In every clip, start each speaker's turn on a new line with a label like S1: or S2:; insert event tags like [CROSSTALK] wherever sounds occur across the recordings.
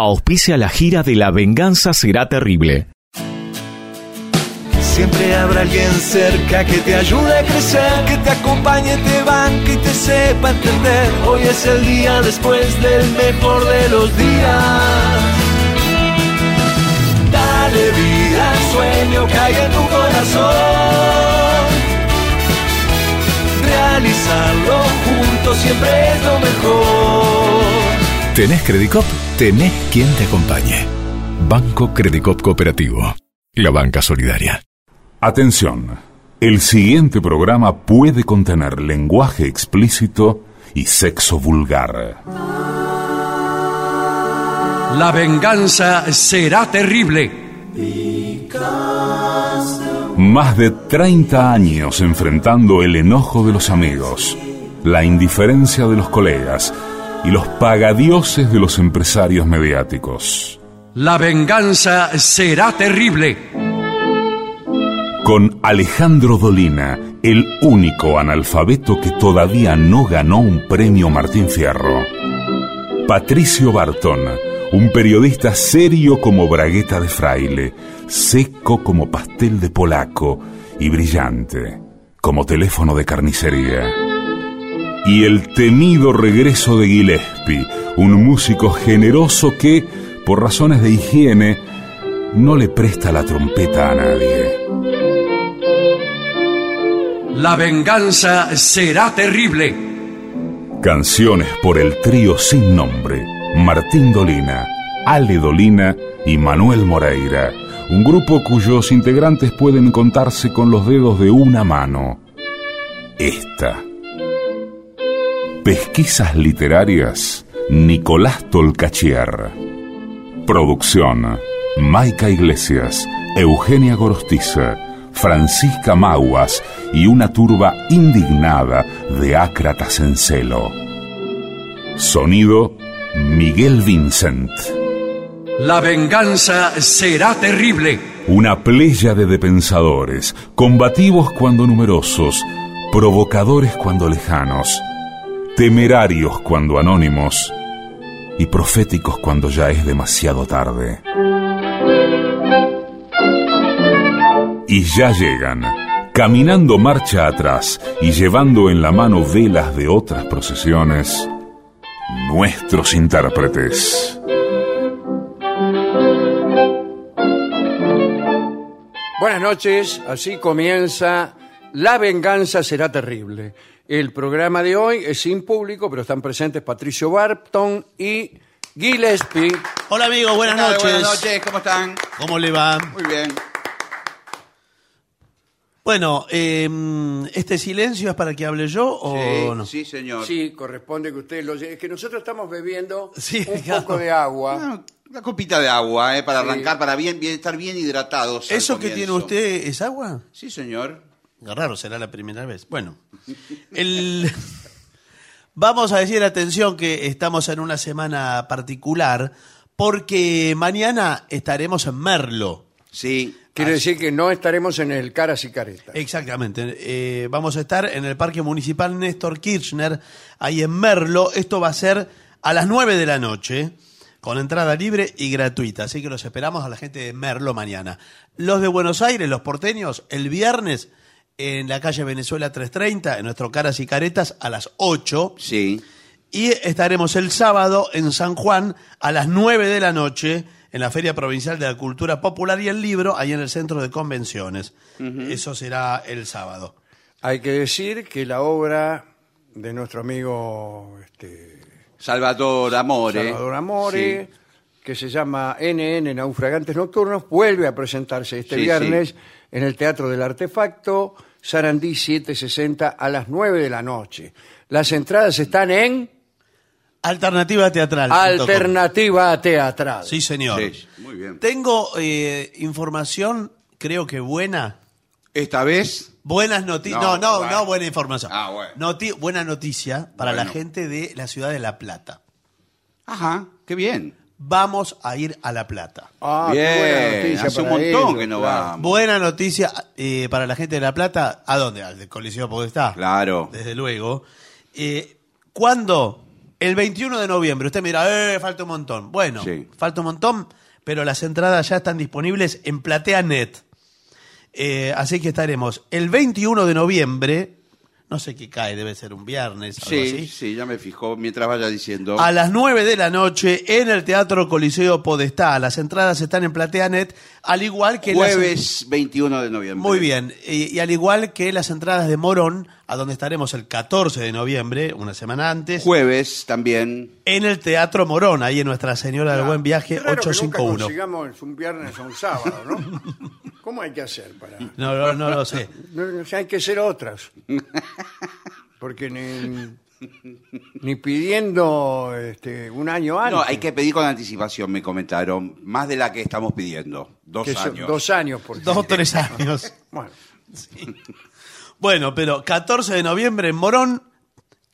S1: auspicia la gira de La Venganza Será Terrible.
S2: Siempre habrá alguien cerca que te ayude a crecer, que te acompañe, te banque y te sepa entender. Hoy es el día después del mejor de los días. Dale vida al sueño que hay en tu corazón. Realizarlo juntos siempre es lo mejor.
S3: ¿Tenés Credicop? Tenés quien te acompañe. Banco Credicop Cooperativo. La banca solidaria.
S4: Atención. El siguiente programa puede contener lenguaje explícito y sexo vulgar.
S5: La venganza será terrible.
S4: Más de 30 años enfrentando el enojo de los amigos, la indiferencia de los colegas y los pagadioses de los empresarios mediáticos.
S5: La venganza será terrible.
S4: Con Alejandro Dolina, el único analfabeto que todavía no ganó un premio Martín Fierro. Patricio Bartón, un periodista serio como bragueta de fraile, seco como pastel de polaco y brillante como teléfono de carnicería. Y el temido regreso de Gillespie, un músico generoso que, por razones de higiene, no le presta la trompeta a nadie.
S5: La venganza será terrible.
S4: Canciones por el trío sin nombre, Martín Dolina, Ale Dolina y Manuel Moreira, un grupo cuyos integrantes pueden contarse con los dedos de una mano. Esta. Pesquisas literarias, Nicolás Tolcachier. Producción, Maica Iglesias, Eugenia Gorostiza, Francisca Mauas y una turba indignada de ácratas en celo. Sonido, Miguel Vincent.
S5: La venganza será terrible.
S4: Una pléyade de pensadores, combativos cuando numerosos, provocadores cuando lejanos, temerarios cuando anónimos y proféticos cuando ya es demasiado tarde. Y ya llegan, caminando marcha atrás y llevando en la mano velas de otras procesiones, nuestros intérpretes.
S6: Buenas noches, así comienza La venganza será terrible. El programa de hoy es sin público, pero están presentes Patricio Barton y Gillespie.
S7: Hola amigos, buenas
S8: Hola,
S7: noches.
S8: Buenas noches, ¿cómo están?
S7: ¿Cómo le va?
S8: Muy bien.
S7: Bueno, eh, ¿este silencio es para que hable yo o
S8: sí,
S7: Oh, no?
S8: sí, señor.
S6: Sí, corresponde que ustedes lo Es que nosotros estamos bebiendo
S7: Sí,
S6: un
S7: claro.
S6: poco de agua.
S8: Ah, Una copita de agua, ¿eh? Para arrancar, para bien, bien, estar bien hidratados. al
S7: ¿Eso que tiene
S8: comienzo.
S7: usted es agua?
S8: Sí, señor.
S7: Raro, será la primera vez. Bueno, el- vamos a decir atención que estamos en una semana particular porque mañana estaremos en Merlo.
S8: Sí.
S6: Quiere decir que no estaremos en el Caras y Caretas.
S7: Exactamente. Eh, vamos a estar en el Parque Municipal Néstor Kirchner, ahí en Merlo. Esto va a ser a las 9 de la noche, con entrada libre y gratuita. Así que los esperamos a la gente de Merlo mañana. Los de Buenos Aires, los porteños, el viernes en la calle Venezuela 330, en nuestro Caras y Caretas, a las 8.
S8: Sí.
S7: Y estaremos el sábado en San Juan a las 9 de la noche en la Feria Provincial de la Cultura Popular y el Libro, ahí en el Centro de Convenciones. Eso será el sábado.
S6: Hay que decir que la obra de nuestro amigo este,
S8: Salvador Amore.
S6: Salvador Amore, que se llama NN Naufragantes Nocturnos, vuelve a presentarse este
S8: Sí,
S6: viernes
S8: sí.
S6: en el Teatro del Artefacto, Sarandí 760 a las 9 de la noche. Las entradas están en
S7: Alternativa teatral.
S6: Alternativa Teatral.
S7: Sí, señor.
S8: Sí. Sí, Muy bien.
S7: Tengo eh, información, creo que buena.
S8: Esta vez,
S7: Buenas noticias. No,
S8: No,
S7: no,
S8: bueno.
S7: no buena información.
S8: Ah, bueno.
S7: Noti- buena noticia para la
S8: Bueno.
S7: gente de la ciudad de La Plata.
S8: ajá, qué bien.
S7: Vamos a ir a La Plata.
S6: Ah, qué buena
S8: bien,
S6: noticia
S8: hace un
S6: para
S8: montón
S6: ellos,
S8: que no
S6: claro.
S8: vamos.
S7: Buena noticia eh, para la gente de La Plata. ¿A dónde? Al del Coliseo Podestá.
S8: Claro.
S7: Desde luego. Eh, ¿Cuándo? el 21 de noviembre. Usted mira, eh, falta un montón. Bueno,
S8: Sí.
S7: falta un montón, pero las entradas ya están disponibles en PlateaNet. Eh, así que estaremos el 21 de noviembre, no sé qué cae, debe ser un viernes, algo
S8: Sí,
S7: así.
S8: sí, ya me fijó mientras vaya diciendo.
S7: A las 9 de la noche en el Teatro Coliseo Podestá. Las entradas están en PlateaNet, al igual que las-
S8: Jueves 21 de noviembre.
S7: Muy bien, y, y al igual que las entradas de Morón, a donde estaremos el 14 de noviembre, una semana antes,
S8: Jueves también.
S7: en el Teatro Morón, ahí en Nuestra Señora del Buen Viaje
S6: Qué raro que nunca
S7: 851.
S6: consigamos un viernes o un sábado,
S8: [LAUGHS]
S6: ¿no? ¿Cómo hay que hacer para.?
S7: No, no, no lo sé.
S6: No, no, o sea, hay que ser otras. Porque ni, ni pidiendo este, un año antes.
S8: No, hay que pedir con anticipación, me comentaron. Más de la que estamos pidiendo. Dos
S6: que son
S8: años.
S6: Dos años, por
S7: Dos o tres años.
S6: Bueno,
S7: Bueno, pero 14 de noviembre en Morón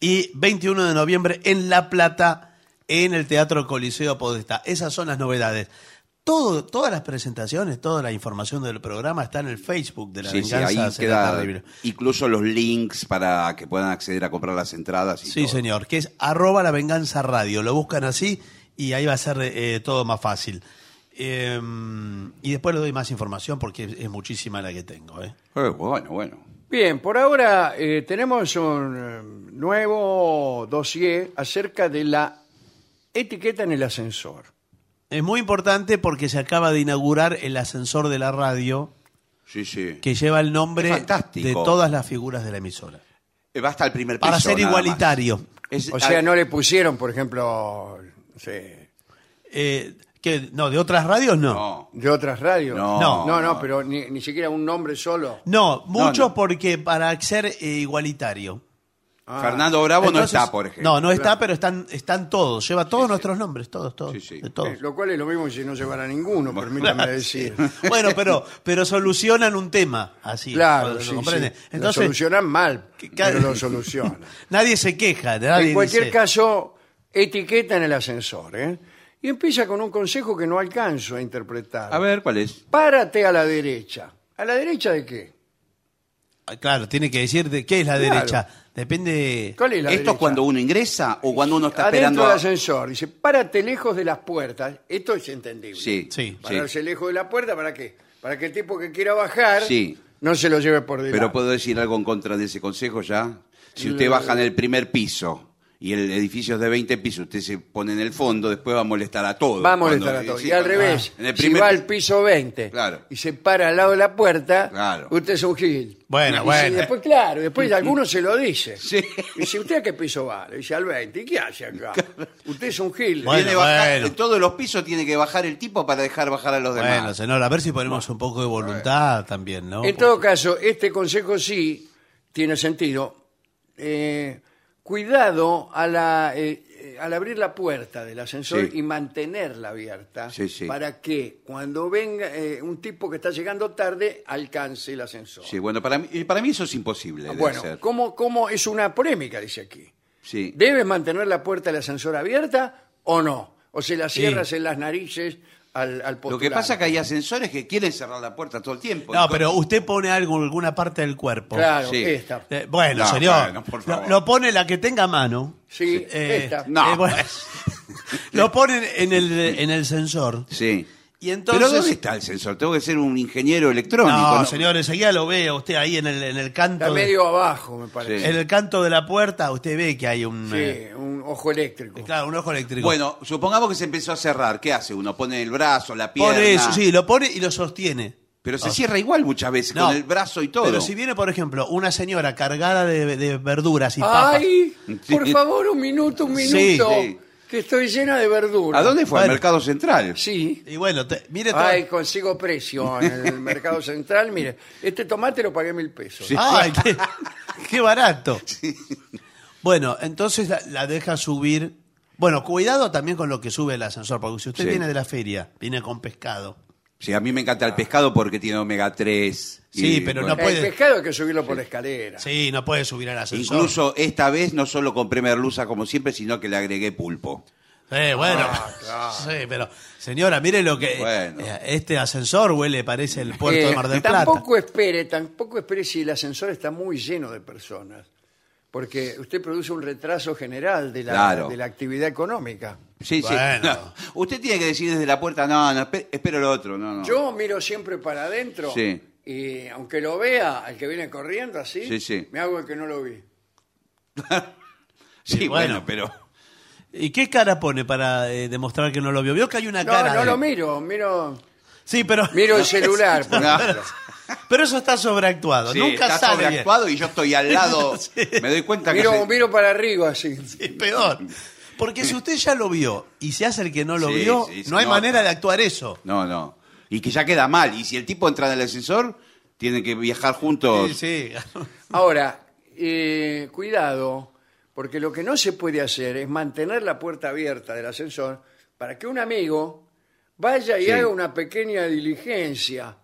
S7: y 21 de noviembre en La Plata, en el Teatro Coliseo Podestá. Esas son las novedades. Todo, todas las presentaciones, toda la información del programa está en el Facebook de la
S8: Sí, sí,
S7: Venganza
S8: ahí
S7: Será
S8: queda
S7: Terrible.
S8: incluso los links para que puedan acceder a comprar las entradas. Y
S7: Sí,
S8: todo.
S7: señor, que es arroba la venganza radio. Lo buscan así y ahí va a ser eh, todo más fácil. Eh, y después le doy más información porque es, es muchísima la que tengo. ¿eh?
S8: Eh, bueno, bueno.
S6: bien, por ahora eh, tenemos un eh, nuevo dossier acerca de la etiqueta en el ascensor.
S7: Es muy importante porque se acaba de inaugurar el ascensor de la radio
S8: Sí, sí.
S7: que lleva el nombre
S8: Es fantástico.
S7: de todas las figuras de la emisora.
S8: Eh, Va hasta el primer piso.
S7: Para ser
S8: nada más.
S7: igualitario.
S8: Es-
S6: O sea,
S8: ah,
S6: no le pusieron, por ejemplo, no sé,
S7: Eh, que, no, de otras radios no. No,
S8: no.
S6: de otras radios.
S8: No.
S6: no, no, pero ni, ni siquiera un nombre solo.
S7: mucho
S8: no.
S7: porque para ser eh, igualitario.
S6: Ah.
S8: Fernando Bravo
S7: Entonces-
S8: no está, por ejemplo.
S7: No, no está, pero están, están todos. Lleva todos nuestros nombres, todos, todos.
S8: Sí, sí.
S7: de todos.
S6: Eh, Lo cual es lo mismo que si no llevara
S8: [LAUGHS]
S6: ninguno, permítame decir.
S7: [LAUGHS] Bueno, pero, pero solucionan un tema, así.
S6: Claro,
S7: ¿lo
S6: sí,
S7: comprende?
S6: sí. Lo
S7: Entonces,
S6: solucionan mal,
S7: cada-
S6: pero lo solucionan.
S7: [LAUGHS] nadie se queja. nadie
S6: en cualquier
S7: dice-
S6: caso, etiqueta en el ascensor. ¿eh? Y empieza con un consejo que no alcanzo a interpretar.
S8: A ver, ¿cuál es?
S6: Párate a la derecha. ¿A la derecha de qué?
S7: Ah, Claro, tiene que decir de qué es la
S6: Claro.
S7: derecha. Depende.
S6: ¿Cuál es
S8: ¿Esto
S6: la
S8: es cuando uno ingresa o cuando uno está
S6: Adentro
S8: esperando
S6: del
S8: a...
S6: ascensor. Dice, párate lejos de las puertas. Esto es entendible.
S8: Sí,
S7: Sí.
S8: sí.
S6: Pararse lejos de la puerta, ¿para qué? Para que el tipo que quiera bajar
S8: Sí.
S6: no se lo lleve por delante.
S8: Pero puedo decir algo en contra de ese consejo ya. Si usted baja en el primer piso y el edificio es de 20 pisos, usted se pone en el fondo, después va a molestar a todos.
S6: Va a molestar
S8: Cuando-
S6: a todos.
S8: sí,
S6: y al
S8: cuando-
S6: revés,
S8: en el
S6: si
S8: primer
S6: va
S8: piso-
S6: al piso 20
S8: Claro.
S6: y se para al lado de la puerta,
S8: Claro.
S6: usted es un gil.
S7: Bueno,
S6: Y si-
S7: bueno.
S6: después, claro,
S8: [LAUGHS]
S6: después alguno se lo dice. Y si usted a qué piso va, le dice al 20, ¿y qué hace acá? Usted es un gil.
S7: Bueno,
S8: Tiene que bajar-
S7: bueno.
S8: En todos los pisos tiene que bajar el tipo para dejar bajar a los demás.
S7: Bueno, señor, a ver si ponemos un poco de voluntad también, ¿no?
S6: en todo caso, este consejo sí tiene sentido. Eh, cuidado a la, eh, eh, al abrir la puerta del ascensor
S8: Sí.
S6: y mantenerla abierta
S8: Sí, sí.
S6: para que cuando venga eh, un tipo que está llegando tarde alcance el ascensor.
S8: Sí, bueno, para mí, y para mí eso es imposible. debe
S6: Bueno,
S8: ser.
S6: ¿cómo, cómo es una polémica, dice aquí?
S8: Sí.
S6: ¿Debes mantener la puerta del ascensor abierta o no? ¿O se la cierras en las narices al, al
S8: Lo que pasa es que hay ascensores que quieren cerrar la puerta todo el tiempo.
S7: No, pero usted pone algo, alguna parte del cuerpo.
S6: Claro,
S8: Sí.
S6: esta.
S7: Eh, bueno,
S8: No,
S7: señor.
S8: bueno, por
S7: lo,
S8: favor.
S7: lo pone la que tenga a mano.
S6: Sí,
S7: Eh,
S6: esta.
S8: No.
S7: bueno, lo ponen en el, en el sensor.
S8: Sí.
S7: Y entonces.
S8: ¿Pero dónde está el sensor? Tengo que ser un ingeniero electrónico.
S7: No, señor, enseguida lo ve usted ahí en el, en el canto.
S6: Está
S7: de-
S6: medio abajo, me parece.
S7: en el canto de la puerta, usted ve que hay un. eh,
S6: Sí, un ojo eléctrico.
S7: claro, un ojo eléctrico.
S8: Bueno, supongamos que se empezó a cerrar. ¿Qué hace uno? Pone el brazo, la pierna.
S7: pone eso, sí, lo pone y lo sostiene.
S8: Pero se cierra igual muchas veces,
S7: No.
S8: con el brazo y todo.
S7: Pero si viene, por ejemplo, una señora cargada de, de verduras y papas.
S6: ¡Ay!
S8: Sí.
S6: Por favor, un minuto, un
S7: Sí,
S6: minuto.
S8: sí.
S6: Que estoy llena de verduras.
S8: ¿A dónde fue?
S7: Bueno.
S8: ¿Al mercado central?
S6: Sí.
S7: Y bueno, te- mire todo.
S6: Ay, consigo precio
S8: [LAUGHS]
S6: en el mercado central. Mire, este tomate lo pagué mil pesos.
S7: Ay,
S8: [LAUGHS]
S7: qué, qué barato. Bueno, entonces la, la deja subir. Bueno, cuidado también con lo que sube el ascensor, porque si usted
S8: Sí.
S7: viene de la feria, viene con pescado.
S8: Sí, a mí me encanta el pescado porque tiene omega 3.
S7: Sí, pero no
S6: El
S7: puede-
S6: pescado hay que subirlo por escalera.
S7: Sí, no puede subir al ascensor.
S8: Incluso esta vez no solo compré merluza como siempre, sino que le agregué pulpo.
S7: Eh, bueno, sí, pero señora, mire lo que
S8: Ah, Bueno.
S7: eh, este ascensor huele, parece el puerto
S6: Eh,
S7: de Mar del Plata.
S6: Tampoco espere, tampoco espere si el ascensor está muy lleno de personas. porque usted produce un retraso general de la,
S8: Claro.
S6: de la actividad económica.
S8: Sí, sí.
S7: Bueno.
S8: [LAUGHS] Usted tiene que decir desde la puerta, no, no, espe- espero lo otro, no, no.
S6: Yo miro siempre para adentro
S8: Sí.
S6: y aunque lo vea al que viene corriendo así,
S8: Sí, sí.
S6: me hago el que no lo vi.
S8: [LAUGHS] sí,
S7: Y
S8: bueno,
S7: bueno.
S8: pero...
S7: ¿Y qué cara pone para eh, demostrar que no lo vio? Vio que hay una
S6: No,
S7: cara.
S6: no
S7: de-
S6: lo miro, miro,
S7: Sí, pero.
S6: miro el
S7: [LAUGHS]
S6: celular. por
S8: No.
S6: ejemplo.
S7: Pero eso está sobreactuado.
S8: Sí,
S7: Nunca
S8: está
S7: sale. bien.
S8: sobreactuado y yo estoy al lado.
S7: [LAUGHS] Sí.
S8: Me doy cuenta que...
S6: Miro,
S8: se-
S6: miro para arriba así.
S7: Es peor. Porque si usted ya lo vio y se hace el que no lo
S8: Sí,
S7: vio,
S8: sí, se
S7: no hay
S8: nota.
S7: manera de actuar eso.
S8: No, no. Y que ya queda mal. Y si el tipo entra en el ascensor, tienen que viajar juntos.
S7: Sí, sí. [LAUGHS]
S6: Ahora, eh, cuidado, porque lo que no se puede hacer es mantener la puerta abierta del ascensor para que un amigo vaya y
S8: Sí.
S6: haga una pequeña diligencia.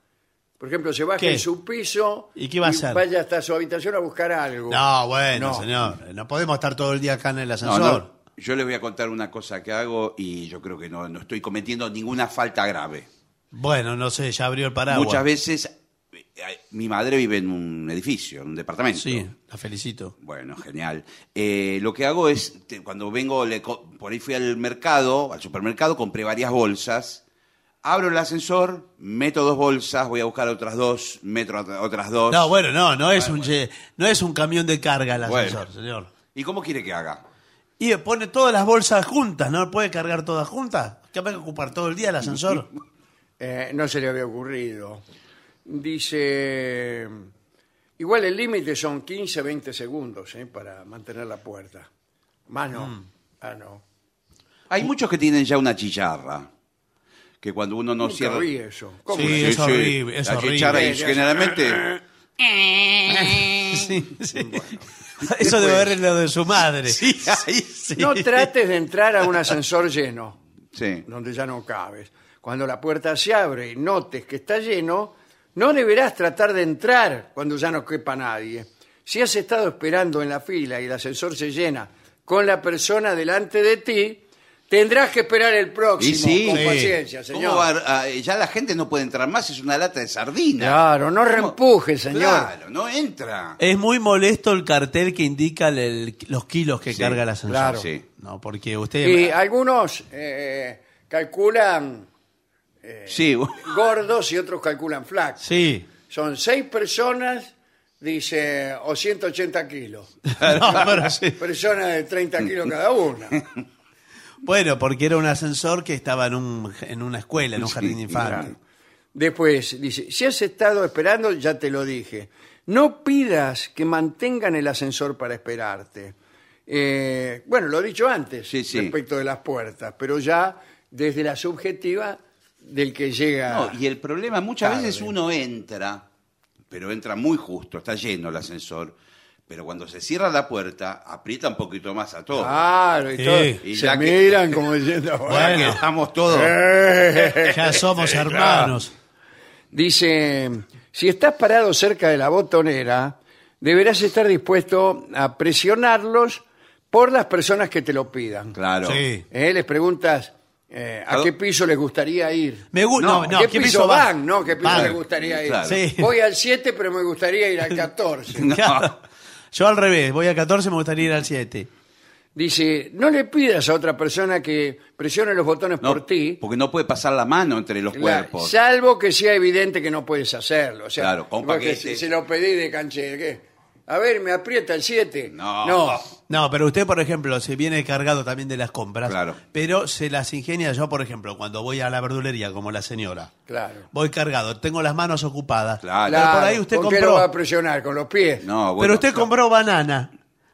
S6: Por ejemplo, se baje
S7: ¿Qué?
S6: en su piso
S7: ¿Y qué va a hacer?
S6: vaya hasta su habitación a buscar algo.
S7: No, bueno,
S6: No.
S7: señor. No podemos estar todo el día acá en el
S8: No,
S7: ascensor.
S8: no. Yo les voy a contar una cosa que hago y yo creo que no, no estoy cometiendo ninguna falta grave.
S7: Bueno, no sé, ya abrió el paraguas.
S8: Muchas veces eh, mi madre vive en un edificio, en un departamento.
S7: Sí, la felicito.
S8: Bueno, genial. Eh, lo que hago es, te- cuando vengo, le co- por ahí fui al mercado, al supermercado, compré varias bolsas, abro el ascensor, meto dos bolsas, voy a buscar otras dos, meto otra- otras dos.
S7: No, bueno, no, no es, un, ye- no es un camión de carga el
S8: Bueno.
S7: ascensor, señor.
S8: ¿Y cómo quiere que haga?
S7: Y pone todas las bolsas juntas, ¿no? ¿Puede cargar todas juntas? ¿Qué hay que ocupar todo el día el ascensor?
S6: Eh, no se le había ocurrido. Dice, igual el límite son 15, 20 segundos eh, para mantener la puerta. Más no.
S7: Mm.
S6: Ah, no.
S8: Hay muchos que tienen ya una chicharra, que cuando uno no
S6: Nunca
S8: cierra...
S6: vi eso. ¿Cómo
S7: Sí,
S6: una
S7: es horrible, es
S8: la
S7: horrible.
S8: chicharra y
S6: [LAUGHS]
S8: generalmente...
S7: Sí, sí. [LAUGHS] Eso debe haber lo de su madre. Sí, sí.
S6: No trates de entrar a un ascensor lleno,
S8: Sí.
S6: donde ya no cabes. Cuando la puerta se abre y notes que está lleno, no deberás tratar de entrar cuando ya no quepa nadie. Si has estado esperando en la fila y el ascensor se llena con la persona delante de ti, tendrás que esperar el próximo.
S8: Y sí.
S6: con
S8: Sí.
S6: paciencia,
S8: ¿Cómo
S6: señor.
S8: va a- a- ya la gente no puede entrar más, es una lata de sardina.
S6: Claro, no reempuje, señor.
S8: Claro, no entra.
S7: Es muy molesto el cartel que indica el- el- los kilos que
S8: Sí,
S7: carga el ascensor.
S6: claro.
S8: Sí.
S7: No, porque usted...
S6: Y algunos eh, calculan eh,
S8: Sí,
S6: gordos y otros calculan flacos.
S7: Sí.
S6: Son seis personas, dice, o 180 kilos.
S7: [LAUGHS] No, pero sí.
S6: Personas de 30 kilos cada una.
S7: Bueno, porque era un ascensor que estaba en, un, en una escuela, en un jardín de infantes.
S6: Después, dice, si has estado esperando, ya te lo dije. No pidas que mantengan el ascensor para esperarte. Eh, bueno, lo he dicho antes
S8: Sí, sí.
S6: respecto de las puertas, pero ya desde la subjetiva del que llega.
S8: No, y el problema, muchas
S6: Tarde.
S8: veces uno entra, pero entra muy justo, está lleno el ascensor, pero cuando se cierra la puerta, aprieta un poquito más a todo.
S6: Claro, y
S7: Sí.
S6: todo.
S8: Y
S6: se
S8: ya que-
S6: miran
S8: [LAUGHS]
S6: como diciendo,
S8: Ahora
S7: bueno.
S8: que estamos
S6: [LAUGHS]
S8: todos. Eh.
S7: Ya somos hermanos.
S6: Dice, si estás parado cerca de la botonera, deberás estar dispuesto a presionarlos por las personas que te lo pidan.
S8: Claro.
S7: Sí.
S6: Eh, Les preguntas eh, a
S8: Claro.
S6: qué piso les gustaría ir.
S7: Me gu- no,
S6: ¿A
S7: no,
S6: ¿Qué,
S7: ¿qué
S6: piso
S7: piso
S6: van?
S7: van?
S6: No, ¿qué piso
S7: Van.
S6: les gustaría ir?
S8: Claro.
S7: Sí.
S6: Voy al 7, pero me gustaría ir al
S7: [LAUGHS]
S6: 14.
S8: No.
S7: Claro. Yo al revés, voy a 14, me gustaría ir al 7.
S6: Dice, no le pidas a otra persona que presione los botones
S8: No,
S6: por ti.
S8: Porque no puede pasar la mano entre los
S6: Claro,
S8: cuerpos.
S6: salvo que sea evidente que no puedes hacerlo. O sea,
S8: Claro, con un
S6: porque
S8: paquete.
S6: si se lo pedí de canchero, ¿qué? A ver, me aprieta el 7.
S8: No.
S7: No, pero usted, por ejemplo, se viene cargado también de las compras.
S8: Claro.
S7: Pero se las ingenia yo, por ejemplo, cuando voy a la verdulería, como la señora.
S6: claro.
S7: Voy cargado, tengo las manos ocupadas.
S8: Claro.
S7: Pero por ahí usted
S6: ¿Con qué lo
S7: compró.
S6: va a presionar? ¿Con los pies?
S8: No, bueno,
S7: pero usted
S8: no.
S7: compró banana.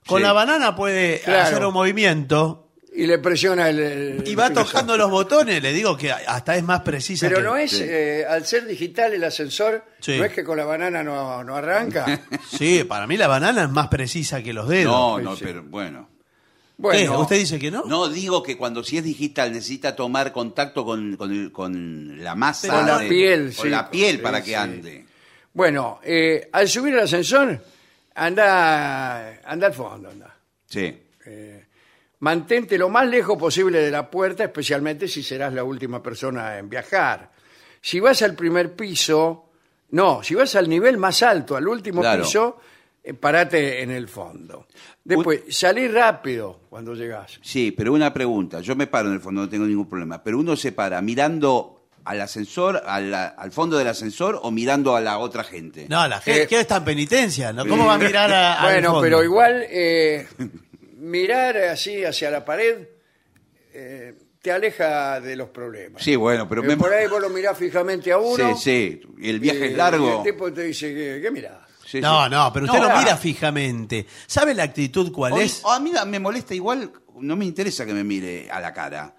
S7: Con
S8: Sí.
S7: la banana puede
S6: Claro.
S7: hacer un movimiento
S6: Y le presiona el... el-
S7: y va
S6: el-
S7: tocando los botones. Le digo que hasta es más precisa.
S6: Pero
S7: que-
S6: no es,
S8: Sí.
S6: eh, al ser digital el ascensor,
S7: Sí.
S6: no es que con la banana no, no
S8: [LAUGHS]
S6: arranca.
S7: Sí, para mí la banana es más precisa que los dedos.
S8: No, no, pero bueno.
S7: ¿Qué?
S6: Bueno,
S7: ¿Usted dice que no?
S8: No digo que cuando si es digital necesita tomar contacto con, con el- con la masa.
S6: Con la
S8: de-
S6: piel,
S8: Con
S6: sí.
S8: la piel
S6: Sí,
S8: para
S6: sí.
S8: que ande.
S6: bueno eh, al subir el ascensor, anda, anda al fondo, anda.
S8: Sí.
S6: Mantente lo más lejos posible de la puerta, especialmente si serás la última persona en viajar. Si vas al primer piso, no, si vas al nivel más alto, al último
S8: Claro.
S6: piso, eh, parate en el fondo. Después, salí rápido cuando llegás.
S8: Sí, pero una pregunta. Yo me paro en el fondo, no tengo ningún problema. Pero uno se para mirando al ascensor, a la- al fondo del ascensor o mirando a la otra gente.
S7: No,
S6: Eh,
S7: la gente
S8: Eh,
S7: que está en penitencia, ¿no? ¿Cómo va a mirar a, al
S6: Bueno,
S7: fondo?
S6: pero igual eh, mirar así hacia la pared eh, te aleja de los problemas.
S8: Sí, bueno, pero
S6: Eh,
S8: me-
S6: Por ahí vos lo mirás fijamente a uno.
S8: Sí, sí. El viaje
S6: y-
S8: es
S6: y
S8: largo.
S6: el tipo te dice, ¿qué, qué mirás?
S8: Sí,
S7: No,
S8: sí.
S7: no, pero usted
S8: No,
S7: no,
S8: ah.
S7: mira fijamente. ¿Sabe la actitud cuál
S8: Hoy-
S7: es?
S8: a mí la- me molesta igual, no me interesa que me mire a la cara.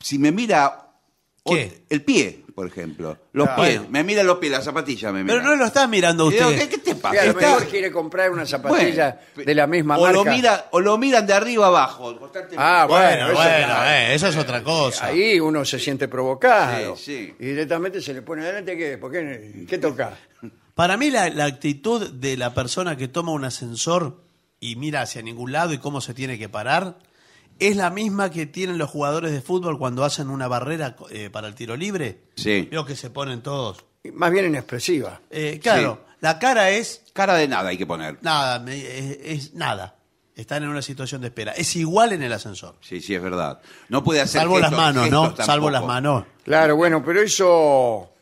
S8: Si me mira o-
S7: ¿Qué?
S8: el pie, por ejemplo, los
S7: Ah,
S8: pies,
S7: bueno.
S8: me mira los pies, la zapatilla me mira.
S7: Pero no lo está mirando
S8: Y digo, ¿Qué,
S7: usted.
S8: qué te
S6: Que
S8: pasa?
S6: a lo
S8: Está-
S6: mejor quiere comprar una zapatilla
S8: Bueno,
S6: de la misma
S8: o
S6: marca.
S8: Lo mira, o lo miran de arriba abajo. constantemente.
S6: Ah, bueno,
S7: Bueno,
S6: eso es
S7: bueno,
S6: la-
S7: eh, eso es otra cosa.
S6: Ahí uno se siente provocado.
S8: Sí, sí.
S6: Y directamente se le pone adelante, ¿qué? ¿Por qué, qué toca?
S7: Para mí la, la actitud de la persona que toma un ascensor y mira hacia ningún lado y cómo se tiene que parar es la misma que tienen los jugadores de fútbol cuando hacen una barrera eh, para el tiro libre.
S8: Sí.
S7: Veo que se ponen todos.
S6: Más bien inexpresiva.
S7: Eh, claro, la cara es
S8: Cara de nada hay que poner.
S7: nada, me- es, es nada. Están en una situación de espera. Es igual en el ascensor.
S8: Sí, sí, es verdad. No puede hacer
S7: Salvo las
S8: gestos-
S7: manos, ¿no?
S8: gestos
S7: Salvo
S8: tampoco.
S7: las manos.
S6: Claro, bueno, pero eso,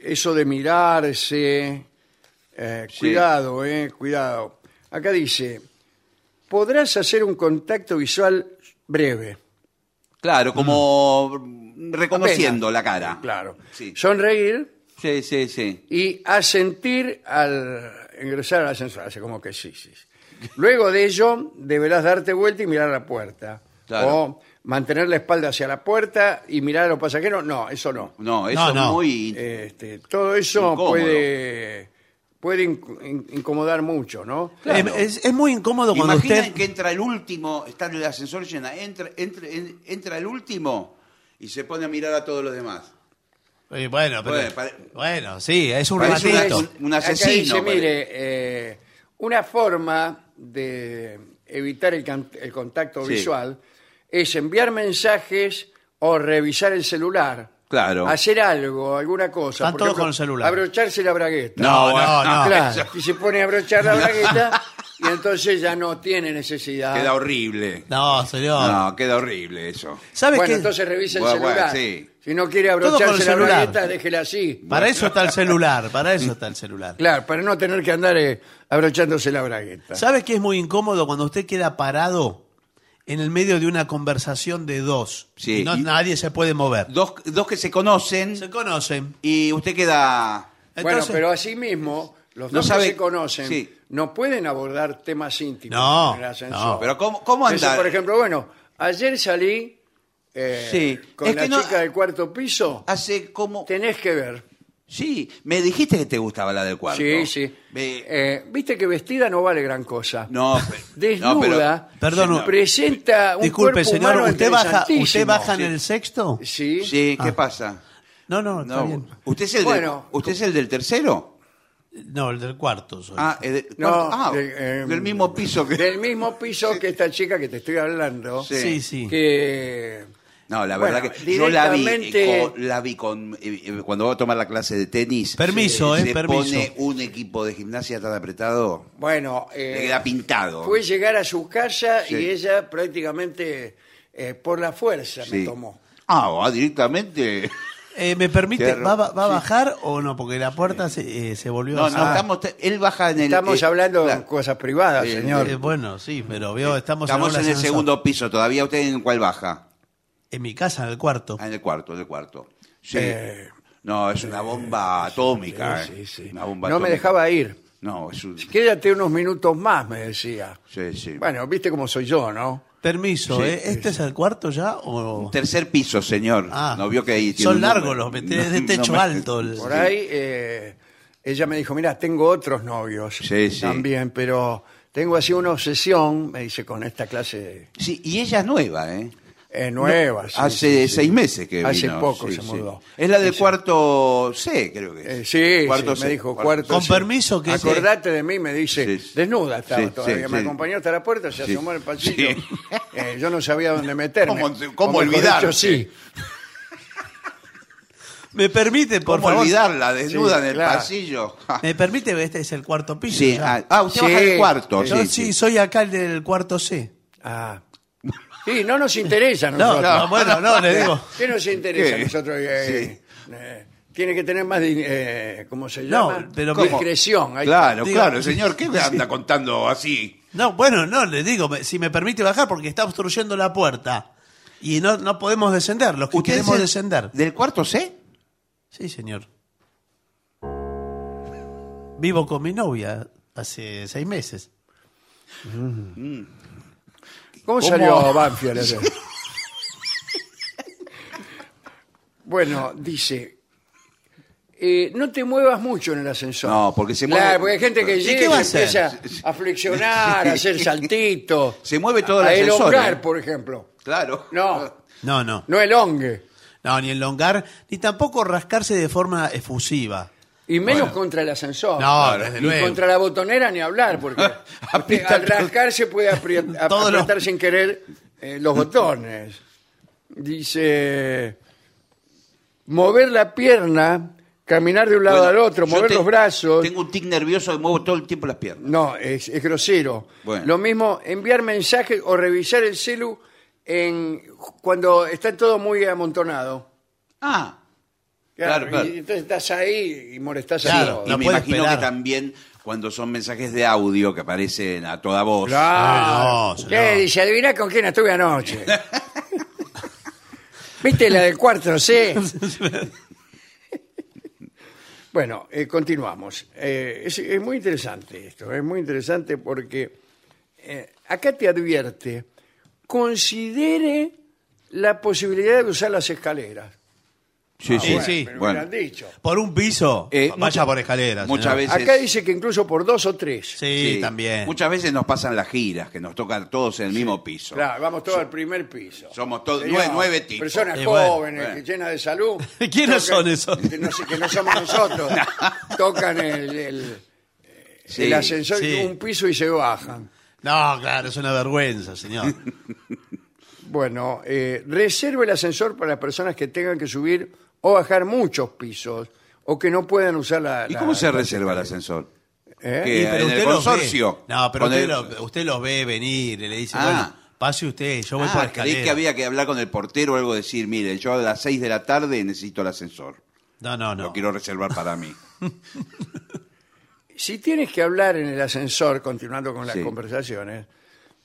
S6: eso de mirarse, eh,
S8: Sí.
S6: cuidado, eh, cuidado. Acá dice, podrás hacer un contacto visual breve,
S7: Mm.
S8: Claro, como reconociendo
S6: Apenas.
S8: la cara.
S6: claro.
S8: Sí,
S6: Sonreír
S8: sí, sí. sí.
S6: y asentir al ingresar al ascensor, hace como que sí, sí. Luego de ello, deberás darte vuelta y mirar la puerta.
S8: Claro.
S6: O mantener la espalda hacia la puerta y mirar a los pasajeros. No, eso no.
S8: No, eso
S7: No,
S8: es
S7: no.
S8: muy...
S6: Este, todo eso
S8: Incómodo.
S6: puede, puede inc- in- incomodar mucho, ¿no?
S8: Claro.
S7: Es, es- es muy incómodo cuando
S8: Imaginen
S7: usted...
S8: que entra el último, está en el ascensor llena, entra, entra, en- entra el último y se pone a mirar a todos los demás.
S7: Eh, bueno, pero-
S8: Bueno, pare-
S7: bueno, sí, es un
S8: Parece una-
S7: ratito.
S8: un- un
S6: Acá
S8: asesino,
S6: dice,
S8: parece.
S6: mire, eh, una forma de evitar el, can- el contacto
S8: Sí.
S6: visual es enviar mensajes o revisar el celular.
S8: Claro.
S6: Hacer algo, alguna cosa.
S7: Están
S6: por
S7: todos
S6: ejemplo,
S7: con el celular.
S6: Abrocharse la bragueta.
S7: No, no, no.
S6: Claro, y se pone a abrochar
S8: [LAUGHS]
S6: la bragueta y entonces ya no tiene necesidad.
S8: Queda horrible.
S7: No, señor.
S8: No, queda horrible eso.
S7: ¿Sabe
S6: Bueno,
S7: qué?
S6: entonces revisa el
S8: Bueno, bueno,
S6: celular.
S8: sí.
S6: Si no quiere
S7: con el
S6: abrocharse la
S7: celular.
S6: bragueta, déjela así.
S7: Para eso está el celular, para eso está el celular.
S6: Claro, para no tener que andar eh, abrochándose la bragueta.
S7: ¿Sabe qué es muy incómodo cuando usted queda parado en el medio de una conversación de dos?
S8: Sí.
S7: Y no,
S8: Y-
S7: nadie se puede mover.
S8: Dos, dos que se conocen
S7: Se conocen.
S8: y usted queda...
S6: bueno,
S7: Entonces-
S6: pero así mismo, los
S8: No
S6: dos que
S8: sabe-
S6: se conocen
S8: sí.
S6: no pueden abordar temas íntimos
S7: No,
S6: en el ascensor.
S7: no.
S8: Pero ¿cómo, cómo
S6: Entonces,
S8: andar?
S6: por ejemplo, bueno, ayer salí eh,
S8: Sí.
S6: con
S8: Es
S6: la
S8: que no-
S6: chica del cuarto piso.
S8: Hace como...
S6: Tenés que ver.
S8: Sí, me dijiste que te gustaba la del cuarto.
S6: Sí, sí.
S8: Ve-
S6: Eh, Viste que vestida no vale gran cosa.
S8: No, pero-
S6: Desnuda,
S8: no, pero-
S7: Perdón,
S8: Sí, no.
S6: presenta Ah, un
S7: Disculpe,
S6: cuerpo
S7: señor,
S6: humano
S7: ¿usted baja, ¿usted
S6: interesantísimo.
S7: baja
S8: Sí.
S7: en el sexto?
S6: Sí.
S8: Sí, ¿qué
S7: Ah.
S8: pasa?
S7: No, no, está
S8: No,
S7: bien.
S8: ¿Usted es el,
S6: Bueno.
S8: del, ¿Usted es el del tercero?
S7: No, el del cuarto. soy.
S8: Ah, es de-
S6: No,
S8: ah,
S6: de- eh,
S8: del mismo piso que...
S6: Del mismo piso que esta chica que te estoy hablando.
S8: Sí.
S7: sí, sí.
S6: Que.
S8: No, la verdad
S6: Bueno,
S8: que yo la vi,
S6: directamente-
S8: eh, con- la vi con, eh, eh, cuando va a tomar la clase de tenis.
S7: Permiso,
S8: se
S7: eh, permiso.
S8: pone un equipo de gimnasia tan apretado,
S6: Bueno.
S8: le
S6: eh,
S8: queda pintado.
S6: Fue llegar a su casa
S8: Sí.
S6: y ella prácticamente eh, por la fuerza
S8: Sí.
S6: me tomó.
S8: Ah, va directamente.
S7: Eh, ¿Me permite,
S8: Cierro.
S7: va, va a bajar o no? Porque la puerta se, eh, se volvió
S8: No,
S7: a
S8: no,
S7: cerrar.
S8: estamos, te- él baja en el...
S6: Estamos
S8: eh,
S6: hablando de
S8: claro,
S6: cosas privadas,
S8: Eh,
S6: señor.
S7: Eh, bueno, sí, pero veo, estamos,
S8: estamos
S7: un
S8: en el
S7: ascensor.
S8: segundo piso todavía. ¿Usted en cuál baja?
S7: En mi casa, en el cuarto.
S8: Ah, en el cuarto, en el cuarto. Sí.
S6: Eh,
S8: no, es una bomba atómica.
S6: Sí,
S8: eh,
S6: sí, sí.
S8: una bomba
S6: no me
S8: atómica.
S6: dejaba ir.
S8: No, es un... Sí,
S6: Quédate unos minutos más, me decía.
S8: sí.
S6: Bueno, viste cómo soy yo, ¿no?
S7: Permiso, ¿eh? ¿este es el cuarto ya? O...
S8: Tercer piso, señor.
S7: Oh. Ah.
S8: no vio que ahí tiene
S7: Son
S8: un
S7: largos
S8: número.
S7: los metés, de
S8: No, no
S7: techo
S8: me-
S7: alto. el-
S6: Por ahí eh, ella me dijo, mira, tengo otros novios
S8: Sí, sí.
S6: también, pero tengo así una obsesión, me dice, con esta clase
S8: Sí, y ella es nueva, ¿eh?
S6: eh, nueva. sí,
S8: Hace
S6: sí, sí.
S8: seis meses que
S6: Hace
S8: vino.
S6: poco
S8: Sí,
S6: se
S8: sí.
S6: mudó.
S8: Es la del cuarto C, creo que es.
S6: Eh, sí,
S8: Cuarto
S6: sí,
S8: C,
S6: me dijo cuarto.
S7: Con
S6: sí.
S7: permiso que...
S6: Acordate de mí, me dice,
S8: Sí, sí.
S6: desnuda estaba
S8: Sí,
S6: todavía,
S8: sí,
S6: me
S8: sí.
S6: acompañó hasta la puerta, se
S8: Sí.
S6: asomó en el pasillo,
S8: [LAUGHS] Sí.
S6: Eh, yo no sabía dónde meterme.
S8: ¿Cómo- cómo
S6: Como mejor
S8: olvidar?
S6: dicho, sí.
S7: [LAUGHS] ¿Me permite, por
S8: ¿Cómo
S7: favor?
S8: olvidarla desnuda
S6: Sí,
S8: en el
S6: claro.
S8: pasillo? [LAUGHS]
S7: ¿Me permite? Este es el cuarto piso.
S8: Ah. sí,
S7: ya.
S8: ah, ah, usted
S6: Sí.
S8: baja el cuarto.
S7: Yo
S8: Sí,
S7: sí,
S8: sí.
S7: soy acá el del cuarto C.
S6: Ah. Sí, no nos interesa a
S7: No,
S6: nosotros.
S7: no, bueno, no, le digo.
S6: ¿Qué nos interesa a
S8: ¿Qué?
S6: nosotros? Eh, eh, tiene que tener más, di- eh, ¿cómo se
S7: No,
S6: llama?
S7: pero-
S6: ¿Cómo?
S7: ¿Cómo?
S6: Discreción. Ahí
S8: Claro,
S7: Digo-
S8: claro, señor,
S7: [LAUGHS]
S8: ¿qué me anda contando así?
S7: No, bueno, no, le digo, me- si me permite bajar porque está obstruyendo la puerta. Y no, no podemos descender, los que
S8: ¿Usted
S7: queremos
S8: es el-
S7: descender.
S8: ¿Del cuarto C?
S7: Sí, señor. Vivo con mi novia hace seis meses.
S6: está. Mm. ¿Cómo, salió Banfield? ayer? bueno, dice... eh, no te muevas mucho en el ascensor.
S8: No, porque se
S6: Claro,
S8: mueve-
S6: porque hay gente que
S8: ¿Y
S6: llega
S7: qué
S6: y
S7: va a hacer?
S6: empieza a flexionar, a hacer saltitos.
S8: Se mueve todo el
S6: a
S8: ascensor,
S6: elongar,
S8: ¿eh?
S6: por ejemplo.
S8: Claro.
S6: No,
S7: No, no.
S6: no elongue.
S7: No, ni elongar, ni tampoco rascarse de forma efusiva.
S6: Y menos contra el ascensor.
S7: No, desde
S6: Ni
S7: luego.
S6: contra la botonera ni hablar,
S8: [LAUGHS]
S6: porque usted al rascarse puede apri- ap-
S7: Todos los-
S6: apretar sin querer eh, los botones. Dice, mover la pierna, caminar de un lado
S8: Bueno,
S6: al otro,
S8: yo
S6: mover
S8: te-
S6: los brazos.
S8: Tengo un tic nervioso y muevo todo el tiempo las piernas.
S6: No, es, es grosero.
S8: Bueno.
S6: Lo mismo, enviar mensajes o revisar el celu en, cuando está todo muy amontonado.
S8: Ah, Claro,
S6: y
S8: claro.
S6: entonces estás ahí y molestás a
S7: Claro,
S6: todos.
S8: y
S7: No
S8: me
S7: puede
S8: imagino
S7: esperar.
S8: que también cuando son mensajes de audio que aparecen a toda voz.
S6: Claro.
S7: Ah, no,
S6: ¿Qué
S7: no.
S6: Eh, dice? Adivina con quién estuve anoche. ¿Viste la del cuarto C? bueno, eh, continuamos. Eh, es, es muy interesante esto, es muy interesante porque eh, acá te advierte, considere la posibilidad de usar las escaleras.
S8: Sí,
S7: sí, sí.
S6: Ah, Pero me lo
S8: Bueno,
S6: han dicho.
S7: Por un piso,
S8: Eh,
S7: vaya
S8: mucha-
S7: por escaleras.
S8: muchas
S7: señor.
S8: veces-
S6: Acá dice que incluso por dos o tres.
S7: Sí, también.
S8: Muchas veces nos pasan las giras que nos tocan todos en el mismo piso.
S6: Claro, vamos todos al primer piso.
S8: Somos todos-
S6: Señor,
S8: nueve- nueve tipos.
S6: Personas
S7: Y bueno,
S6: jóvenes,
S8: bueno.
S6: que llenas de salud.
S7: [LAUGHS] ¿Quiénes son esos?
S6: Que no, sé- que no
S7: [LAUGHS]
S6: somos nosotros. Tocan el, el- eh,
S8: Sí,
S6: el ascensor
S7: sí.
S6: un piso y se bajan.
S7: No, claro, es una
S8: [LAUGHS]
S7: vergüenza, señor.
S6: Bueno, eh, reserve el ascensor para personas que tengan que subir o bajar muchos pisos o que no puedan usar la...
S8: ¿Y
S6: la-
S8: cómo se
S6: la-
S8: reserva el ascensor?
S6: ¿Eh?
S8: ¿Qué?
S7: Sí, pero
S8: en el
S7: usted los ve.
S8: consorcio.
S7: No, pero
S8: Con
S7: usted,
S8: el-
S7: lo- usted los ve venir y le dice,
S8: Ah.
S7: bueno, pase usted, yo voy por
S8: Ah, creí
S7: escalera.
S8: que había que hablar con el portero o algo decir, mire, yo a las 6 de la tarde necesito el ascensor.
S7: No, no, no.
S8: Lo quiero reservar para mí.
S6: Si tienes que hablar en el ascensor, continuando con las
S8: Sí.
S6: conversaciones,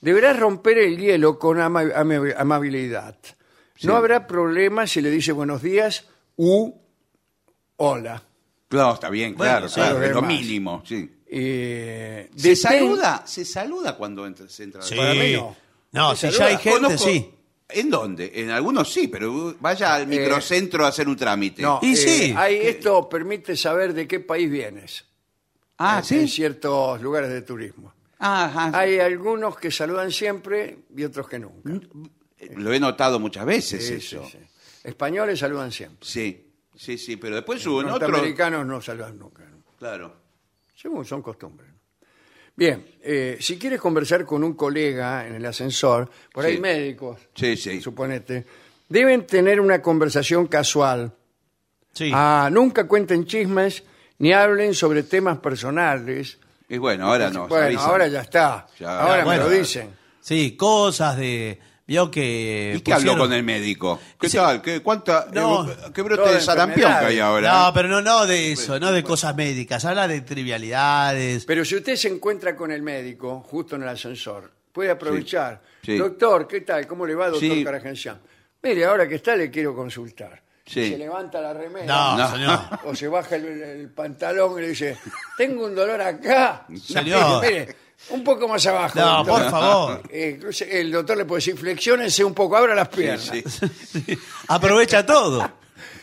S6: deberás romper el hielo con ama- ama- amabilidad. No habrá problema si le dice buenos días u hola.
S8: Claro, está bien,
S7: Bueno,
S8: claro,
S7: sí,
S8: claro,
S6: lo
S8: es lo
S6: demás.
S8: mínimo, sí.
S6: Eh,
S8: ¿Se
S6: detén-
S8: saluda? ¿Se saluda cuando entra, se entra?
S7: Sí.
S6: Para mí no.
S7: No,
S6: Me
S7: si
S6: saluda.
S7: ya hay gente,
S8: Conozco-
S7: sí.
S8: ¿En dónde? En algunos sí, pero uh, vaya al microcentro a hacer un trámite.
S6: Eh, No, eh,
S7: Y sí.
S6: hay- esto permite saber de qué país vienes
S8: Ah,
S6: en- en
S8: sí.
S6: ciertos lugares de turismo.
S8: Ajá.
S6: Hay algunos que saludan siempre y otros que nunca.
S8: Mm. Eh, Lo he notado muchas veces
S6: Sí,
S8: eso.
S6: sí, sí. Españoles saludan siempre.
S8: Sí, sí, sí, pero
S7: Pues
S8: después hubo en otro.
S6: Norteamericanos no saludan nunca. ¿no?
S8: Claro.
S6: Según son costumbres. Bien, eh, si quieres conversar con un colega en el ascensor, por ahí
S8: Sí.
S6: médicos,
S8: Sí, sí.
S6: suponete, deben tener una conversación casual.
S7: Sí.
S6: Ah, nunca cuenten chismes ni hablen sobre temas personales.
S8: Y bueno, ahora no.
S6: bueno,
S8: avisan.
S6: ahora ya está.
S8: Ya,
S6: ahora
S7: bueno.
S6: me lo dicen.
S7: Sí, cosas de. Vio que.
S8: ¿Y qué habló
S7: pusieron-
S8: con el médico? ¿Qué
S7: Ese-
S8: tal? ¿Qué, cuánta,
S7: No.
S8: eh, ¿Qué brote
S6: Toda
S8: de sarampión que hay
S6: enfermedad.
S8: ahora? eh?
S7: No, pero no, no de eso, no de cosas médicas. Habla de trivialidades.
S6: Pero si usted se encuentra con el médico justo en el ascensor, puede aprovechar.
S8: Sí, sí.
S6: Doctor, ¿qué tal? ¿Cómo le va, doctor
S8: Sí.
S6: Caragencián? Mire, ahora que está le quiero consultar.
S8: Sí.
S6: Se levanta la remera.
S7: No,
S8: No.
S7: señor.
S6: o se baja el, el pantalón y le dice, tengo un dolor acá.
S7: Señor.
S6: Mire, [LAUGHS] mire, un poco más abajo.
S7: No,
S6: doctor.
S7: por favor.
S6: Eh, incluso el doctor le puede decir, flexiónense un poco, abra las piernas.
S8: Sí, sí.
S7: [LAUGHS] Aprovecha todo.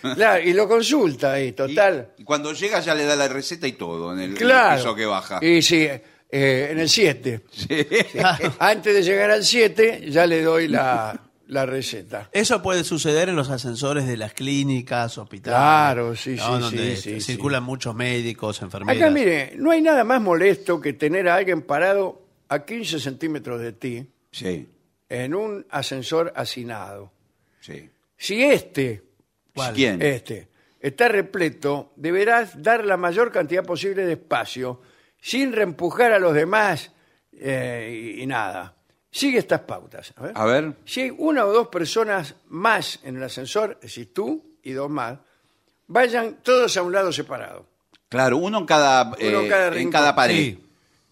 S6: Claro, y lo consulta ahí, total.
S8: [LAUGHS] Y, y cuando llega ya le da la receta y todo en el, en el
S6: [LAUGHS] claro.
S8: piso que baja. [LAUGHS]
S6: Y sí, eh, en el 7. Antes de llegar al 7, ya le doy la, la receta.
S7: Eso puede suceder en los ascensores de las clínicas, hospitales.
S6: Claro, sí,
S7: ¿no?
S6: sí,
S7: Donde este,
S6: sí, sí,
S7: Circulan muchos médicos, enfermeras.
S6: Acá, mire, no hay nada más molesto que tener a alguien parado a 15 centímetros de ti
S8: Sí,
S6: en un ascensor hacinado.
S8: sí.
S6: Si este,
S7: ¿Cuál?
S8: ¿Quién?
S6: este, está repleto, deberás dar la mayor cantidad posible de espacio sin reempujar a los demás eh, y, y nada. Sigue estas pautas. A ver.
S8: A ver.
S6: Si hay una o dos personas más en el ascensor, es decir, tú y dos más, vayan todos a un lado separado.
S8: Claro, uno en cada,
S6: Uno en
S8: eh,
S6: cada
S8: en
S6: rincón.
S8: cada pared.
S7: Sí.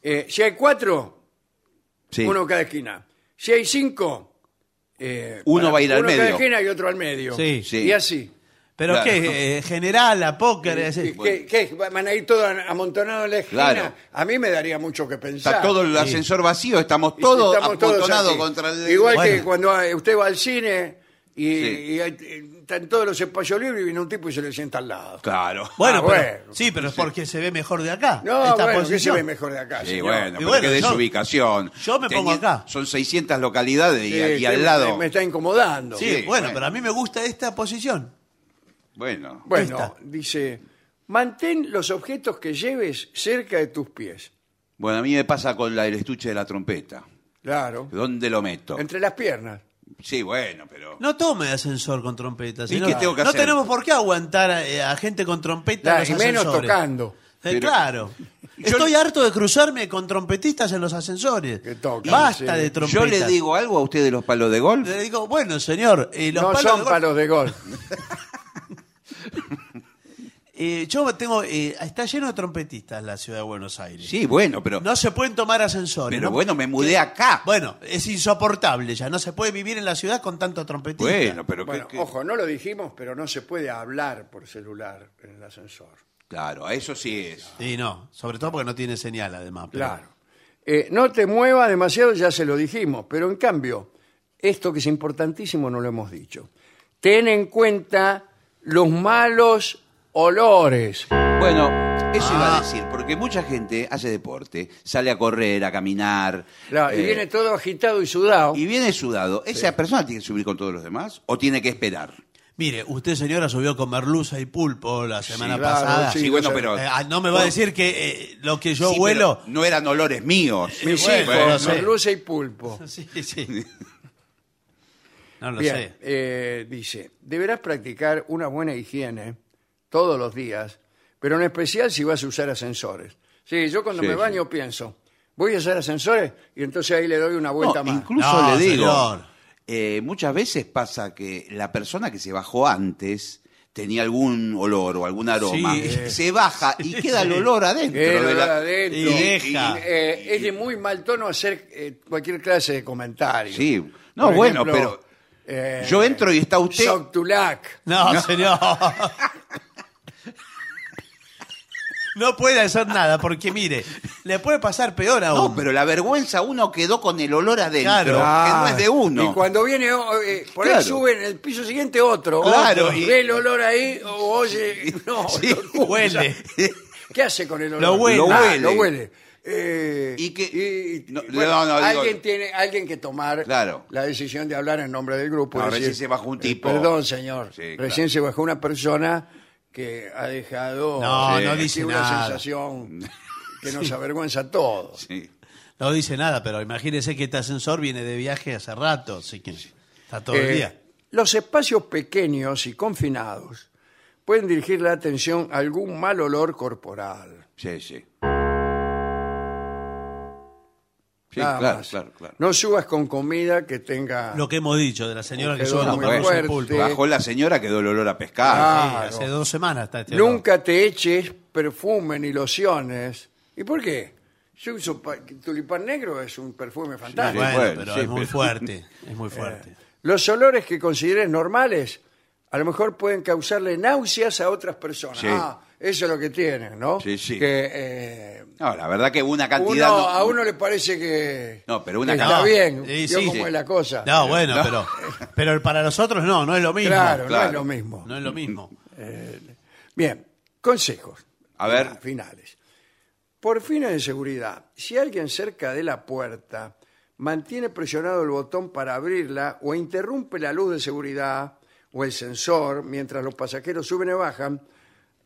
S6: Eh, si hay cuatro,
S8: Sí.
S6: uno en cada esquina. Si hay cinco, eh,
S8: Uno va a ir al
S6: Uno en cada
S8: medio.
S6: esquina y otro al medio.
S7: Sí.
S8: Sí.
S6: Y así.
S7: Pero
S8: Claro.
S7: qué, Eh, general, apóker, es
S6: ¿Y
S7: decir,
S6: ¿Qué, qué? ¿Van a ir todos amontonados en la esquina?
S8: Claro.
S6: A mí me daría mucho que pensar.
S8: Está todo el ascensor vacío, estamos todos
S6: Estamos todos
S8: amontonados
S6: así.
S8: contra el...
S6: Igual que
S7: Bueno.
S6: cuando eh, usted va al cine y,
S8: Sí.
S6: y hay- eh, están todos los espacios libres y viene un tipo y se le sienta al lado.
S8: Claro.
S7: [LAUGHS] Bueno,
S6: Ah,
S7: pero,
S6: bueno.
S7: sí, pero es porque se ve mejor de acá.
S6: No,
S7: esta
S6: bueno, ¿qué se
S7: posición.
S6: ve mejor de acá?
S8: Sí,
S6: señor?
S8: bueno, pero
S7: bueno,
S8: qué
S7: yo-
S8: desubicación.
S7: yo me pongo acá.
S8: Son 600 localidades y,
S6: Sí,
S8: aquí
S6: sí,
S8: al
S6: me-
S8: lado...
S6: Eh, Me, está incomodando.
S7: Sí,
S8: Sí,
S7: bueno,
S8: bueno.
S7: pero a mí me gusta esta posición.
S8: Bueno,
S6: Bueno,
S7: Esta.
S6: dice, mantén los objetos que lleves cerca de tus pies.
S8: bueno, a mí me pasa con la, el estuche de la trompeta.
S6: Claro.
S8: ¿Dónde lo meto?
S6: Entre las piernas.
S8: Sí, bueno, pero...
S7: No tome ascensor con trompetas.
S8: ¿Y qué tengo que
S7: no
S8: hacer?
S7: tenemos por qué aguantar eh, a, gente con trompeta en los
S6: Claro, y menos
S7: ascensores.
S6: tocando.
S7: Eh,
S8: Pero-
S7: claro. Estoy harto de cruzarme con trompetistas en los ascensores.
S6: Que tocan,
S7: Basta
S6: sí.
S7: de trompetas.
S8: Yo le digo algo a usted de los palos de golf.
S7: Le digo, bueno, señor, eh, los
S6: no
S7: palos
S6: son
S7: de golf-
S6: palos de golf.
S7: eh, yo tengo. eh, está lleno de trompetistas la ciudad de Buenos Aires.
S8: [LAUGHS] Sí, bueno, pero...
S7: No se pueden tomar ascensores.
S8: pero
S7: ¿no? Eh,
S8: bueno, me mudé acá.
S7: Bueno, es insoportable ya. No se puede vivir en la ciudad con tanto trompetista.
S8: Bueno, pero...
S6: Bueno,
S8: que- que-
S6: ojo, no lo dijimos, pero no se puede hablar por celular en el ascensor.
S8: Claro, eso sí es.
S7: Sí, no. Sobre todo porque no tiene señal, además. pero-
S6: Claro. Eh, no te mueva demasiado, ya se lo dijimos, pero en cambio, esto que es importantísimo no lo hemos dicho. Ten en cuenta los malos olores.
S8: Bueno, eso iba a
S7: Ah.
S8: decir, porque mucha gente hace deporte, sale a correr, a caminar,
S6: Claro, Ah, y
S8: eh,
S6: viene todo agitado y sudado.
S8: y viene sudado. ¿Esa persona tiene que subir con todos los demás o tiene que esperar?
S7: Mire, usted, señora, subió con merluza y pulpo la semana
S6: claro,
S7: pasada.
S8: Sí,
S6: Sí,
S8: bueno,
S6: no sé.
S8: pero...
S7: Eh, ah, no me va a decir que eh, lo que yo
S8: Sí,
S7: huelo.
S8: pero No eran olores míos.
S6: Mis
S7: bueno, no
S6: hijos,
S7: sé.
S6: merluza
S8: [LAUGHS]
S6: y pulpo.
S7: Sí, sí. No lo
S6: Bien,
S7: sé.
S6: eh, dice, deberás practicar una buena higiene todos los días, pero en especial si vas a usar ascensores. Sí, yo cuando
S8: Sí,
S6: me
S8: sí.
S6: baño pienso, voy a usar ascensores y entonces ahí le doy una vuelta
S8: No,
S6: más.
S8: incluso
S7: No,
S8: le digo,
S7: señor.
S8: eh, muchas veces pasa que la persona que se bajó antes tenía algún olor o algún aroma,
S7: Sí.
S8: se baja y queda el olor adentro.
S6: Eh,
S8: de
S6: lo
S8: la-
S6: da adentro.
S7: y deja.
S6: Eh, es de muy mal tono hacer eh, cualquier clase de comentario.
S8: Sí. No,
S6: Por
S8: bueno,
S6: ejemplo,
S8: pero
S6: eh,
S8: yo entro y está usted...
S6: Soctulac.
S7: No, señor. No puede hacer nada, porque
S8: [LAUGHS]
S7: mire, le puede pasar peor aún.
S8: No, pero la vergüenza uno quedó con el olor adentro,
S7: Claro.
S8: que no es de uno.
S6: Y cuando viene, oh, eh, por ahí
S8: Claro.
S6: sube en el piso siguiente otro.
S8: Claro,
S6: otro,
S8: y-
S6: ve el olor ahí, o
S8: [LAUGHS]
S6: oye, [LAUGHS] no,
S8: Sí,
S6: lo-
S7: Huele.
S6: ¿qué hace con el olor?
S7: Lo huele.
S8: Lo
S6: Ah,
S8: huele.
S6: lo huele. Eh,
S8: Y que-
S6: y-
S8: no, no,
S6: bueno,
S8: no, digo-
S6: alguien tiene alguien que tomar
S8: Claro.
S6: la decisión de hablar en nombre del grupo.
S8: No,
S6: y
S8: recién se bajó un
S6: eh,
S8: tipo.
S6: perdón, señor.
S8: Sí,
S6: recién se bajó una persona que ha dejado eh,
S7: No,
S8: Sí.
S7: no
S8: Sí,
S7: dice
S6: una
S7: nada.
S8: [LAUGHS]
S6: sensación que nos avergüenza a todos.
S8: Sí.
S7: No dice nada, pero imagínese que este ascensor viene de viaje hace rato, así que está todo
S6: Eh,
S7: el día.
S6: Los espacios pequeños y confinados pueden dirigir la atención a algún mal olor corporal.
S8: Sí, sí. Sí,
S6: Nada
S8: claro,
S6: más.
S8: claro, claro.
S6: No subas con comida que
S8: ah.
S6: tenga...
S7: Lo que hemos dicho de la señora que
S6: Quedó
S7: sube con
S6: muy
S7: merluza y
S6: fuerte.
S7: pulpo.
S6: Sí.
S8: Bajó la señora, quedó el olor a pescado.
S6: Ah,
S7: Sí, hace dos semanas está este olor.
S6: Nunca te eches perfume ni lociones. ¿Y por qué? Yo uso pa- tulipán negro, es un perfume fantástico.
S7: Bueno,
S8: bueno,
S7: pero
S8: sí,
S7: es muy
S8: pero- Eh.
S7: fuerte,
S8: [LAUGHS]
S7: es muy fuerte.
S6: eh, Los olores que consideres normales a lo mejor pueden causarle náuseas a otras personas.
S8: Sí.
S6: Ah, eso es lo que tienen, ¿no?
S8: Sí, sí.
S6: Que eh,
S8: No, la verdad que una
S6: uno,
S8: cantidad... no-
S6: a uno le parece que,
S8: No, pero una
S6: que
S8: ca-
S6: está bien.
S7: Sí,
S6: vio
S7: sí,
S6: cómo
S7: sí.
S6: es la cosa.
S7: No, bueno,
S8: No.
S7: pero pero para nosotros no, no es lo mismo.
S6: claro, no
S8: claro.
S6: es lo mismo. Eh,
S7: No es lo mismo.
S6: Bien, consejos.
S8: A ver.
S6: Finales. Por fines de seguridad, si alguien cerca de la puerta mantiene presionado el botón para abrirla o interrumpe la luz de seguridad o el sensor mientras los pasajeros suben y bajan,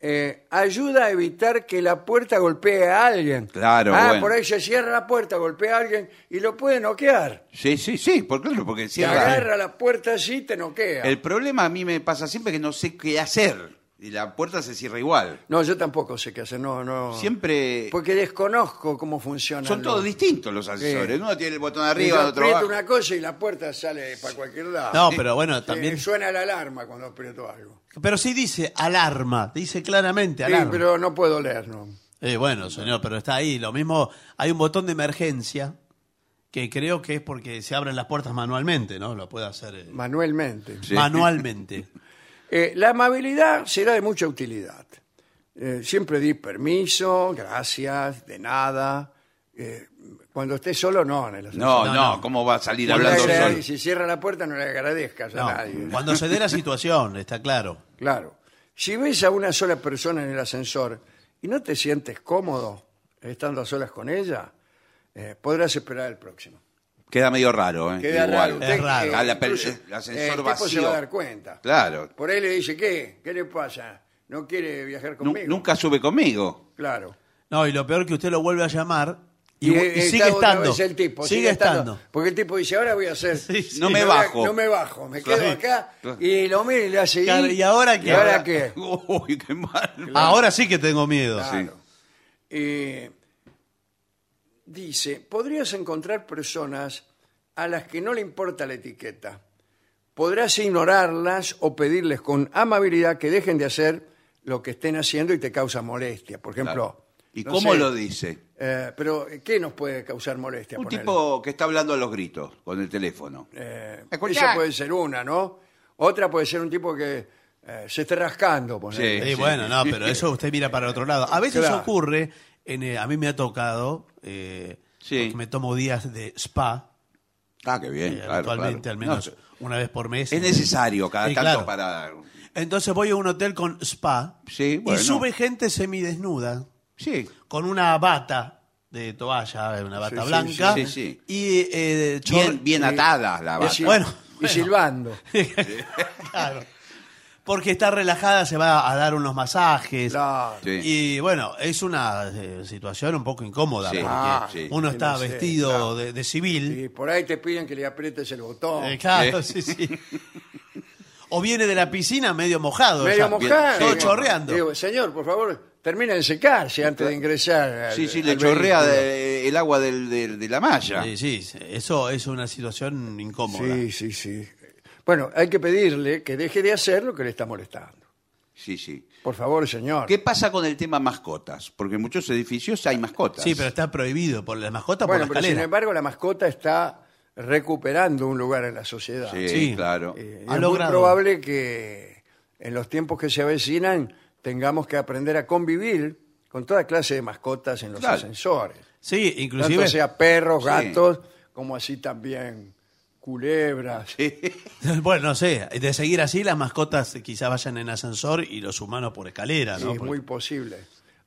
S6: eh, ayuda a evitar que la puerta golpee a alguien.
S8: Claro,
S6: Ah,
S8: bueno.
S6: por ahí se cierra la puerta, golpea a alguien y lo puede noquear.
S8: Sí, sí, sí, por claro, porque
S6: Te
S8: cierra.
S6: agarra la puerta así y te noquea.
S8: El problema a mí me pasa siempre que no sé qué hacer. Y la puerta se cierra igual.
S6: No, yo tampoco sé qué hacer, no, no.
S7: Ah.
S8: Siempre
S6: Porque desconozco cómo funciona.
S8: son todos distintos los asesores.
S6: Sí.
S8: Uno tiene el botón arriba, otro abajo.
S6: una cosa y la puerta sale para cualquier lado.
S7: No,
S6: Sí,
S7: pero bueno, también.
S6: Suena la alarma cuando aprieto algo.
S7: Pero sí dice alarma, dice claramente
S6: Sí,
S7: alarma.
S6: pero no puedo leer, no.
S7: Eh, bueno, señor, pero está ahí. Lo mismo, hay un botón de emergencia que creo que es porque se abren las puertas manualmente, ¿no? Lo puede hacer eh,
S6: Manualmente.
S7: manualmente.
S6: Eh, la amabilidad será de mucha utilidad. Eh, siempre di permiso, gracias, de nada. Eh, cuando esté solo, no. En el ascensor.
S8: No,
S7: No,
S8: no,
S7: no.
S8: ¿cómo va a salir
S6: No le
S8: hablando
S6: agrade-
S8: solo?
S6: Si cierra la puerta, no le agradezcas
S7: No,
S6: a nadie.
S7: cuando se dé la situación, está claro.
S6: Claro. Si ves a una sola persona en el ascensor y no te sientes cómodo estando a solas con ella, eh, podrás esperar el próximo.
S8: Queda medio raro, ¿eh?
S6: Queda
S8: Igual.
S6: raro.
S7: Es
S6: Usted,
S7: raro.
S8: Ah, la per-
S6: incluso,
S8: el ascensor
S6: eh, el tipo se
S8: vacío.
S6: va a dar cuenta.
S8: Claro.
S6: Por ahí le dice, ¿qué? ¿Qué le pasa? ¿No quiere viajar
S8: Nu-
S6: conmigo?
S8: Nunca sube conmigo.
S6: Claro.
S7: No, y lo peor que usted lo vuelve a llamar y, y
S6: eh,
S7: sigue
S6: está otra
S7: estando.
S6: vez el tipo,
S7: sigue, estando.
S6: Porque el tipo dice, ahora voy a hacer...
S7: sí.
S8: No me
S6: voy a-
S8: bajo.
S6: No me bajo, me
S8: Claro.
S6: quedo acá
S8: Claro.
S6: y lo mira y le hace...
S7: Claro, ¿y ahora qué?
S6: ¿Y
S7: [LAUGHS]
S6: ahora qué?
S8: Uy, qué mal.
S7: Ahora sí que tengo miedo.
S6: Claro. Eh, dice, podrías encontrar personas a las que no le importa la etiqueta. Podrás ignorarlas o pedirles con amabilidad que dejen de hacer lo que estén haciendo y te causa molestia. Por ejemplo...
S8: ¿Y
S6: no
S8: cómo
S6: sé,
S8: lo dice?
S6: eh, pero, ¿qué nos puede causar molestia?
S8: Un
S6: ponele?
S8: tipo que está hablando a los gritos con el teléfono.
S6: Eh,
S8: Escuchá.
S6: esa puede ser una, ¿no? Otra puede ser un tipo que eh, se esté rascando. ponele.
S8: Sí.
S7: Sí, bueno, no, pero eso usted mira para otro lado. A veces
S6: Claro.
S7: ocurre, en, eh, a mí me ha tocado, eh,
S8: Sí.
S7: porque me tomo días de spa,
S8: Ah, qué bien.
S7: eh,
S8: claro, claro.
S7: actualmente al menos
S8: No,
S7: una vez por mes.
S8: es necesario cada
S7: Sí,
S8: tanto
S7: claro.
S8: para.
S7: Entonces voy a un hotel con spa
S8: Sí, bueno.
S7: y sube gente semidesnuda
S8: Sí.
S7: con una bata de toalla, una bata
S6: sí,
S7: blanca
S8: sí, sí.
S7: y eh, chor-
S8: Bien, bien atada la
S6: Y
S8: bata.
S6: sil-
S7: Bueno,
S6: y
S7: bueno.
S6: silbando.
S7: [LAUGHS] Claro. Porque está relajada, se va a dar unos masajes.
S6: Claro.
S8: Sí.
S7: Y bueno, es una eh, situación un poco incómoda.
S8: Sí,
S7: porque
S8: ah, sí.
S7: uno
S6: sí,
S7: está
S6: lo sé,
S7: vestido
S6: claro.
S7: de, de civil.
S6: Y por ahí te piden que le aprietes el botón.
S7: Eh, claro, sí, sí. O viene de la piscina medio mojado.
S6: Medio
S7: ya.
S6: mojado.
S7: Todo
S8: sí.
S7: chorreando.
S6: Digo, señor, por favor, termina de secarse antes de ingresar. al-
S8: Sí, sí,
S6: al
S8: le chorrea
S6: vehículo".
S8: de- Eh, el agua del- del- de la malla.
S7: Sí, sí, eso es una situación incómoda.
S6: Sí, sí, sí. Bueno, hay que pedirle que deje de hacer lo que le está molestando.
S8: Sí, sí.
S6: Por favor, señor.
S8: ¿Qué pasa con el tema mascotas? Porque en muchos edificios hay mascotas.
S7: Sí, pero está prohibido por las mascotas,
S6: bueno,
S7: por la
S6: pero sin
S7: escalera.
S6: embargo, la mascota está recuperando un lugar en la sociedad.
S8: Sí,
S7: Sí.
S8: claro.
S6: Eh,
S7: Ha
S6: es
S7: logrado.
S6: muy probable que en los tiempos que se avecinan tengamos que aprender a convivir con toda clase de mascotas en los
S8: Claro.
S6: ascensores.
S7: Sí,
S6: Tanto
S7: inclusive.
S6: sea perros,
S8: Sí.
S6: gatos, como así también culebras.
S7: [LAUGHS] Bueno, no sé, de seguir así las mascotas quizá vayan en ascensor y los humanos por escalera,
S6: Sí,
S7: ¿no?
S6: es
S7: Porque-
S6: muy posible.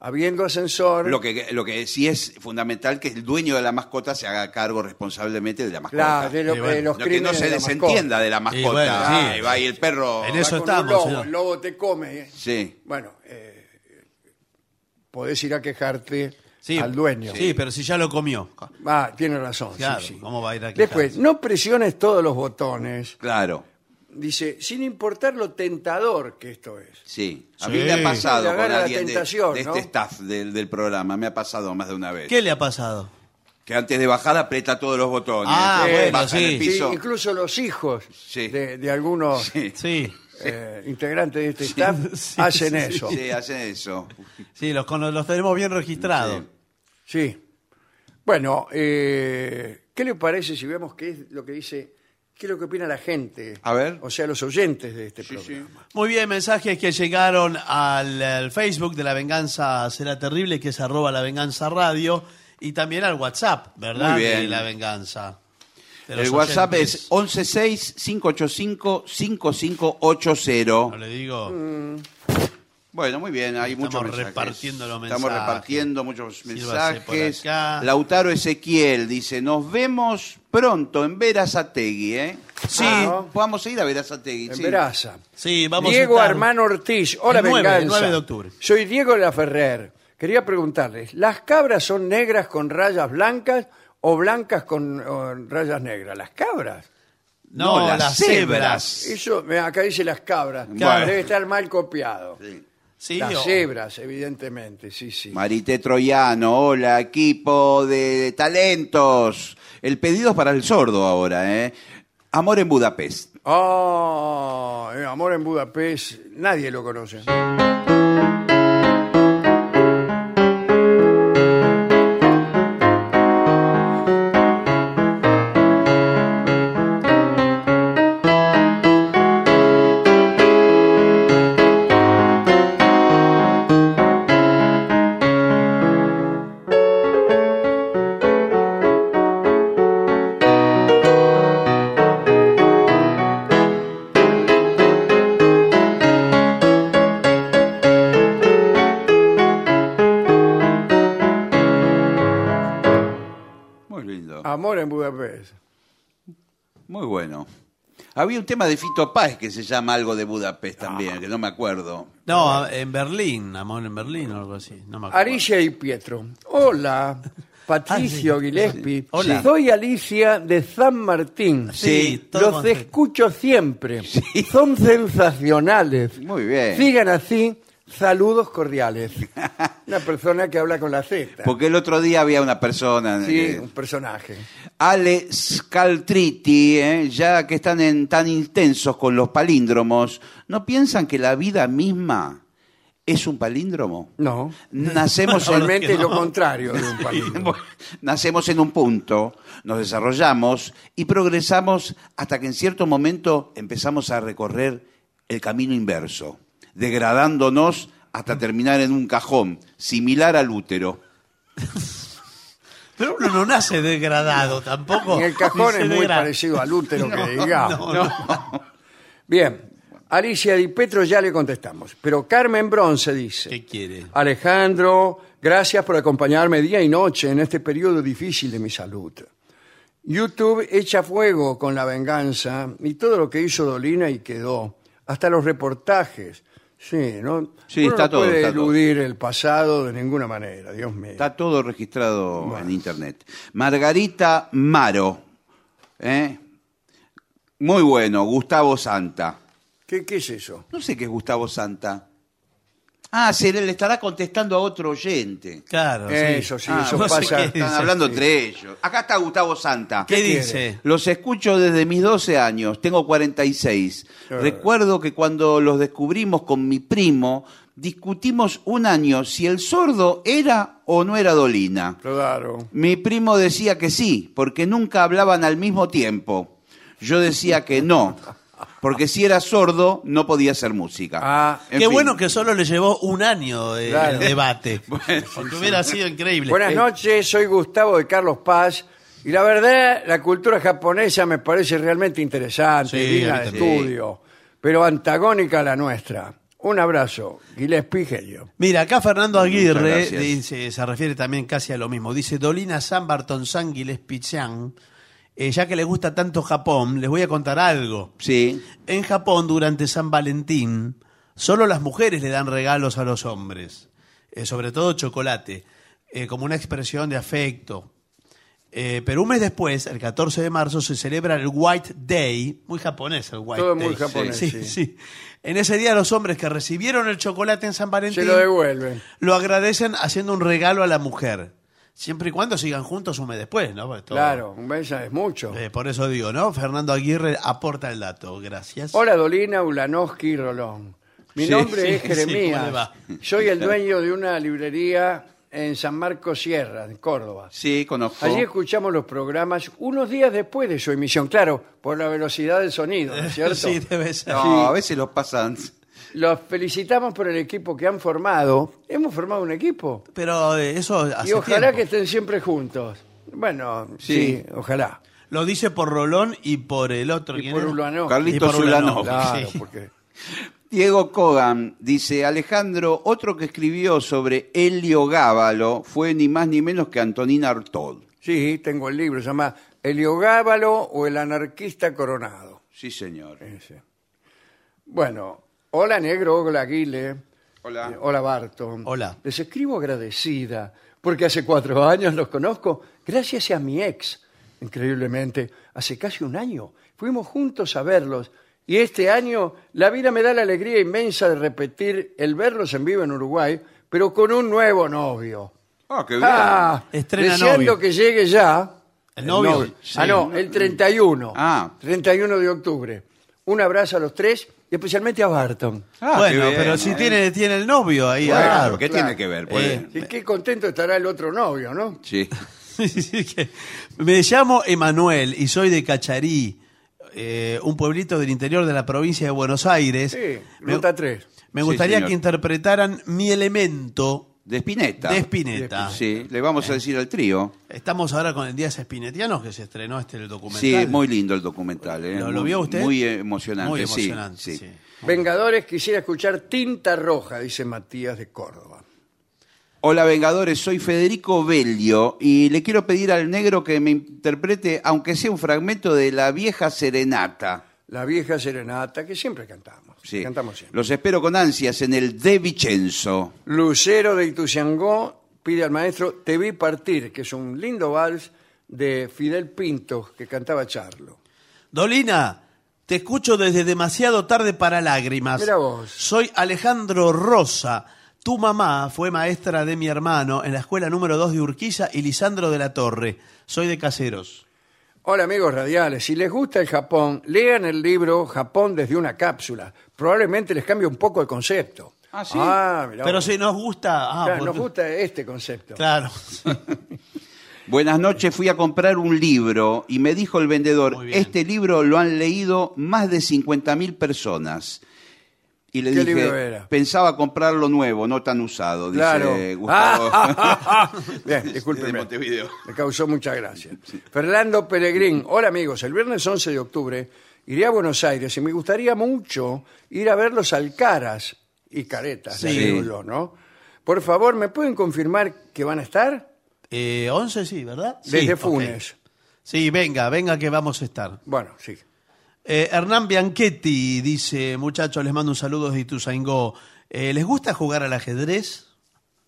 S6: Habiendo ascensor,
S8: Lo que, lo que sí es fundamental que el dueño de la mascota se haga cargo responsablemente de la mascota.
S6: claro, de, lo-
S7: Sí, bueno.
S6: de los
S8: No, que
S6: crímenes
S8: no se
S6: de la
S8: desentienda
S6: mascota.
S8: de la
S7: Y
S8: mascota.
S7: bueno, sí.
S8: Ah, y va y el perro.
S7: En
S8: va
S7: eso
S6: Con un
S7: estamos,
S6: lobo,
S7: señor.
S6: el lobo te come. eh.
S8: Sí.
S6: Bueno, eh, podés ir a quejarte
S7: Sí,
S6: al dueño.
S7: Sí, pero si ya lo comió.
S6: Ah, tiene razón. sí,
S7: Claro,
S6: sí.
S7: ¿cómo va a ir a quejarse?
S6: Después, no presiones todos los botones.
S8: Claro,
S6: Dice, sin importar lo tentador que esto es.
S8: sí. A
S7: Sí.
S8: mí me ha
S6: Le
S8: pasado con
S6: agarra la
S8: alguien de,
S6: tentación,
S8: de
S6: ¿no?
S8: este staff del, del programa. Me ha pasado más de una vez.
S7: ¿Qué le ha pasado?
S8: Que antes de bajar aprieta todos los botones.
S7: Ah,
S8: Eh,
S7: bueno,
S8: baja
S7: sí.
S8: en el
S6: Sí,
S8: piso.
S6: incluso los hijos
S8: Sí.
S6: de, de algunos
S8: Sí.
S7: Sí,
S6: eh, integrantes de este
S7: [LAUGHS]
S6: staff hacen eso. Sí.
S8: Sí, hace eso.
S7: sí, los, con- los tenemos bien registrados.
S6: Bueno, eh, ¿qué le parece si vemos qué es lo que dice, qué es lo que opina la gente?
S8: A ver.
S6: O sea, los oyentes de este programa.
S7: Muy bien, mensajes que llegaron al, al Facebook de La Venganza Será Terrible, que es arroba La Venganza Radio, y también al WhatsApp, ¿verdad?
S8: Muy bien.
S7: De La Venganza. De los
S8: El WhatsApp
S7: oyentes.
S8: es 116-585-5580.
S7: No le digo.
S8: Mm. Bueno, muy bien, hay
S7: Estamos
S8: muchos mensajes.
S7: repartiendo los
S8: Estamos
S7: mensajes.
S8: repartiendo muchos
S7: Sírvase
S8: mensajes.
S7: por acá.
S8: Lautaro Ezequiel dice, nos vemos pronto en Verazategui, ¿eh? Sí,
S6: Ah.
S8: vamos a ir a Verazategui.
S6: En
S8: sí.
S6: Veraza.
S7: Sí, vamos
S6: Diego
S7: a estar-
S6: Armán Ortiz, hola
S7: El nueve,
S6: venganza.
S7: el 9 de octubre.
S6: Soy Diego de la Ferrer. Quería preguntarles, ¿las cabras son negras con rayas blancas o blancas con eh, rayas negras? ¿Las cabras?
S7: No,
S8: las
S7: las
S8: cebras.
S7: cebras.
S6: Eso, mira, acá dice las cabras.
S8: Claro.
S6: Debe estar mal copiado.
S7: Sí,
S6: las
S7: o-
S6: cebras, evidentemente, sí, sí.
S8: Marité Troyano, hola, equipo de talentos. El pedido es para el sordo ahora, ¿eh? Amor en Budapest.
S6: Oh, eh, amor en Budapest, nadie lo conoce.
S8: Muy lindo.
S6: Amor en Budapest.
S8: Muy bueno. Había un tema de Fito Páez que se llama algo de Budapest también, que no me acuerdo.
S7: No, a- en Berlín, amor en Berlín o algo así. No me acuerdo.
S6: Alicia y Pietro.
S7: [LAUGHS]
S6: Hola, Patricio
S7: Ah, sí.
S6: Gillespie.
S7: Hola.
S6: Soy Alicia de San Martín.
S7: Sí, todo
S6: Los
S7: contento.
S6: escucho siempre. Son sensacionales.
S8: Muy bien.
S6: Sigan así. Saludos
S7: [LAUGHS]
S6: cordiales. Una persona que habla con la Z.
S8: Porque el otro día había una persona.
S6: Sí,
S8: que-
S6: un personaje.
S8: Ale Scaltriti, ¿eh? ya que están en- tan intensos con los palíndromos, ¿no piensan que la vida misma es un palíndromo?
S6: No.
S8: Nacemos en,
S6: Realmente lo contrario de un palíndromo.
S8: [LAUGHS] nacemos en un punto, nos desarrollamos y progresamos hasta que en cierto momento empezamos a recorrer el camino inverso, degradándonos hasta terminar en un cajón similar al útero.
S7: Pero uno no nace degradado tampoco.
S6: En el cajón
S7: ni se
S6: es muy
S7: degrada.
S6: parecido al [LAUGHS] útero que Ah, digamos.
S7: no,
S6: Bien, Alicia Di Petro ya le contestamos, pero Carmen Bronce dice.
S7: ¿Qué quiere?
S6: Alejandro, gracias por acompañarme día y noche en este periodo difícil de mi salud. YouTube echa fuego con la venganza y todo lo que hizo Dolina y quedó, hasta los reportajes. Sí, ¿no?
S8: Sí,
S6: Uno
S8: está
S6: no
S8: todo,
S6: puede
S8: está todo.
S6: eludir el pasado de ninguna manera, Dios mío.
S8: Está todo registrado en internet. Margarita Maro. ¿eh? Muy bueno, Gustavo Santa.
S6: ¿Qué, qué es eso?
S8: No sé qué es Gustavo Santa. Ah, se le le estará contestando a otro oyente.
S7: Claro, sí.
S6: Eso sí,
S8: Ah,
S6: eso
S7: no sé
S6: pasa.
S7: qué
S8: Están hablando entre ellos. Acá está Gustavo Santa.
S7: ¿Qué,
S6: quiere?
S7: dice?
S8: Los escucho desde mis 12 años, tengo 46. Recuerdo que cuando los descubrimos con mi primo, discutimos un año si el sordo era o no era Dolina.
S6: Claro.
S8: Mi primo decía que sí, porque nunca hablaban al mismo tiempo. Yo decía que no, porque si era sordo no podía hacer música.
S6: Ah,
S8: En
S7: Qué
S8: fin.
S7: bueno que solo le llevó un año de,
S6: Claro.
S8: [LAUGHS]
S7: de debate. Porque hubiera sido increíble.
S6: Buenas
S7: Eh,
S6: noches, soy Gustavo de Carlos Paz. Y la verdad, la cultura japonesa me parece realmente interesante,
S7: Sí,
S6: digna
S7: a
S6: de
S7: mí
S8: también.
S6: estudio, pero antagónica a la nuestra. Un abrazo, Gillespie Gelio.
S7: Mira, acá Fernando Aguirre
S8: gracias.
S7: dice, se refiere también casi a lo mismo. Dice, Dolina San Barton San Pichán, eh, ya que le gusta tanto Japón, les voy a contar algo.
S8: Sí,
S7: En Japón, durante San Valentín, solo las mujeres le dan regalos a los hombres, eh, sobre todo chocolate, eh, como una expresión de afecto. Eh, pero un mes después, el 14 de marzo, se celebra el White Day, muy japonés el White
S6: Todo
S7: Day.
S6: muy japonés.
S7: Sí,
S6: sí.
S7: sí. En ese día los hombres que recibieron el chocolate en San Valentín
S6: Se lo devuelven.
S7: lo agradecen haciendo un regalo a la mujer. Siempre y cuando sigan juntos un mes después, ¿no? Porque todo-
S6: Claro, un beso es mucho.
S7: Eh, por eso digo, ¿no? Fernando Aguirre aporta el dato. Gracias.
S6: Hola, Dolina Ulanowski Rolón. Mi
S7: Sí,
S6: nombre
S7: sí,
S6: es
S7: sí,
S6: Jeremías.
S7: ¿cómo le va?
S6: Soy el dueño de una librería en San Marcos Sierra, en Córdoba.
S8: sí, conozco.
S6: Allí escuchamos los programas unos días después de su emisión, claro, por la velocidad del sonido,
S8: [LAUGHS]
S6: ¿no es
S7: [LAUGHS]
S6: cierto?
S7: Sí, debe ser.
S8: No, a veces los pasan.
S6: Los felicitamos por el equipo que han formado. Hemos formado un equipo.
S7: Pero eh, eso hace
S6: y ojalá
S7: tiempo.
S6: que estén siempre juntos. Bueno, sí,
S8: Sí.
S6: ojalá.
S7: Lo dice por Rolón y por el otro.
S6: Y
S7: ¿quién
S6: por
S7: era?
S6: Ulano.
S8: Carlitos
S7: Y por Ulano,
S8: Ulano.
S6: Claro,
S7: sí.
S6: porque
S8: Diego Kogan dice, Alejandro, otro que escribió sobre Helio Gábalo fue ni más ni menos que Antonina Artaud.
S6: sí, tengo el libro, se llama Heliogábalo o el anarquista coronado.
S8: Sí, señor.
S6: Ese. Bueno, hola negro, hola Guile.
S8: Hola.
S6: Eh, Hola Barton.
S7: Hola.
S6: Les escribo agradecida porque hace cuatro años los conozco gracias a mi ex, increíblemente, hace casi un año. Fuimos juntos a verlos. Y este año la vida me da la alegría inmensa de repetir el verlos en vivo en Uruguay, pero con un nuevo novio.
S8: Ah, qué bien.
S6: Ah,
S7: Estrena
S6: deseando
S7: novio.
S6: que llegue ya.
S7: ¿El novio?
S6: Ah, no, el 31.
S8: Ah.
S6: 31 de octubre. Un abrazo a los tres y especialmente a Barton.
S8: Ah, qué
S7: bueno,
S8: bien,
S7: pero si
S8: eh.
S7: tiene, tiene el novio ahí.
S8: Bueno,
S7: al lado.
S8: pero ¿Qué
S6: claro.
S8: tiene que ver? Pues, Puede-
S7: Eh.
S6: Y qué contento estará el otro novio, ¿no?
S8: Sí.
S7: [LAUGHS] Sí, que- Me llamo Emanuel y soy de Cacharí, eh, un pueblito del interior de la provincia de Buenos Aires.
S6: Sí,
S7: me,
S6: ruta 3.
S7: me
S8: Sí,
S7: gustaría
S8: señor.
S7: que interpretaran mi elemento
S8: De Spinetta.
S7: de Spinetta. Eh.
S8: Sí, le vamos a decir al trío.
S7: Estamos ahora con el Día Spinettiano que se estrenó este el documental.
S8: Sí, muy lindo el documental. ¿eh?
S7: ¿Lo- lo
S8: Muy-
S7: vio usted?
S8: Muy emocionante.
S7: Muy
S8: sí,
S7: emocionante,
S8: sí.
S7: sí.
S6: Vengadores quisiera escuchar Tinta Roja, dice Matías de Córdoba.
S8: Hola Vengadores, soy Federico Bellio y le quiero pedir al negro que me interprete, aunque sea un fragmento de la vieja serenata.
S6: La vieja serenata que siempre cantamos.
S8: Sí.
S6: Cantamos siempre.
S8: Los espero con ansias en el De Vicenzo.
S6: Lucero de Ituzaingó pide al maestro Te vi partir, que es un lindo vals de Fidel Pinto que cantaba Charlo.
S7: Dolina, te escucho desde demasiado tarde para lágrimas.
S6: Mira vos.
S7: Soy Alejandro Rosa. Tu mamá fue maestra de mi hermano en la escuela número 2 de Urquiza y Lisandro de la Torre. Soy de Caseros.
S6: Hola amigos radiales, si les gusta el Japón, lean el libro Japón desde una cápsula. Probablemente les cambie un poco el concepto.
S8: Ah, ¿sí?
S6: mirá
S7: Pero
S6: vos.
S7: si nos gusta. ah,
S6: Claro,
S7: por-
S6: nos gusta este concepto.
S7: Claro.
S8: Buenas noches, fui a comprar un libro y me dijo el vendedor,
S7: Muy bien.
S8: este libro lo han leído más de 50.000 personas. Y le
S6: ¿Qué
S8: dije,
S6: libro era?
S8: pensaba comprarlo nuevo, no tan usado, dice
S6: Claro. [LAUGHS] Ah,
S8: Gustavo.
S7: [LAUGHS]
S6: Bien, discúlpeme.
S8: De Montevideo.
S6: Me causó mucha gracia. Fernando Peregrín. Hola amigos, el viernes 11 de octubre iré a Buenos Aires y me gustaría mucho ir a verlos al Caras y Caretas,
S8: Sí.
S6: le digo yo, ¿no? Por favor, ¿me pueden confirmar que van a estar?
S7: Eh, 11 sí, ¿verdad?
S6: Desde
S7: Sí, ok.
S6: Funes.
S7: Sí, venga, venga que vamos a estar.
S6: Bueno, sí.
S7: Eh, Hernán Bianchetti dice, muchachos, les mando un saludo desde Ituzaingó. Eh, ¿Les gusta jugar al ajedrez?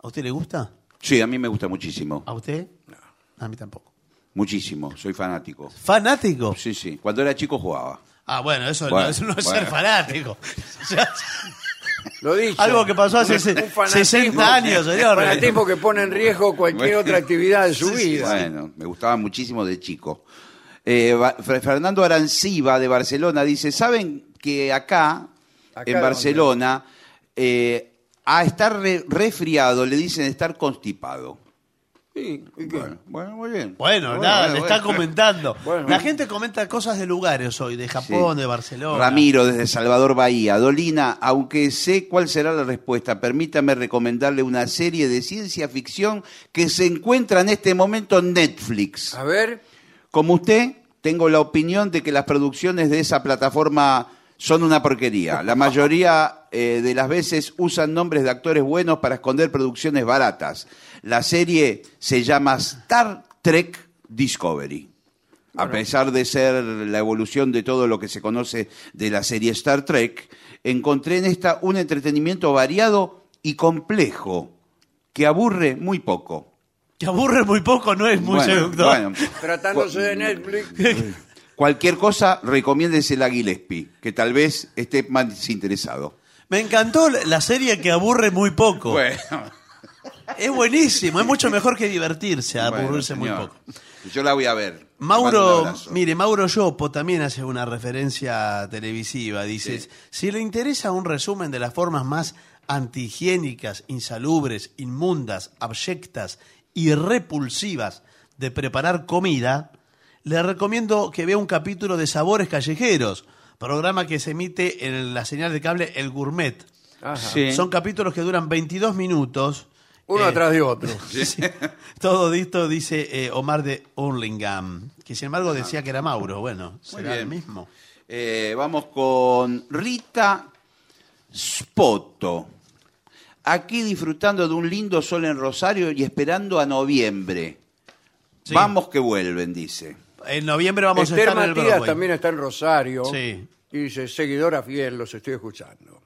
S7: ¿A usted le gusta?
S8: [LAUGHS] Sí, a mí me gusta muchísimo,
S7: ¿A usted? No. A mí tampoco.
S8: muchísimo, soy fanático.
S7: ¿Fanático?
S8: Sí, sí, cuando era chico jugaba.
S7: Ah, bueno, eso,
S8: Bueno,
S7: no, eso no es
S8: bueno.
S7: ser
S8: [LAUGHS]
S7: fanático. O sea,
S6: Lo dicho.
S7: algo que pasó hace se-
S6: Un fanatismo-
S7: 60 años, señor.
S6: Fanatismo que pone en riesgo cualquier otra actividad de Ah, su vida.
S8: Bueno, me gustaba muchísimo de chico. Eh, Ba- Fer- Fernando Aranciba de Barcelona dice, ¿saben que acá,
S6: ¿Acá
S8: en
S6: dónde?
S8: Barcelona, eh, a estar re- resfriado le dicen estar constipado?
S6: Sí, ¿y qué?
S8: Bueno, bueno, muy bien.
S7: Bueno, nada,
S8: bueno,
S7: le
S8: bueno.
S7: está comentando.
S6: Bueno.
S7: La gente comenta cosas de lugares hoy, de
S8: Sí.
S7: Japón, de Barcelona.
S8: Ramiro desde Salvador Bahía. Dolina, aunque sé cuál será la respuesta, permítame recomendarle una serie de ciencia ficción que se encuentra en este momento en Netflix.
S6: A ver,
S8: Como usted, tengo la opinión de que las producciones de esa plataforma son una porquería. La mayoría eh, de las veces usan nombres de actores buenos para esconder producciones baratas. La serie se llama Star Trek Discovery. A pesar de ser la evolución de todo lo que se conoce de la serie Star Trek, encontré en esta un entretenimiento variado y complejo que aburre muy poco.
S7: [LAUGHS] Que aburre muy poco, no es muy
S8: Bueno,
S7: seductor.
S8: bueno.
S6: tratándose de Netflix.
S8: Cualquier cosa, recomiéndese la Gillespie, que tal vez esté más interesado.
S7: Me encantó la serie que aburre muy poco.
S8: Bueno,
S7: Es buenísimo, es mucho mejor que divertirse, aburrirse
S8: bueno,
S7: muy
S8: señor.
S7: poco.
S8: Yo la voy a ver. Le mando un
S7: Mauro,
S8: abrazo.
S7: mire, Mauro Yopo también hace una referencia televisiva. Dice, si le interesa un resumen de las formas más antihigiénicas, insalubres, inmundas, abyectas y repulsivas de preparar comida, le recomiendo que vea un capítulo de Sabores Callejeros, programa que se emite en la señal de cable El Gourmet.
S6: Ajá.
S8: Sí.
S7: Son capítulos que duran 22 minutos.
S6: Uno
S7: Eh,
S6: atrás de otro.
S7: [LAUGHS] Sí. Todo esto dice eh, Omar de Hurlingham, que sin embargo decía que era Mauro. Bueno, será el
S8: bien.
S7: mismo.
S8: Eh, vamos con Rita Spoto. Aquí disfrutando de un lindo sol en Rosario y esperando a noviembre.
S7: Sí.
S8: Vamos que vuelven, dice.
S7: En noviembre vamos
S6: Esther
S7: a estar en el
S6: Matías
S7: Broadway.
S6: también está en Rosario.
S7: Sí.
S6: Y dice, seguidora fiel, los estoy escuchando.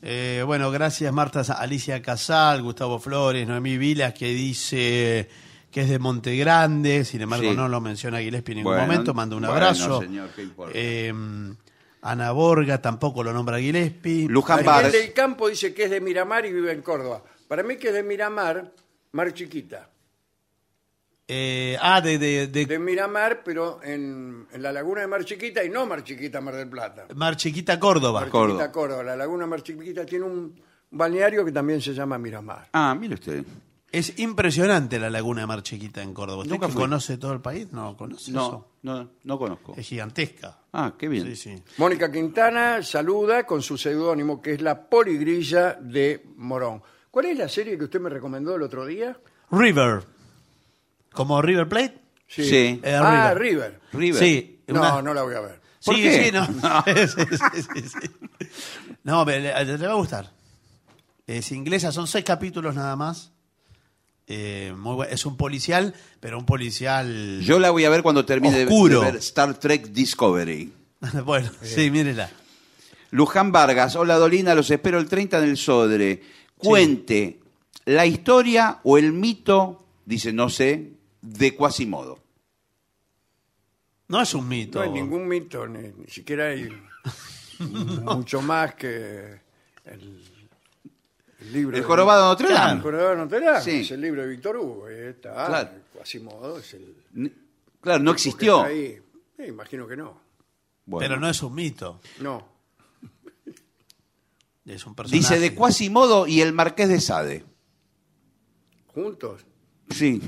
S7: Eh, bueno, gracias Marta Alicia Casal, Gustavo Flores, Noemí Vilas, que dice que es de Monte Grande, sin embargo
S8: Sí.
S7: no lo menciona Gillespie en ningún
S8: Bueno,
S7: momento, manda un
S8: bueno,
S7: abrazo.
S8: señor, ¿qué importa?
S7: Eh, Ana Borga tampoco lo nombra Gillespie.
S8: Luján
S7: Hay-
S8: Bar-
S6: El del campo dice que es de Miramar y vive en Córdoba. Para mí que es de Miramar, Mar Chiquita.
S7: eh, ah, de, de- de
S6: De Miramar, pero en, en la laguna de Mar Chiquita y no Mar Chiquita, Mar del Plata.
S7: Mar Chiquita, Córdoba.
S6: Mar
S8: Córdoba.
S6: Chiquita, Córdoba. La laguna Mar Chiquita tiene un balneario que también se llama Miramar.
S8: Ah, mire usted.
S7: Es impresionante la laguna de Mar Chiquita en Córdoba. ¿Usted
S8: Nunca
S7: que
S8: fui.
S7: conoce todo el país? No, conoce
S8: No,
S7: eso.
S8: no, no conozco.
S7: Es gigantesca.
S8: Ah, qué bien.
S7: Sí, sí.
S6: Mónica Quintana saluda con su seudónimo, que es la poligrilla de Morón. ¿Cuál es la serie que usted me recomendó el otro día?
S7: River. ¿Como River Plate?
S8: Sí.
S7: Eh,
S6: ah,
S7: River.
S6: River.
S8: River.
S7: Sí.
S6: No,
S7: una-
S6: no la voy a ver.
S8: ¿Por
S7: sí,
S8: qué? [LAUGHS]
S7: sí, no. [LAUGHS] Sí, sí, sí, sí. No, pero le, le va a gustar. Es inglesa, son seis capítulos nada más. Eh, muy bu- es un policial, pero un policial.
S8: Yo la voy a ver cuando termine de-
S7: Oscuro.
S8: de ver Star Trek Discovery.
S7: [LAUGHS] bueno, sí, mírela.
S8: Luján Vargas, hola Dolina, los espero el 30 en el Sodre. Cuente, ¿la historia o el mito, dice, no sé, de Quasimodo?
S7: No es un
S6: No
S7: mito.
S6: hay ningún mito, ni, ni siquiera hay mucho más que el, el libro.
S8: El
S6: de-
S8: jorobado de Notre
S6: Ah, El
S8: Dame.
S6: jorobado de Notre Dame,
S8: Sí.
S6: es el libro de Víctor Hugo. ahí Está, Ah,
S8: Claro.
S6: Quasimodo es el. que
S8: N- Claro, no existió.
S6: está ahí. Eh, imagino que no.
S8: Bueno.
S7: Pero no es un mito.
S6: No.
S7: Es un personaje.
S8: Dice de Quasimodo y el Marqués de Sade.
S6: Juntos.
S8: Sí,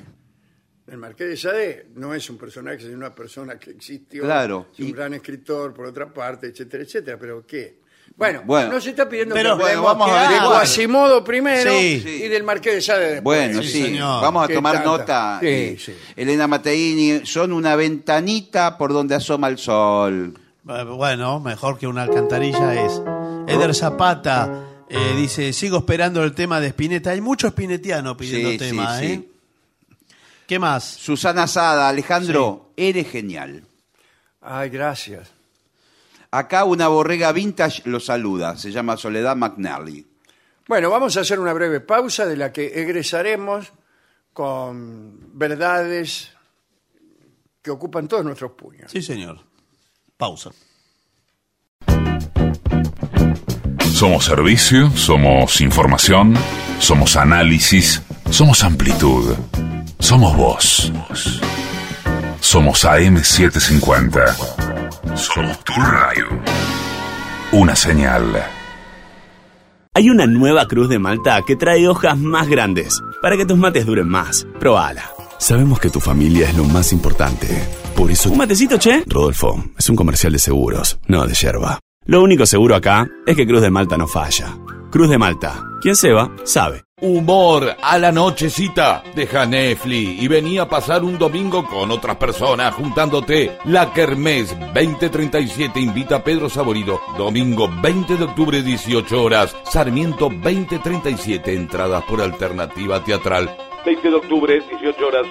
S6: El Marqués de Sade no es un personaje, sino una persona que existió.
S8: Claro.
S6: Es un
S8: Y-
S6: gran escritor, por otra parte, etcétera, etcétera. Pero ¿qué? Bueno,
S8: Bueno.
S6: no se está pidiendo
S7: Pero,
S6: que
S8: bueno,
S6: hablemos
S8: vamos a
S6: de
S7: averiguar.
S6: Ah, Quasimodo primero
S7: Sí.
S6: y del Marqués de Sade después.
S8: bueno,
S7: Sí,
S8: sí.
S7: señor.
S8: Vamos a
S6: Qué
S8: tomar
S6: tanta.
S8: nota.
S6: Sí,
S8: Eh,
S6: sí.
S8: Elena Mateini, son una ventanita por donde asoma el sol.
S7: Eh, Bueno, mejor que una alcantarilla es. Eder Zapata eh, dice, sigo esperando el tema de Spinetta. Hay mucho espinetiano pidiendo
S8: Sí, sí,
S7: tema,
S8: sí.
S7: ¿eh? ¿Qué más?
S8: Susana Sada, Alejandro, eres genial.
S6: Ay, gracias.
S8: Acá una borrega vintage lo saluda, se llama Soledad McNally.
S6: Bueno, vamos a hacer una breve pausa de la que egresaremos con verdades que ocupan todos nuestros puños.
S7: Sí, señor. Pausa.
S4: Somos servicio, somos información, somos análisis, somos amplitud, somos voz. Somos AM750. Somos tu radio. Una señal.
S9: Hay una nueva cruz de Malta que trae hojas más grandes para que tus mates duren más. Probala.
S10: Sabemos que tu familia es lo más importante. Por eso,
S9: ¿Un matecito, che?
S10: Rodolfo, es un comercial de seguros, no de yerba.
S9: Lo único seguro acá es que Cruz de Malta no falla. Cruz de Malta. Quien se va, sabe.
S11: Humor a la nochecita. Deja Netflix y venía a pasar un domingo con otras personas juntándote. La Kermés 2037 invita a Pedro Saborido. Domingo 20 de octubre, 18 horas. Sarmiento 2037. Entradas por alternativa teatral. 20 de octubre, 18 horas.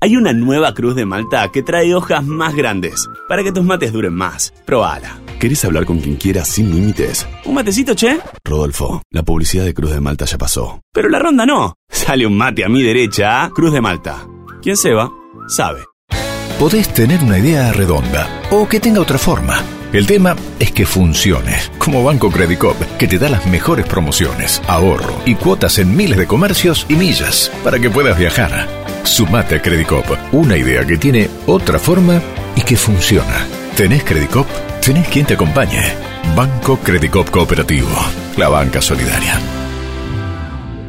S9: Hay una nueva cruz de Malta que trae hojas más grandes para que tus mates duren más. Probala.
S10: ¿Querés hablar con quien quieras sin límites?
S9: ¿Un matecito, che?
S10: Rodolfo, la publicidad de Cruz de Malta ya pasó.
S9: Pero la ronda no. Sale un mate a mi derecha. ¿ah? Cruz de Malta. Quien se va, sabe.
S3: Podés tener una idea redonda o que tenga otra forma. El tema es que funcione, como Banco Credit Cop, que te da las mejores promociones, ahorro y cuotas en miles de comercios y millas para que puedas viajar. Sumate a Credit Cop, una idea que tiene otra forma y que funciona. ¿Tenés Credit Cop? Tenés quien te acompañe. Banco Credit Cop Cooperativo, la banca solidaria.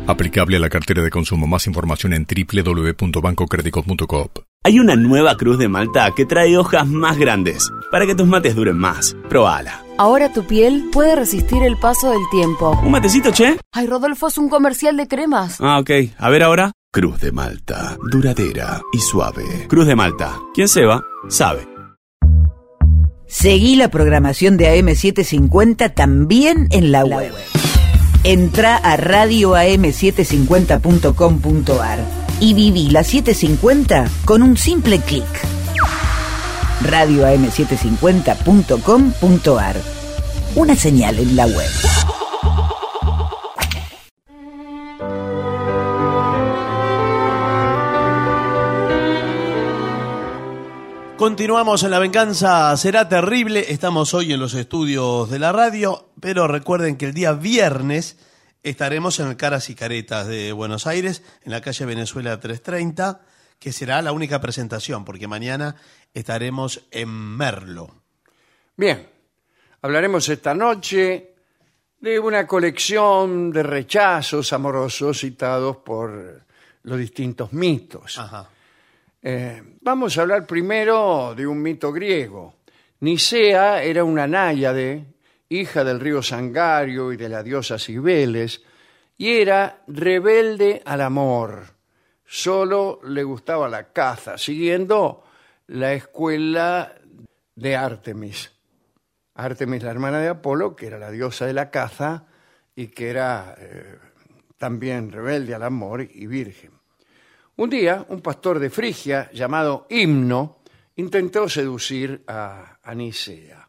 S3: Aplicable a la cartera de consumo. Más información en www.bancocreditcop.coop.
S9: Hay una nueva cruz de Malta que trae hojas más grandes para que tus mates duren más. Probala.
S12: Ahora tu piel puede resistir el paso del tiempo.
S9: ¿Un matecito, ¿eh? che?
S12: Ay, Rodolfo, es un comercial de cremas.
S9: Ah, ok. A ver ahora.
S10: Cruz de Malta, duradera y suave.
S9: Cruz de Malta. Quien se va, sabe.
S12: Seguí la programación de AM750 también en la web. Entra a radioam750.com.ar y viví la 750 con un simple clic. radioam750.com.ar Una señal en la web.
S7: Continuamos en La Venganza Será Terrible. Estamos hoy en los estudios de la radio, pero recuerden que el día viernes estaremos en el Caras y Caretas de Buenos Aires, en la calle Venezuela 330, que será la única presentación, porque mañana estaremos en Merlo.
S6: Bien, hablaremos esta noche de una colección de rechazos amorosos citados por los distintos mitos. Eh, vamos a hablar primero de un mito griego. Nicea era una náyade, hija del río Sangario y de la diosa Cibeles, y era rebelde al amor. Solo le gustaba la caza, siguiendo la escuela de Artemis. Artemis, la hermana de Apolo, que era la diosa de la caza y que era eh, también rebelde al amor y virgen. Un día, un pastor de Frigia llamado Himno intentó seducir a, a Nicea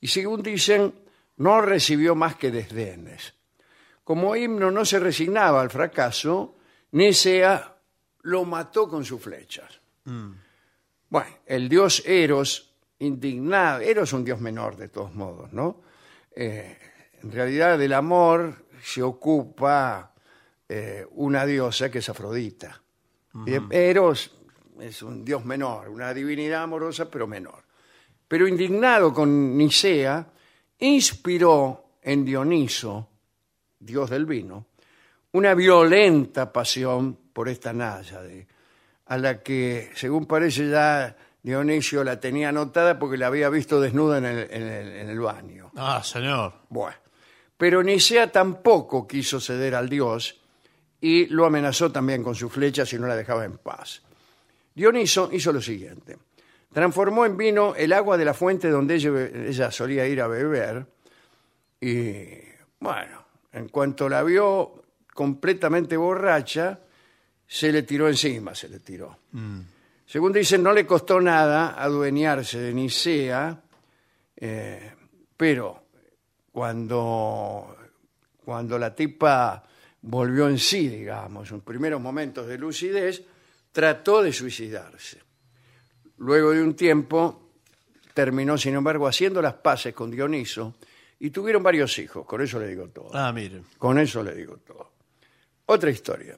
S6: y según dicen, no recibió más que desdenes. Como Himno no se resignaba al fracaso, Nicea lo mató con sus flechas.
S7: Mm,
S6: Bueno, el dios Eros, indignado, Eros es un dios menor de todos modos, ¿no? Eh, en realidad del amor se ocupa eh, una diosa que es Afrodita. Y Eros es un dios menor, una divinidad amorosa pero menor. Pero indignado con Nicea, inspiró en Dioniso, dios del vino, una violenta pasión por esta náyade, a la que, según parece, ya Dionisio la tenía anotada porque la había visto desnuda en el, en el- en el baño.
S7: Ah, señor.
S6: Bueno, pero Nicea tampoco quiso ceder al dios y lo amenazó también con su flecha si no la dejaba en paz. Dioniso hizo lo siguiente. Transformó en vino el agua de la fuente donde ella, ella solía ir a beber y, bueno, en cuanto la vio completamente borracha, se le tiró encima, se le tiró.
S7: mm,
S6: Según dicen, no le costó nada adueñarse de Nicea, eh, pero cuando, cuando la tipa volvió en sí, digamos, en primeros momentos de lucidez, trató de suicidarse. Luego de un tiempo, terminó, sin embargo, haciendo las paces con Dioniso y tuvieron varios hijos, con eso le digo todo.
S7: Ah, mire.
S6: Con eso le digo todo. Otra historia.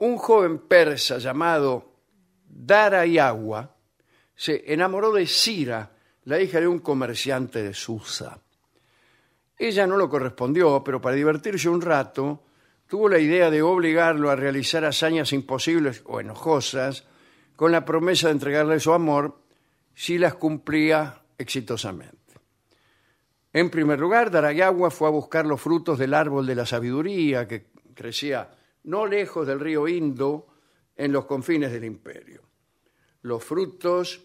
S6: Un joven persa llamado Darayawa se enamoró de Cira, la hija de un comerciante de Susa. Ella no lo correspondió, pero para divertirse un rato, tuvo la idea de obligarlo a realizar hazañas imposibles o enojosas, con la promesa de entregarle su amor si las cumplía exitosamente. En primer lugar, Darayagua fue a buscar los frutos del árbol de la sabiduría que crecía no lejos del río Indo, en los confines del imperio. Los frutos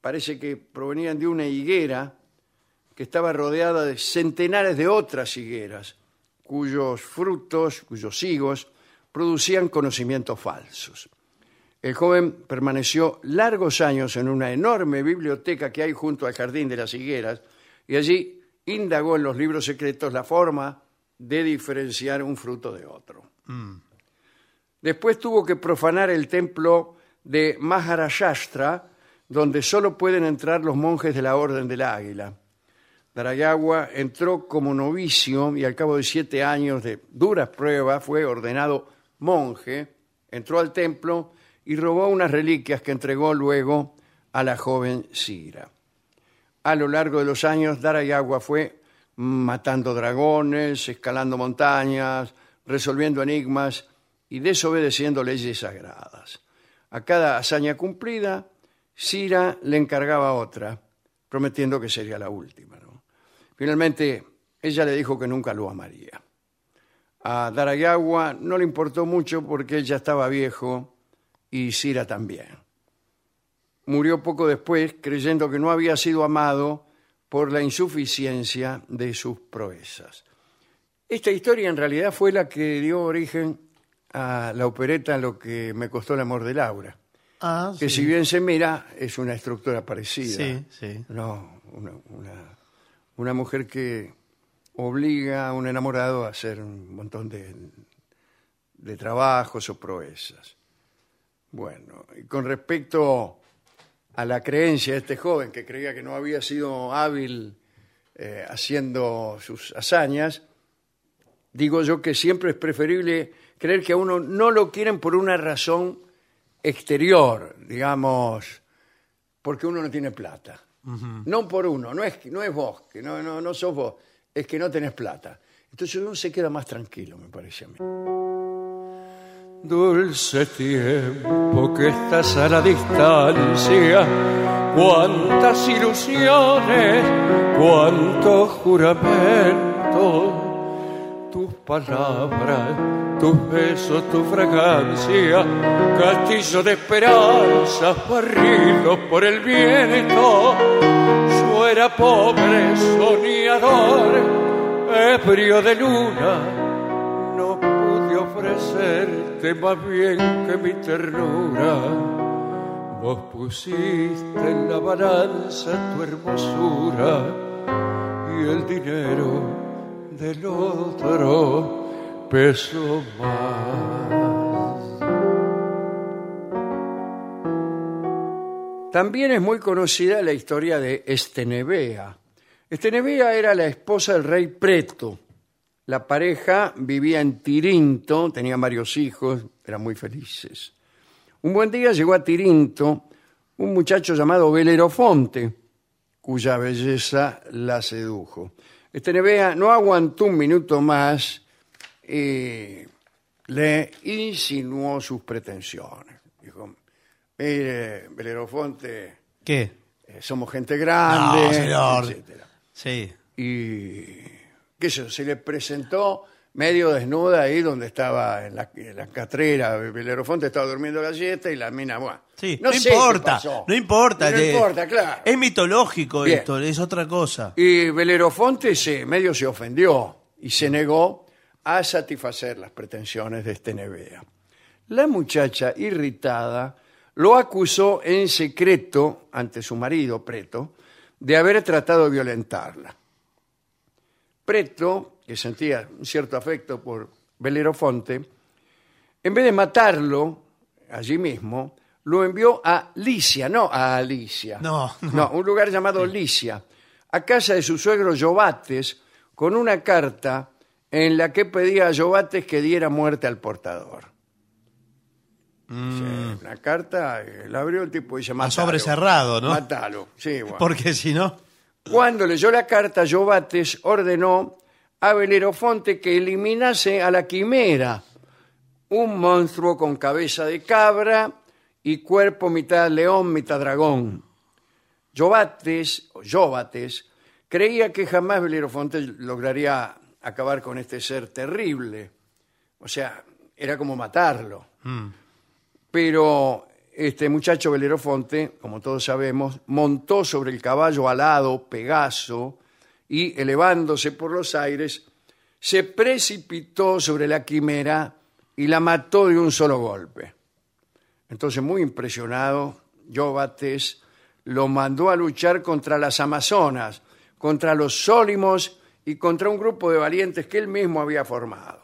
S6: parece que provenían de una higuera que estaba rodeada de centenares de otras higueras, cuyos frutos, cuyos higos, producían conocimientos falsos. El joven permaneció largos años en una enorme biblioteca que hay junto al Jardín de las Higueras y allí indagó en los libros secretos la forma de diferenciar un fruto de otro.
S7: mm,
S6: Después tuvo que profanar el templo de Maharashtra, donde solo pueden entrar los monjes de la Orden del Águila. Darayagua entró como novicio y al cabo de siete años de duras pruebas fue ordenado monje, entró al templo y robó unas reliquias que entregó luego a la joven Sira. A lo largo de los años, Darayagua fue matando dragones, escalando montañas, resolviendo enigmas y desobedeciendo leyes sagradas. A cada hazaña cumplida, Sira le encargaba otra, prometiendo que sería la última. ¿no? Finalmente, ella le dijo que nunca lo amaría. A Darayagua no le importó mucho porque él ya estaba viejo y Sira también. Murió poco después creyendo que no había sido amado por la insuficiencia de sus proezas. Esta historia en realidad fue la que dio origen a la opereta Lo que me costó el amor de Laura,
S7: Ah,
S6: que si bien se mira es una estructura parecida.
S7: Sí, sí.
S6: No, una, una- una mujer que obliga a un enamorado a hacer un montón de, de trabajos o proezas. Bueno, y con respecto a la creencia de este joven que creía que no había sido hábil eh, haciendo sus hazañas, digo yo que siempre es preferible creer que a uno no lo quieren por una razón exterior, digamos, porque uno no tiene plata.
S7: mm,
S6: No por uno, no es, que- no es vos, que no, no, no sos vos, es que no tenés plata. Entonces uno se queda más tranquilo, me parece a mí.
S2: Dulce tiempo que estás a la distancia, cuántas ilusiones, cuántos juramentos, tus palabras, tus besos, tu fragancia, castillo de esperanzas barridos por el viento. Yo era pobre soñador, ebrio de luna, no pude ofrecerte más bien que mi ternura. Vos pusiste en la balanza tu hermosura y el dinero del otro pesó más.
S6: También es muy conocida la historia de Estenebea. Estenebea era la esposa del rey Preto. La pareja vivía en Tirinto, tenía varios hijos, eran muy felices. Un buen día llegó a Tirinto un muchacho llamado Belerofonte, cuya belleza la sedujo. Estenebea Este no aguantó un minuto más y le insinuó sus pretensiones. Dijo, Mire, Belerofonte,
S7: ¿Qué?
S6: eh, somos gente grande,
S7: No, señor.
S6: etcétera.
S7: Sí.
S6: Y qué sé yo, se le presentó medio desnuda ahí donde estaba en la, en la catrera. Belerofonte estaba durmiendo la siesta y la mina, bueno.
S7: Sí, no,
S6: no, sé qué
S7: importa,
S6: pasó.
S7: no importa.
S6: No
S7: eh,
S6: importa, claro.
S7: Es mitológico
S6: Bien.
S7: esto, es otra cosa.
S6: Y Belerofonte se, medio se ofendió y se negó a satisfacer las pretensiones de este Nevea. La muchacha, irritada, lo acusó en secreto ante su marido, Preto, de haber tratado de violentarla. Preto, que sentía un cierto afecto por Belerofonte, en vez de matarlo allí mismo, lo envió a Licia, no a Alicia.
S7: No, no.
S6: un lugar llamado Licia, a casa de su suegro Yobates, con una carta en la que pedía a Yobates que diera muerte al portador.
S7: Mm.
S6: Sí, una carta, eh, la abrió el tipo y dice,
S7: A
S6: matalo.
S7: sobre cerrado, ¿no?
S6: Matalo,
S7: [LAUGHS]
S6: sí, bueno.
S7: Porque si no,
S6: Cuando leyó la carta, Yobates ordenó a Belerofonte que eliminase a la quimera, un monstruo con cabeza de cabra y cuerpo mitad león, mitad dragón. Yobates, o Yobates, creía que jamás Belerofonte lograría acabar con este ser terrible. O sea, era como matarlo.
S7: mm,
S6: Pero este muchacho Belerofonte, como todos sabemos, montó sobre el caballo alado Pegaso y, elevándose por los aires, se precipitó sobre la quimera y la mató de un solo golpe. Entonces, muy impresionado, Yobates lo mandó a luchar contra las Amazonas, contra los Sólimos y contra un grupo de valientes que él mismo había formado.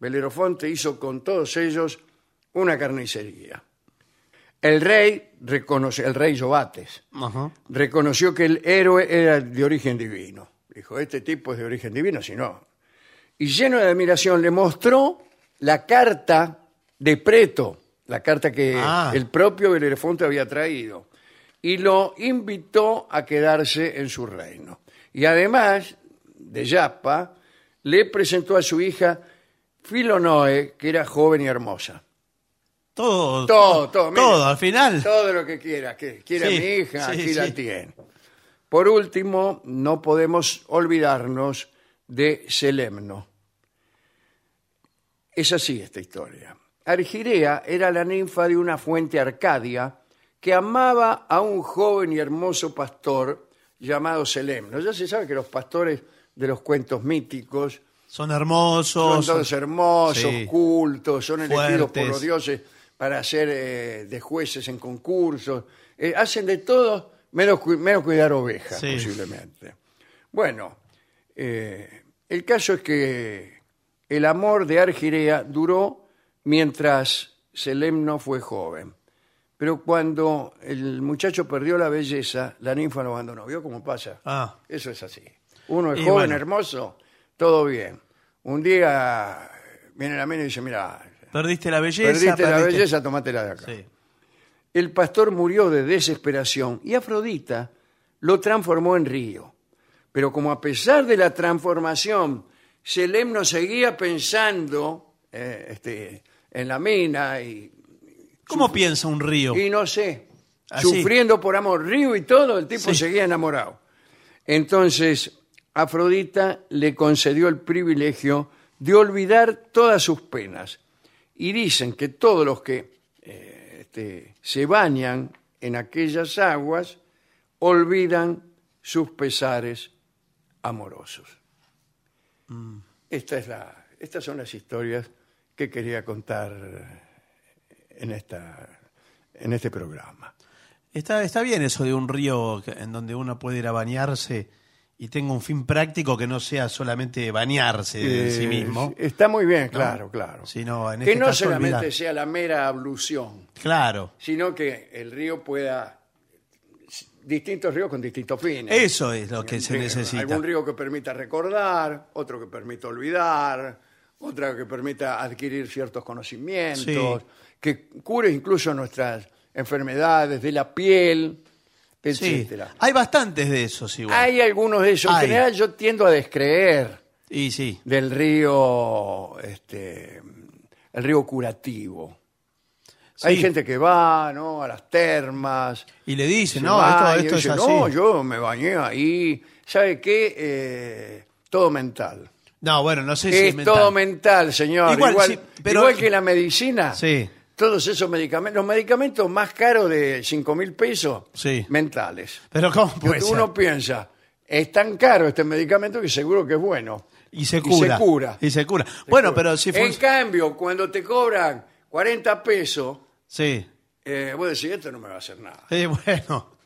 S6: Belerofonte hizo con todos ellos una carnicería. El rey, reconoce, el rey Yobates,
S7: ajá,
S6: reconoció que el héroe era de origen divino. Dijo, este tipo es de origen divino, si no. Y lleno de admiración le mostró la carta de Preto, la carta que
S7: Ah.
S6: el propio Belerofonte había traído, y lo invitó a quedarse en su reino. Y además de Yapa, le presentó a su hija Filonoe, que era joven y hermosa.
S7: todo,
S6: Todo, todo. mire.
S7: todo, al final.
S6: Todo lo que quiera. Que quiera
S7: Sí,
S6: mi hija,
S7: sí,
S6: aquí
S7: sí.
S6: la tiene. Por último, no podemos olvidarnos de Selemno. Es así esta historia. Argirea era la ninfa de una fuente arcadia que amaba a un joven y hermoso pastor llamado Selemno. Ya se sabe que los pastores de los cuentos míticos
S7: Son hermosos.
S6: son todos hermosos,
S7: Sí.
S6: cultos, son elegidos por
S7: Fuertes.
S6: los dioses para ser eh, de jueces en concursos. Eh, hacen de todo menos, cu- menos cuidar ovejas,
S7: Sí.
S6: posiblemente. Bueno, eh, el caso es que el amor de Argirea duró mientras Selemno fue joven. Pero cuando el muchacho perdió la belleza, la ninfa lo abandonó. ¿Vio cómo pasa?
S7: Ah.
S6: Eso es así. Uno es
S7: Y
S6: joven,
S7: bueno.
S6: hermoso, todo bien. Un día viene la mina y dice, mira,
S7: Perdiste la belleza.
S6: perdiste, la belleza, tomátela de acá.
S7: Sí.
S6: El pastor murió de desesperación y Afrodita lo transformó en río. Pero como a pesar de la transformación, Selemno seguía pensando eh, este, en la mina y,
S7: ¿Cómo piensa un río?
S6: y no sé,
S7: Así.
S6: sufriendo por amor, río y todo, el tipo seguía enamorado. Entonces, Afrodita le concedió el privilegio de olvidar todas sus penas. Y dicen que todos los que eh, este, se bañan en aquellas aguas olvidan sus pesares amorosos.
S7: mm.
S6: Esta es la, estas son las historias que quería contar en, esta, en este programa.
S7: Está, está bien eso de un río que- en donde uno puede ir a bañarse y tenga un fin práctico que no sea solamente bañarse en sí
S6: Eh,
S7: mismo.
S6: Está muy bien, claro, claro.
S7: Sino en
S6: que
S7: este
S6: no
S7: caso
S6: solamente
S7: olvidar.
S6: sea la mera ablución,
S7: Claro.
S6: sino que el río pueda distintos ríos con distintos fines.
S7: Eso es lo que se
S6: Río-
S7: necesita.
S6: Algún río que permita recordar, otro que permita olvidar, otra que permita adquirir ciertos conocimientos,
S7: Sí.
S6: que cure incluso nuestras enfermedades de la piel,
S7: Sí.
S6: etcétera.
S7: Hay bastantes de esos igual.
S6: Hay algunos de ellos. En
S7: Hay.
S6: general yo tiendo a descreer
S7: Y sí.
S6: del río, este, el río curativo. Hay
S7: Sí.
S6: gente que va, ¿no? A las termas.
S7: Y le dicen,
S6: se
S7: no,
S6: baña,
S7: esto, esto
S6: y
S7: es
S6: dice,
S7: así.
S6: No, yo me bañé ahí. ¿Sabe qué? Eh, todo mental.
S7: No, bueno, no sé si
S6: es
S7: es mental.
S6: todo mental, señor. Igual,
S7: Igual,
S6: igual,
S7: sí, pero-
S6: que la medicina.
S7: Sí,
S6: Todos esos medicamentos, los medicamentos más caros de 5 mil pesos,
S7: sí.
S6: mentales.
S7: Pero ¿cómo
S6: Que
S7: puede ser?
S6: uno piensa, es tan caro este medicamento que seguro que es bueno.
S7: Y se
S6: y se
S7: cura.
S6: cura.
S7: Y se cura. bueno, pero si fue...
S6: En cambio, cuando te cobran 40 pesos,
S7: Sí.
S6: eh, vos decís, esto no me va a hacer nada.
S7: Sí, bueno.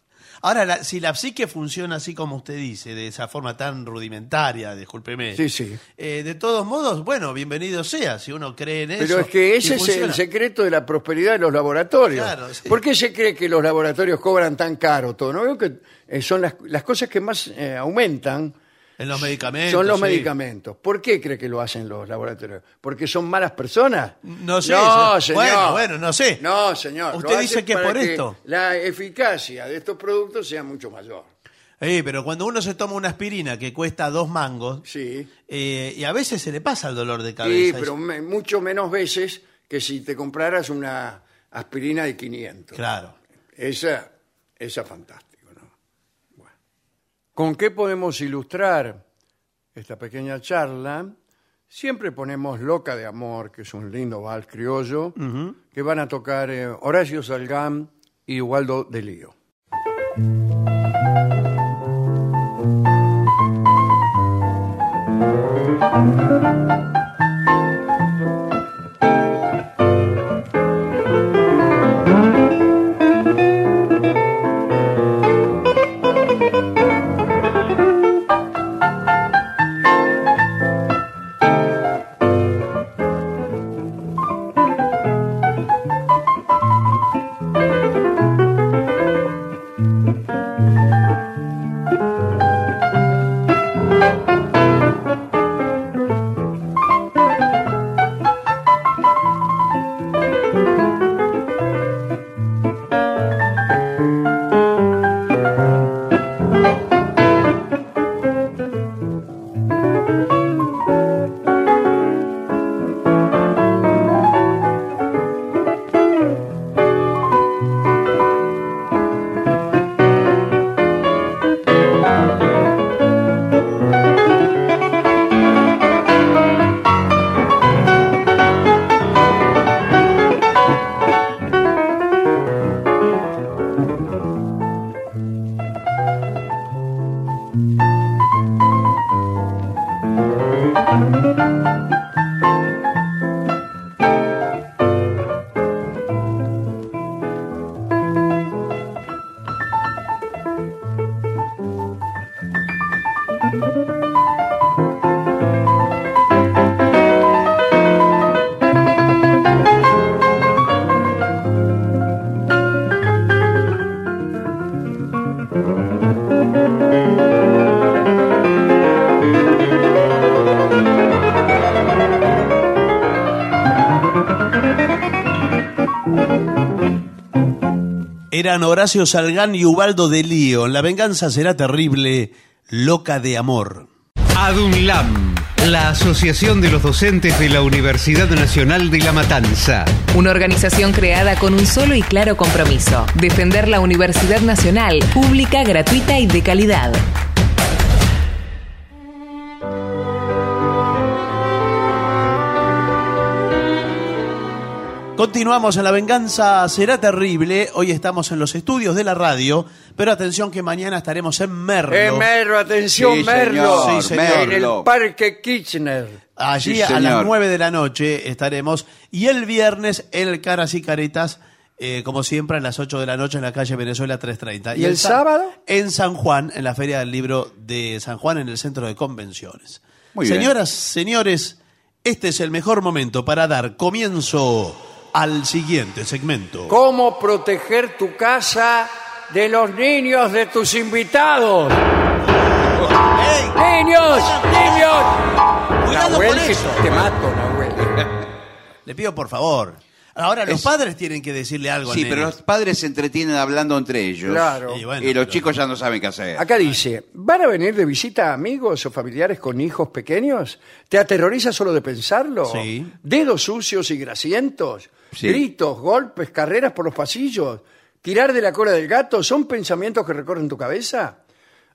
S7: Ahora, la- si la psique funciona así como usted dice, de esa forma tan rudimentaria, discúlpeme.
S6: Sí, sí.
S7: eh, de todos modos, bueno, bienvenido sea, si uno cree en eso.
S6: Pero es que
S7: y
S6: ese es el
S7: funciona.
S6: secreto de la prosperidad de los laboratorios.
S7: Claro, sí.
S6: ¿Por qué se cree que los laboratorios cobran tan caro todo? No veo que eh, son las, las cosas que más eh, aumentan
S7: En los medicamentos.
S6: son los
S7: sí.
S6: medicamentos. ¿Por qué cree que lo hacen los laboratorios? ¿Porque son malas personas?
S7: No sé,
S6: No,
S7: se-
S6: señor.
S7: bueno, bueno, no sé.
S6: No, señor.
S7: Usted
S6: lo
S7: dice
S6: hacen
S7: que
S6: para
S7: por esto.
S6: La eficacia de estos productos sea mucho mayor.
S7: Eh, pero cuando uno se toma una aspirina que cuesta dos mangos,
S6: Sí.
S7: eh, y a veces se le pasa el dolor de
S6: Sí,
S7: cabeza.
S6: pero me- mucho menos veces que si te compraras una aspirina de 500.
S7: Claro.
S6: Esa, esa es fantástica. ¿no? Bueno. ¿Con qué podemos ilustrar esta pequeña charla? Siempre ponemos Loca de Amor, que es un lindo vals criollo, que van a tocar eh, Horacio Salgán y Waldo de Lío.
S7: Eran Horacio Salgán y Ubaldo de Lío. La venganza será terrible, loca de amor.
S13: ADUNLAM, la Asociación de los Docentes de la Universidad Nacional de La Matanza.
S14: Una organización creada con un solo y claro compromiso, defender la Universidad Nacional, pública, gratuita y de calidad.
S7: Continuamos en La Venganza Será Terrible. Hoy estamos en los estudios de la radio, pero atención que mañana estaremos en Merlo.
S6: Eh, Merlo, atención,
S7: Sí, señor,
S6: Merlo.
S7: sí, señor.
S6: En el Parque Kirchner.
S7: Allí
S6: Sí,
S7: a las
S6: señor.
S7: 9 de la noche estaremos. Y el viernes en el Caras y Caretas, eh, como siempre, a las 8 de la noche en la calle Venezuela 330.
S6: ¿Y el
S7: sa-
S6: sábado?
S7: En San Juan, en la Feria del Libro de San Juan, en el Centro de Convenciones.
S6: Muy bien.
S7: Señoras, señores, este es el mejor momento para dar comienzo al siguiente segmento.
S6: ¿Cómo proteger tu casa de los niños de tus invitados? ¡Niños! ¡Niños! Nahuel, que te mato, Nahuel.
S7: [LAUGHS] Le pido por favor. Ahora, los padres tienen que decirle algo al
S8: Sí,
S7: nene.
S8: pero los padres se entretienen hablando entre ellos.
S6: Claro.
S8: Y,
S6: Y bueno,
S8: los chicos ya no saben qué hacer.
S6: Acá dice, ¿van a venir de visita amigos o familiares con hijos pequeños? ¿Te aterroriza solo de pensarlo?
S8: Sí.
S6: Dedos sucios y grasientos,
S8: Sí.
S6: gritos, golpes, carreras por los pasillos, tirar de la cola del gato, ¿son pensamientos que recorren tu cabeza?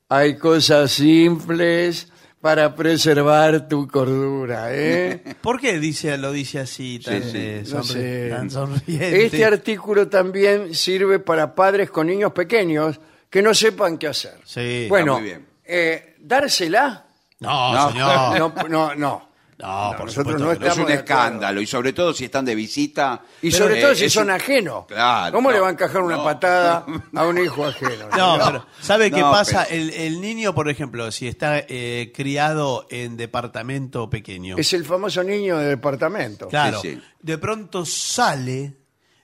S6: Hay cosas simples para preservar tu cordura, ¿eh?
S7: ¿Por qué dice, lo dice así
S6: [LAUGHS]
S7: tan,
S6: Sí, sí.
S7: eh,
S6: No
S7: sonri-
S6: sé.
S7: tan sonriente?
S6: Este artículo también sirve para padres con niños pequeños que no sepan qué hacer.
S7: Sí.
S6: bueno,
S7: Está muy bien.
S6: eh, dársela.
S7: No,
S8: señor.
S6: No, no, no.
S7: No,
S6: por supuesto que no.
S8: Es un
S6: de acuerdo.
S8: escándalo. Y sobre todo si están de visita.
S6: Y
S8: Pero,
S6: sobre
S8: eh,
S6: todo si
S8: es
S6: son
S8: un-
S6: ajenos.
S8: Claro,
S6: ¿Cómo
S8: Ah,
S6: le
S8: no,
S6: va a encajar una
S8: no.
S6: patada a un hijo ajeno?
S7: No, pero ¿sabe qué
S6: No,
S7: pasa?
S6: pero
S7: El, el niño, por ejemplo, si está eh, criado en departamento pequeño,
S6: Es el famoso niño del departamento.
S7: claro, de pronto sale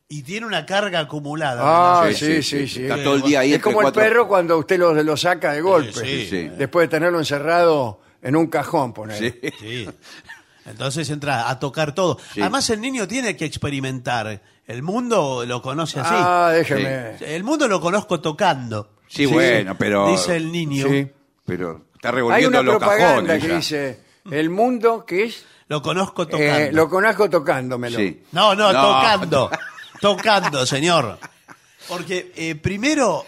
S7: y tiene una carga acumulada.
S6: Ah,
S7: ¿no?
S6: sí, sí, sí.
S7: Eh,
S6: Es como el perro cuando usted lo, lo saca de golpe.
S7: sí. Sí.
S6: Después de tenerlo encerrado en un cajón, poner.
S7: Sí. Entonces entra a tocar todo.
S6: eh. Sí.
S7: Además, el niño tiene que experimentar. El mundo lo conoce así.
S6: Ah, déjeme.
S7: Sí. El mundo lo conozco tocando.
S8: Sí, bueno, pero.
S7: Dice el niño.
S8: Sí. Pero está
S6: Hay
S8: revolviendo
S6: una
S8: los
S6: propaganda
S8: cajones.
S6: que
S8: ya.
S6: dice, el mundo que es... Eh,
S7: Lo conozco
S8: tocando.
S6: lo conozco tocándomelo.
S8: Sí.
S7: No, no,
S8: No.
S7: tocando. tocando, señor. Porque eh, primero.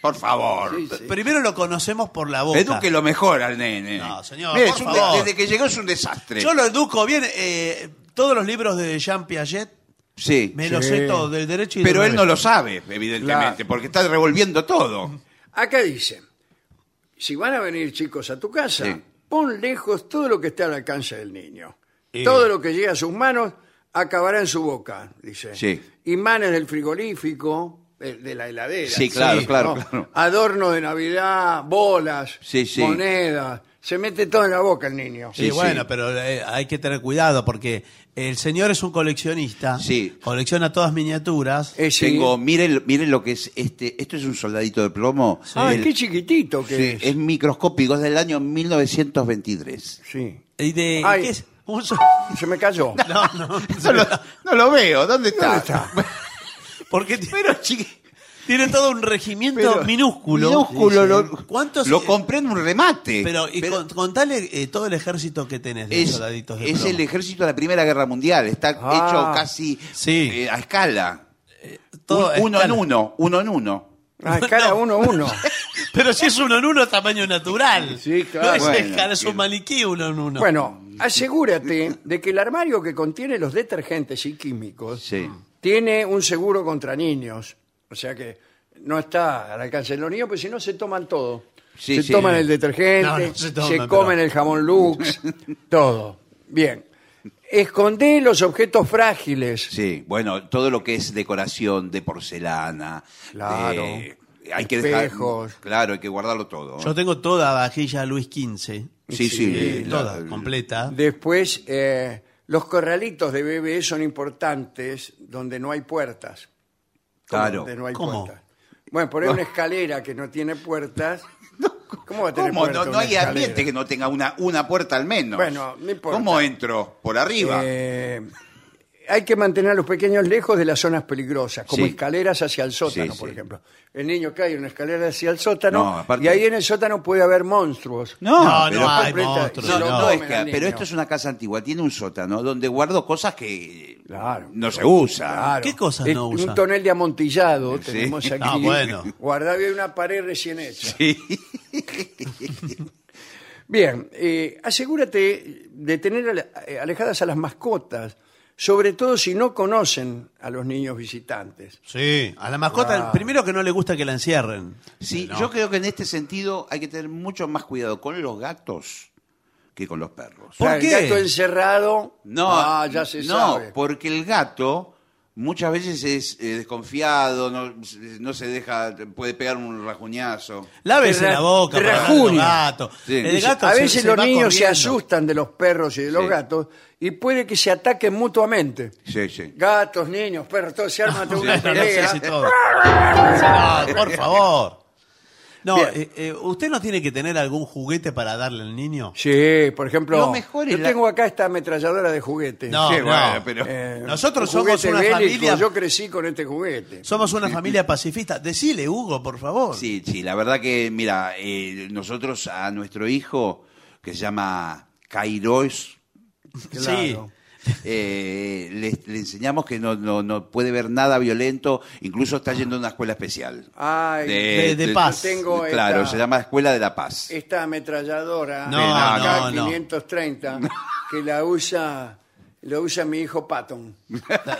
S8: Por favor.
S7: Primero lo conocemos por la boca.
S8: Eduque lo mejor al nene.
S7: No, señor,
S8: Mire,
S7: por
S8: es un de-
S7: favor.
S8: desde que llegó es un desastre.
S7: Yo lo educo bien. eh, todos los libros de Jean Piaget
S8: Sí.
S7: me los sé todos, del derecho y del
S8: Pero él
S7: revés.
S8: no lo sabe, evidentemente, porque está revolviendo todo.
S6: Acá dice, si van a venir chicos a tu casa, pon lejos todo lo que esté al alcance del niño.
S8: Eh.
S6: Todo lo que llegue a sus manos acabará en su boca, dice.
S8: Sí.
S6: Imanes del frigorífico, de, de la heladera.
S8: Sí, claro, claro, claro.
S6: Adorno de Navidad, bolas,
S7: Sí, sí.
S6: monedas. Se mete todo en la boca el niño.
S7: Sí, bueno, pero eh, hay que tener cuidado porque el señor es un coleccionista.
S8: Sí.
S7: Colecciona todas miniaturas.
S6: Eh,
S8: Tengo, miren, miren lo que es este. Esto es un soldadito de plomo.
S6: Ah,
S8: El-
S6: qué chiquitito que
S8: sí,
S6: es.
S8: es microscópico, es del año 1923.
S6: Sí.
S7: ¿Y de
S6: Ay,
S7: qué es? Un so-
S6: Se
S8: [LAUGHS]
S6: me cayó.
S7: No, [LAUGHS] no.
S8: No lo, no lo veo, ¿dónde está? [LAUGHS]
S7: Porque tiene todo un regimiento
S8: Pero-
S7: minúsculo.
S8: Minúsculo, lo-
S7: ¿Cuántos?
S8: Lo compré en un remate.
S7: Pero, y con- contale eh, todo el ejército que tenés de
S8: es,
S7: soldaditos de
S8: es
S7: plomo.
S8: el ejército de la Primera Guerra Mundial. Está
S7: Ah.
S8: hecho casi eh, a escala.
S7: Eh, todo
S8: Un- uno
S7: a
S8: en
S7: escala.
S8: uno, uno en uno.
S6: Ah, cada uno uno.
S7: Pero si es uno en uno, tamaño natural.
S6: Sí, claro.
S7: No es
S6: Bueno,
S7: escala, es un maniquí uno en uno.
S6: Bueno, asegúrate de que el armario que contiene los detergentes y químicos tiene un seguro contra niños. O sea que no está al alcance de los niños, porque si no se toman todo.
S8: Sí,
S6: se
S8: sí.
S6: toman el detergente,
S8: No, no
S6: se,
S8: se toman, pero-
S6: comen el jamón Lux, todo. Bien. Escondé los objetos frágiles.
S8: Sí, bueno, todo lo que es decoración de porcelana.
S6: Claro.
S8: de- hay que dejar-
S6: Espejos.
S8: claro, hay que guardarlo todo.
S7: Yo tengo toda vajilla Luis XV.
S8: Sí, sí,
S7: Eh,
S8: la-
S7: toda, completa.
S6: Después, eh, los corralitos de bebé son importantes donde no hay puertas. ¿Cómo
S8: Claro.
S6: donde no hay
S8: ¿Cómo?
S6: puertas? Bueno, por ahí una escalera que no
S8: [LAUGHS]
S6: tiene puertas. ¿Cómo va a tener
S8: ¿Cómo?
S6: puerta
S8: No, no
S6: una
S8: hay
S6: escalera?
S8: ambiente que no tenga una, una puerta al menos.
S6: Bueno, no importa.
S8: Eh, ¿Cómo entro? ¿Por arriba?
S6: Eh, hay que mantener a los pequeños lejos de las zonas peligrosas, como
S8: Sí.
S6: escaleras hacia el sótano,
S8: Sí,
S6: por
S8: sí.
S6: ejemplo. El niño cae en una escalera hacia el sótano
S8: No, aparte-
S6: y ahí en el sótano puede haber monstruos.
S8: pero-
S6: Los completa- se
S8: No,
S6: lo
S8: no,
S6: comen
S8: es que-
S6: al niño.
S8: pero esto es una casa antigua, tiene un sótano donde guardo cosas que no se usa.
S6: Claro.
S8: Es
S6: Es Un tonel de amontillado
S8: Sí.
S6: tenemos aquí.
S8: [LAUGHS] Ah, bueno.
S6: Guardado en una pared recién hecha.
S8: [LAUGHS] Sí.
S6: Bien, eh, asegúrate de tener ale- eh, alejadas a las mascotas, sobre todo si no conocen a los niños visitantes.
S7: Sí, a la mascota,
S6: Claro.
S7: primero que no le gusta que la encierren.
S8: Sí,
S7: No.
S8: yo creo que en este sentido hay que tener mucho más cuidado con los gatos que con los perros.
S6: O sea, El gato encerrado,
S8: No,
S6: ah, ya se
S8: no,
S6: sabe.
S8: porque el gato muchas veces es eh, desconfiado, no, no se deja, puede pegar un rajuñazo.
S7: Lávese la boca, para hablar de los gatos.
S8: Sí.
S7: El gato
S6: a
S7: se-
S6: veces
S7: se
S6: los
S7: va
S6: niños se
S7: corriendo.
S6: asustan de los perros y de los
S8: Sí.
S6: gatos y puede que se ataquen mutuamente.
S8: Sí, sí.
S6: Gatos, niños, perros, todo
S8: [LAUGHS]
S6: se arma toda una
S8: sí,
S6: pelea.
S8: sí, sí,
S7: todo. No, por favor. No, eh, eh, ¿usted no tiene que tener algún juguete para darle al niño?
S6: Sí, por ejemplo,
S7: Lo mejor es
S6: yo
S7: la-
S6: tengo acá esta ametralladora de juguetes.
S7: No, Sí, no. bueno, pero- Nosotros
S6: un
S7: somos
S6: juguete
S7: una familia-
S6: Yo crecí con este juguete.
S7: Somos una familia pacifista. Decile, Hugo, por favor.
S8: Sí, sí, la verdad que, mira, eh, nosotros a nuestro hijo, que se llama Kairos,
S7: Claro.
S8: eh, le, le enseñamos que no, no, no puede ver nada violento, incluso está yendo a una escuela especial.
S6: Ay, este, yo Tengo
S8: Claro,
S6: esta,
S8: se llama Escuela de la Paz.
S6: esta ametralladora
S8: No,
S6: AK
S8: no, [LAUGHS] no.
S6: 530 que la usa lo usa mi hijo Patton.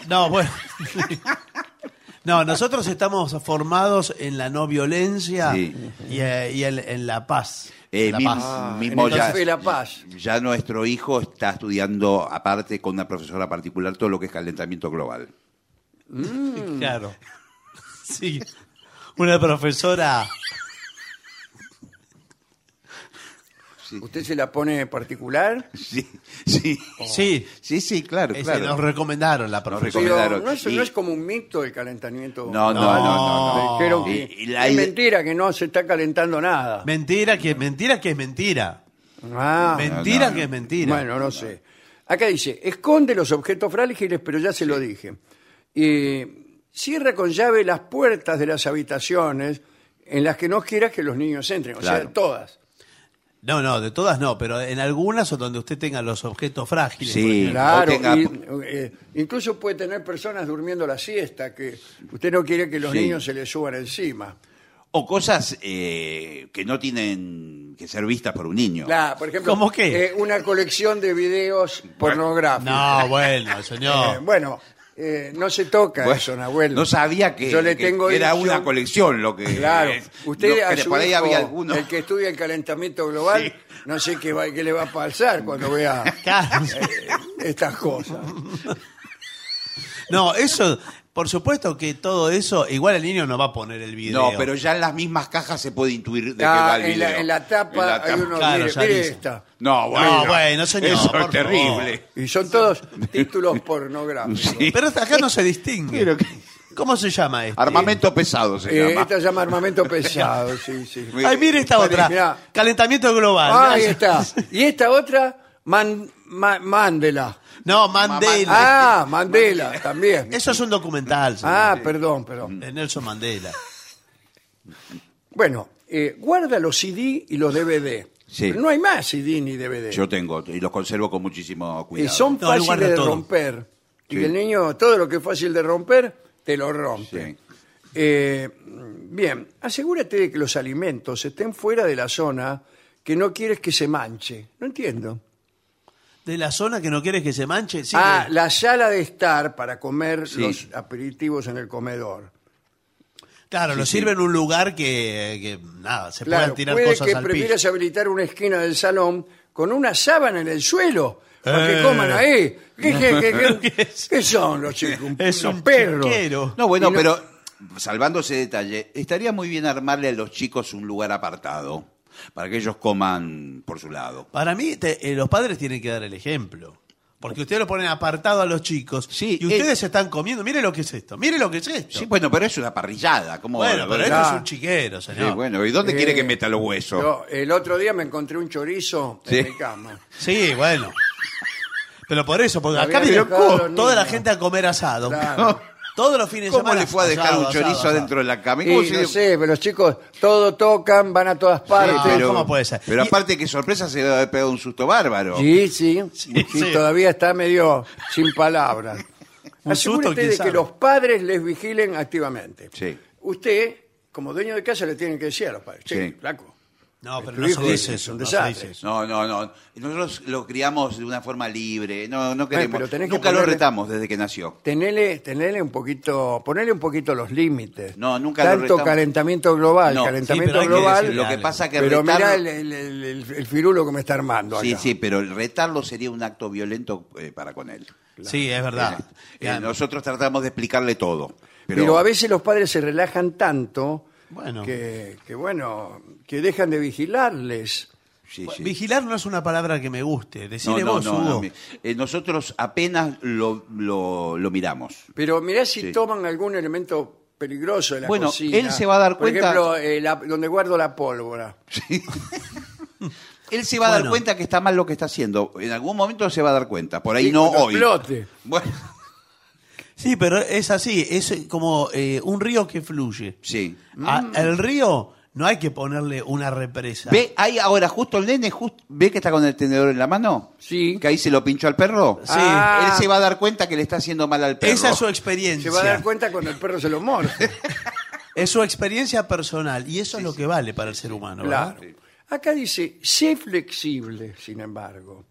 S7: No, bueno. [LAUGHS] No, nosotros estamos formados en la no violencia
S8: Sí.
S7: y, eh, y en, en la paz.
S8: Eh,
S7: la
S8: mi-
S7: paz.
S8: mismo
S6: Ah, en el
S8: ya,
S6: Café La Paz.
S8: ya nuestro hijo está estudiando aparte con una profesora particular todo lo que es calentamiento global. Mm.
S7: [LAUGHS] Claro. Sí. Una profesora.
S6: ¿Usted se la pone particular? Oh.
S8: Sí, sí.
S7: Sí.
S8: Sí, sí, claro,
S7: Ese,
S8: claro.
S7: Nos recomendaron la
S8: Nos
S7: profesora.
S6: Pero
S8: recomendaron.
S6: no, es,
S8: Y-
S6: no es como un mito el calentamiento.
S8: No, no, no, no, no.
S6: Dijeron
S8: Y-
S6: que
S8: y la
S6: es
S8: ide-
S6: mentira que no se está calentando nada.
S7: Mentira que, mentira que es mentira.
S6: Ah.
S7: mentira que es mentira.
S6: Bueno, no sé. Acá dice, esconde los objetos frágiles, pero ya se lo dije. Y cierra con llave las puertas de las habitaciones en las que no quieras que los niños entren, o
S7: Claro.
S6: sea, todas.
S7: No, no, de todas no, pero en algunas o donde usted tenga los objetos frágiles. por ejemplo.
S6: claro.
S7: Ah,
S6: y,
S7: pues.
S6: eh, incluso puede tener personas durmiendo la siesta, que usted no quiere que los
S8: Sí.
S6: niños se les suban encima.
S8: O cosas eh, que no tienen que ser vistas por un niño.
S6: Claro, por ejemplo,
S8: ¿Cómo qué?
S6: eh, una colección de videos pornográficos.
S7: No, bueno, señor.
S6: [LAUGHS] Eh, bueno, eh, no se toca
S8: Bueno,
S6: eso, Nahuel.
S8: No sabía que,
S6: Yo le
S8: que
S6: tengo
S8: era
S6: dicho-
S8: una colección lo que.
S6: Claro,
S8: eh,
S6: usted
S8: lo que
S6: a
S8: le-
S6: su
S8: por ahí
S6: hijo,
S8: había alguno.
S6: el que estudia el calentamiento global, no sé qué, va- qué le va a pasar
S7: [LAUGHS]
S6: cuando vea eh, estas cosas.
S7: No, eso, por supuesto que todo eso, igual el niño no va a poner el video.
S8: No, pero ya en las mismas cajas se puede intuir de
S7: Ah,
S8: qué va el
S7: en la-
S8: video.
S7: en la tapa hay uno,
S8: Claro,
S7: mire,
S8: ya
S7: mire
S8: dice.
S6: esta.
S8: No, Ah, bueno.
S7: No, bueno, señor,
S8: Eso
S7: por
S8: es terrible.
S7: favor.
S6: Y son todos títulos pornográficos.
S7: Pero hasta acá no se distingue. ¿Cómo se llama este? esto?
S8: Armamento pesado se
S6: Eh,
S8: llama.
S6: esta se llama armamento pesado, sí, sí.
S7: Ay, mire esta
S6: Pare-
S7: otra.
S6: mirá.
S7: Calentamiento global.
S6: Ah, ahí
S7: [LAUGHS]
S6: está. Y esta otra, Man- Ma- Mandela.
S7: No, Mandela.
S6: Ah, Mandela, también.
S7: Eso es un documental. señor.
S6: Ah, perdón, perdón.
S7: De Eh, Nelson Mandela.
S6: Bueno, eh, guarda los CD y los DVD.
S8: Sí.
S6: Pero no hay más CD ni DVD.
S8: Yo tengo, y los conservo con muchísimo
S6: Y
S8: cuidado.
S6: son fáciles de romper. Y
S8: Sí.
S6: el niño, todo lo que es fácil de romper, te lo rompe. Eh, bien, asegúrate de que los alimentos estén fuera de la zona que no quieres que se manche. No entiendo.
S7: De la zona que no quieres que se manche. Sí, eh.
S6: ah,
S7: que-
S6: la sala de estar para comer
S7: Sí.
S6: los aperitivos en el comedor.
S7: claro,
S6: sí,
S7: lo sirve en un lugar que, que, nada, se
S6: claro,
S7: puedan tirar
S6: puede
S7: cosas
S6: que
S7: al piso.
S6: prefieras habilitar una esquina del salón con una sábana en el suelo para que
S7: Eh. [LAUGHS]
S6: coman ahí. ¿Qué, qué- qué- qué- qué son los chicos? Un- unos perros.
S8: No, bueno,
S6: Y
S8: pero salvando ese detalle, estaría muy bien armarle a los chicos un lugar apartado para que ellos coman por su lado.
S7: Para mí, te- eh, los padres tienen que dar el ejemplo. Porque ustedes lo ponen apartado a los chicos. y ustedes están comiendo. Mire lo que es esto. Mire lo que es esto.
S8: eh, Sí, bueno, pero es una parrillada. ¿cómo
S7: bueno,
S6: [LAUGHS]
S8: va a
S7: pero
S8: haber?
S7: esto es
S8: Ah.
S7: un chiquero,
S8: Sí,
S7: señor.
S8: bueno, ¿y dónde
S6: Eh,
S8: quiere que meta los huesos? [LAUGHS]
S6: yo el otro día me encontré un chorizo
S8: Sí.
S6: en mi cama.
S7: Sí, bueno. Pero por eso, porque
S6: Había
S7: acá vino
S6: dejado a los
S7: toda la
S6: niños.
S7: gente a comer asado.
S6: Claro.
S7: Todos los fines de
S8: ¿Cómo
S7: semana.
S8: le fue a dejar
S7: asado,
S8: un
S7: asado,
S8: chorizo
S7: asado.
S8: adentro de la cama?
S6: Y
S8: ¿Cómo se
S6: no
S8: dio-
S6: sé, pero los chicos todo tocan, van a todas partes.
S7: Ah,
S8: Sí, Ah, pero- Pero
S6: Y-
S8: aparte, qué sorpresa, se debe haber pegado un susto bárbaro.
S6: Sí, sí, sí,
S8: sí.
S6: todavía está medio sin palabras.
S8: Un susto,
S6: Asegúrate
S8: quién
S6: de
S8: sabe.
S6: que los padres les vigilen activamente.
S8: Sí.
S6: Usted, como dueño de casa, le tiene que decir a los padres, che,
S8: Sí.
S6: flaco,
S7: No, pero
S6: Tu
S7: no se
S6: hijo
S7: dice
S6: es
S7: eso.
S6: un
S7: no se
S6: desastre.
S7: dice eso.
S8: No, no, no. Nosotros lo criamos de una forma libre. No, no
S6: Bueno,
S8: queremos.
S6: pero tenés que
S8: Nunca lo
S6: ponerle-
S8: retamos desde que nació.
S6: tenele, tenele un poquito, ponele un poquito los límites.
S8: No, nunca lo
S6: Tanto
S8: retamos.
S6: calentamiento global,
S8: No, sí,
S6: calentamiento
S8: pero hay que
S6: global.
S8: decirle Lo que algo. pasa que
S6: Pero mirá el,
S8: retarlo-
S6: el- el- el- el firulo que me está armando
S8: Sí,
S6: acá.
S8: sí, pero el retarlo sería un acto violento eh, para con él.
S7: Sí, es verdad.
S8: Eh, eh, nosotros tratamos de explicarle todo.
S6: Pero,
S8: Pero,
S6: a veces los padres se relajan tanto
S7: Bueno.
S6: que, que, bueno, que dejan de vigilarles.
S8: Sí, sí.
S7: Vigilar no es una palabra que me guste. Decile vos, Hugo.
S8: mi- eh, nosotros apenas lo, lo- lo miramos.
S6: Pero mirá si
S8: Sí.
S6: toman algún elemento peligroso de la
S8: Bueno,
S6: cocina.
S8: él se va a dar cuenta-
S6: Por ejemplo, eh, la- donde guardo la pólvora.
S8: Él se va a dar
S6: Bueno.
S8: cuenta que está mal lo que está haciendo. En algún momento se va a dar cuenta. Por ahí
S6: Sí,
S8: no
S6: cuando
S8: hoy.
S6: explote.
S8: Bueno,
S7: [LAUGHS] Sí, pero es así. Es como eh, un río que fluye.
S8: sí. Mm.
S7: A- el río no hay que ponerle una represa.
S8: ¿Ve ahí ahora justo el nene jus- ve que está con el tenedor en la mano?
S6: Sí.
S8: Que ahí se lo pinchó al perro.
S7: Sí.
S6: Ah.
S8: Él se va a dar cuenta que le está haciendo mal al perro.
S7: Esa es su
S6: Se
S7: experiencia.
S6: va a dar cuenta cuando el perro se
S8: [LAUGHS]
S6: lo morfe.
S7: Es su experiencia personal. Y eso es lo que vale para el ser humano. ¿verdad?
S6: claro. Acá dice, sé flexible, sin embargo.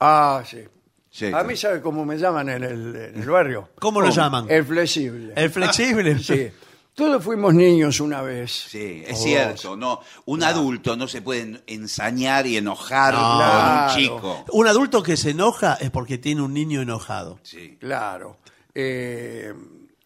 S6: Ah, sí.
S8: Sí,
S6: a
S8: claro.
S6: mí, ¿sabe cómo me llaman en el, en el barrio?
S7: ¿Cómo lo llaman?
S6: El flexible.
S7: El flexible.
S6: [LAUGHS] Sí. Todos fuimos niños una vez. Oh.
S8: Sí, es
S6: O
S8: cierto. No, un adulto no se puede en- ensañar y enojar
S7: No.
S8: con
S6: Claro.
S8: un chico.
S7: Un adulto que se enoja es porque tiene un niño enojado.
S8: Sí.
S6: Claro. Eh,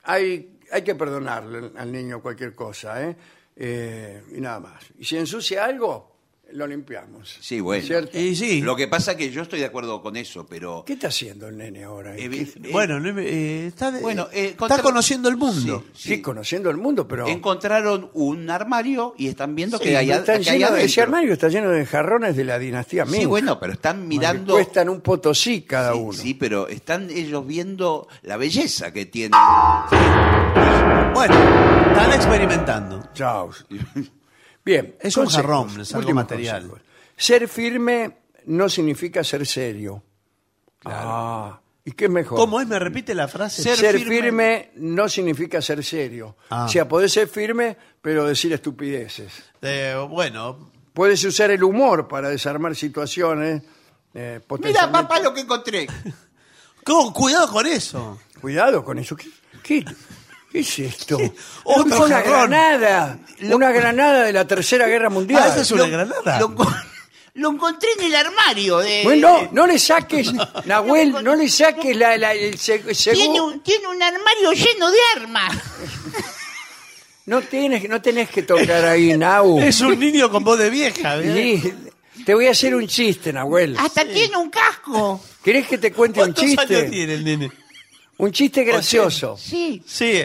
S6: hay, hay que perdonarle al niño cualquier cosa, ¿eh? Eh, Y nada más. Y si ensucia algo, lo limpiamos.
S8: Sí, bueno.
S6: ¿Cierto?
S7: Y sí.
S8: Lo que pasa que yo estoy de acuerdo con eso, pero...
S6: ¿Qué está haciendo el nene ahora?
S8: eh,
S6: ¿Qué-
S8: eh,
S7: bueno, no, eh, está, de-
S8: Bueno, eh,
S7: está
S8: contra-
S7: conociendo el mundo.
S6: sí, conociendo el mundo, pero...
S8: encontraron un armario y están viendo
S6: Sí,
S8: que hay,
S6: pero
S8: ad-
S6: está
S8: que hay
S6: lleno de, ese
S8: adentro.
S6: armario está lleno de jarrones de la dinastía
S8: Sí,
S6: Ming,
S8: bueno, pero están
S6: que
S8: mirando...
S6: Cuestan un potosí cada
S8: Sí,
S6: uno.
S8: sí, pero están ellos viendo la belleza que tienen.
S7: Bueno, están experimentando.
S6: Chao. Bien.
S7: Es un
S6: consejos,
S7: jarrón, es algo
S6: últimos
S7: material.
S6: consejos. Ser firme no significa ser serio. Ah, ¿y qué es mejor?
S7: ¿Cómo es? ¿Me repite la frase?
S6: Ser, firme... no significa ser serio.
S7: Ah.
S6: O sea, podés ser firme, pero decir estupideces.
S7: Eh, bueno,
S6: Puedes usar el humor para desarmar situaciones. eh,
S8: Mira,
S6: potencialmente-
S8: papá, lo que encontré.
S7: Cu- cuidado con eso.
S6: Cuidado con eso. ¿Qué, qué- qué es esto?
S7: Otro
S6: Fue una
S7: jarrón.
S6: granada. Una granada de la Tercera Guerra Mundial.
S7: Ah, esa es una granada. Eh,
S8: Lo, enco- lo encontré en el armario.
S15: eh.
S8: De...
S6: Bueno, no le saques,
S7: [LAUGHS]
S6: Nahuel, no le saques la, la- el se- según-
S15: Tiene un, tiene un armario lleno de
S12: [LAUGHS]
S15: armas.
S6: No, tienes, no tenés que tocar ahí, Nahu.
S7: [LAUGHS] Es un niño con voz de vieja. ¿eh? ¿verdad?
S6: Y- te voy a hacer un chiste, Nahuel.
S15: Hasta tiene un casco.
S6: ¿Querés que te cuente un
S7: ¿Cuántos años
S6: chiste?
S7: tiene el nene?
S6: Un chiste gracioso.
S15: Sí.
S7: Sí,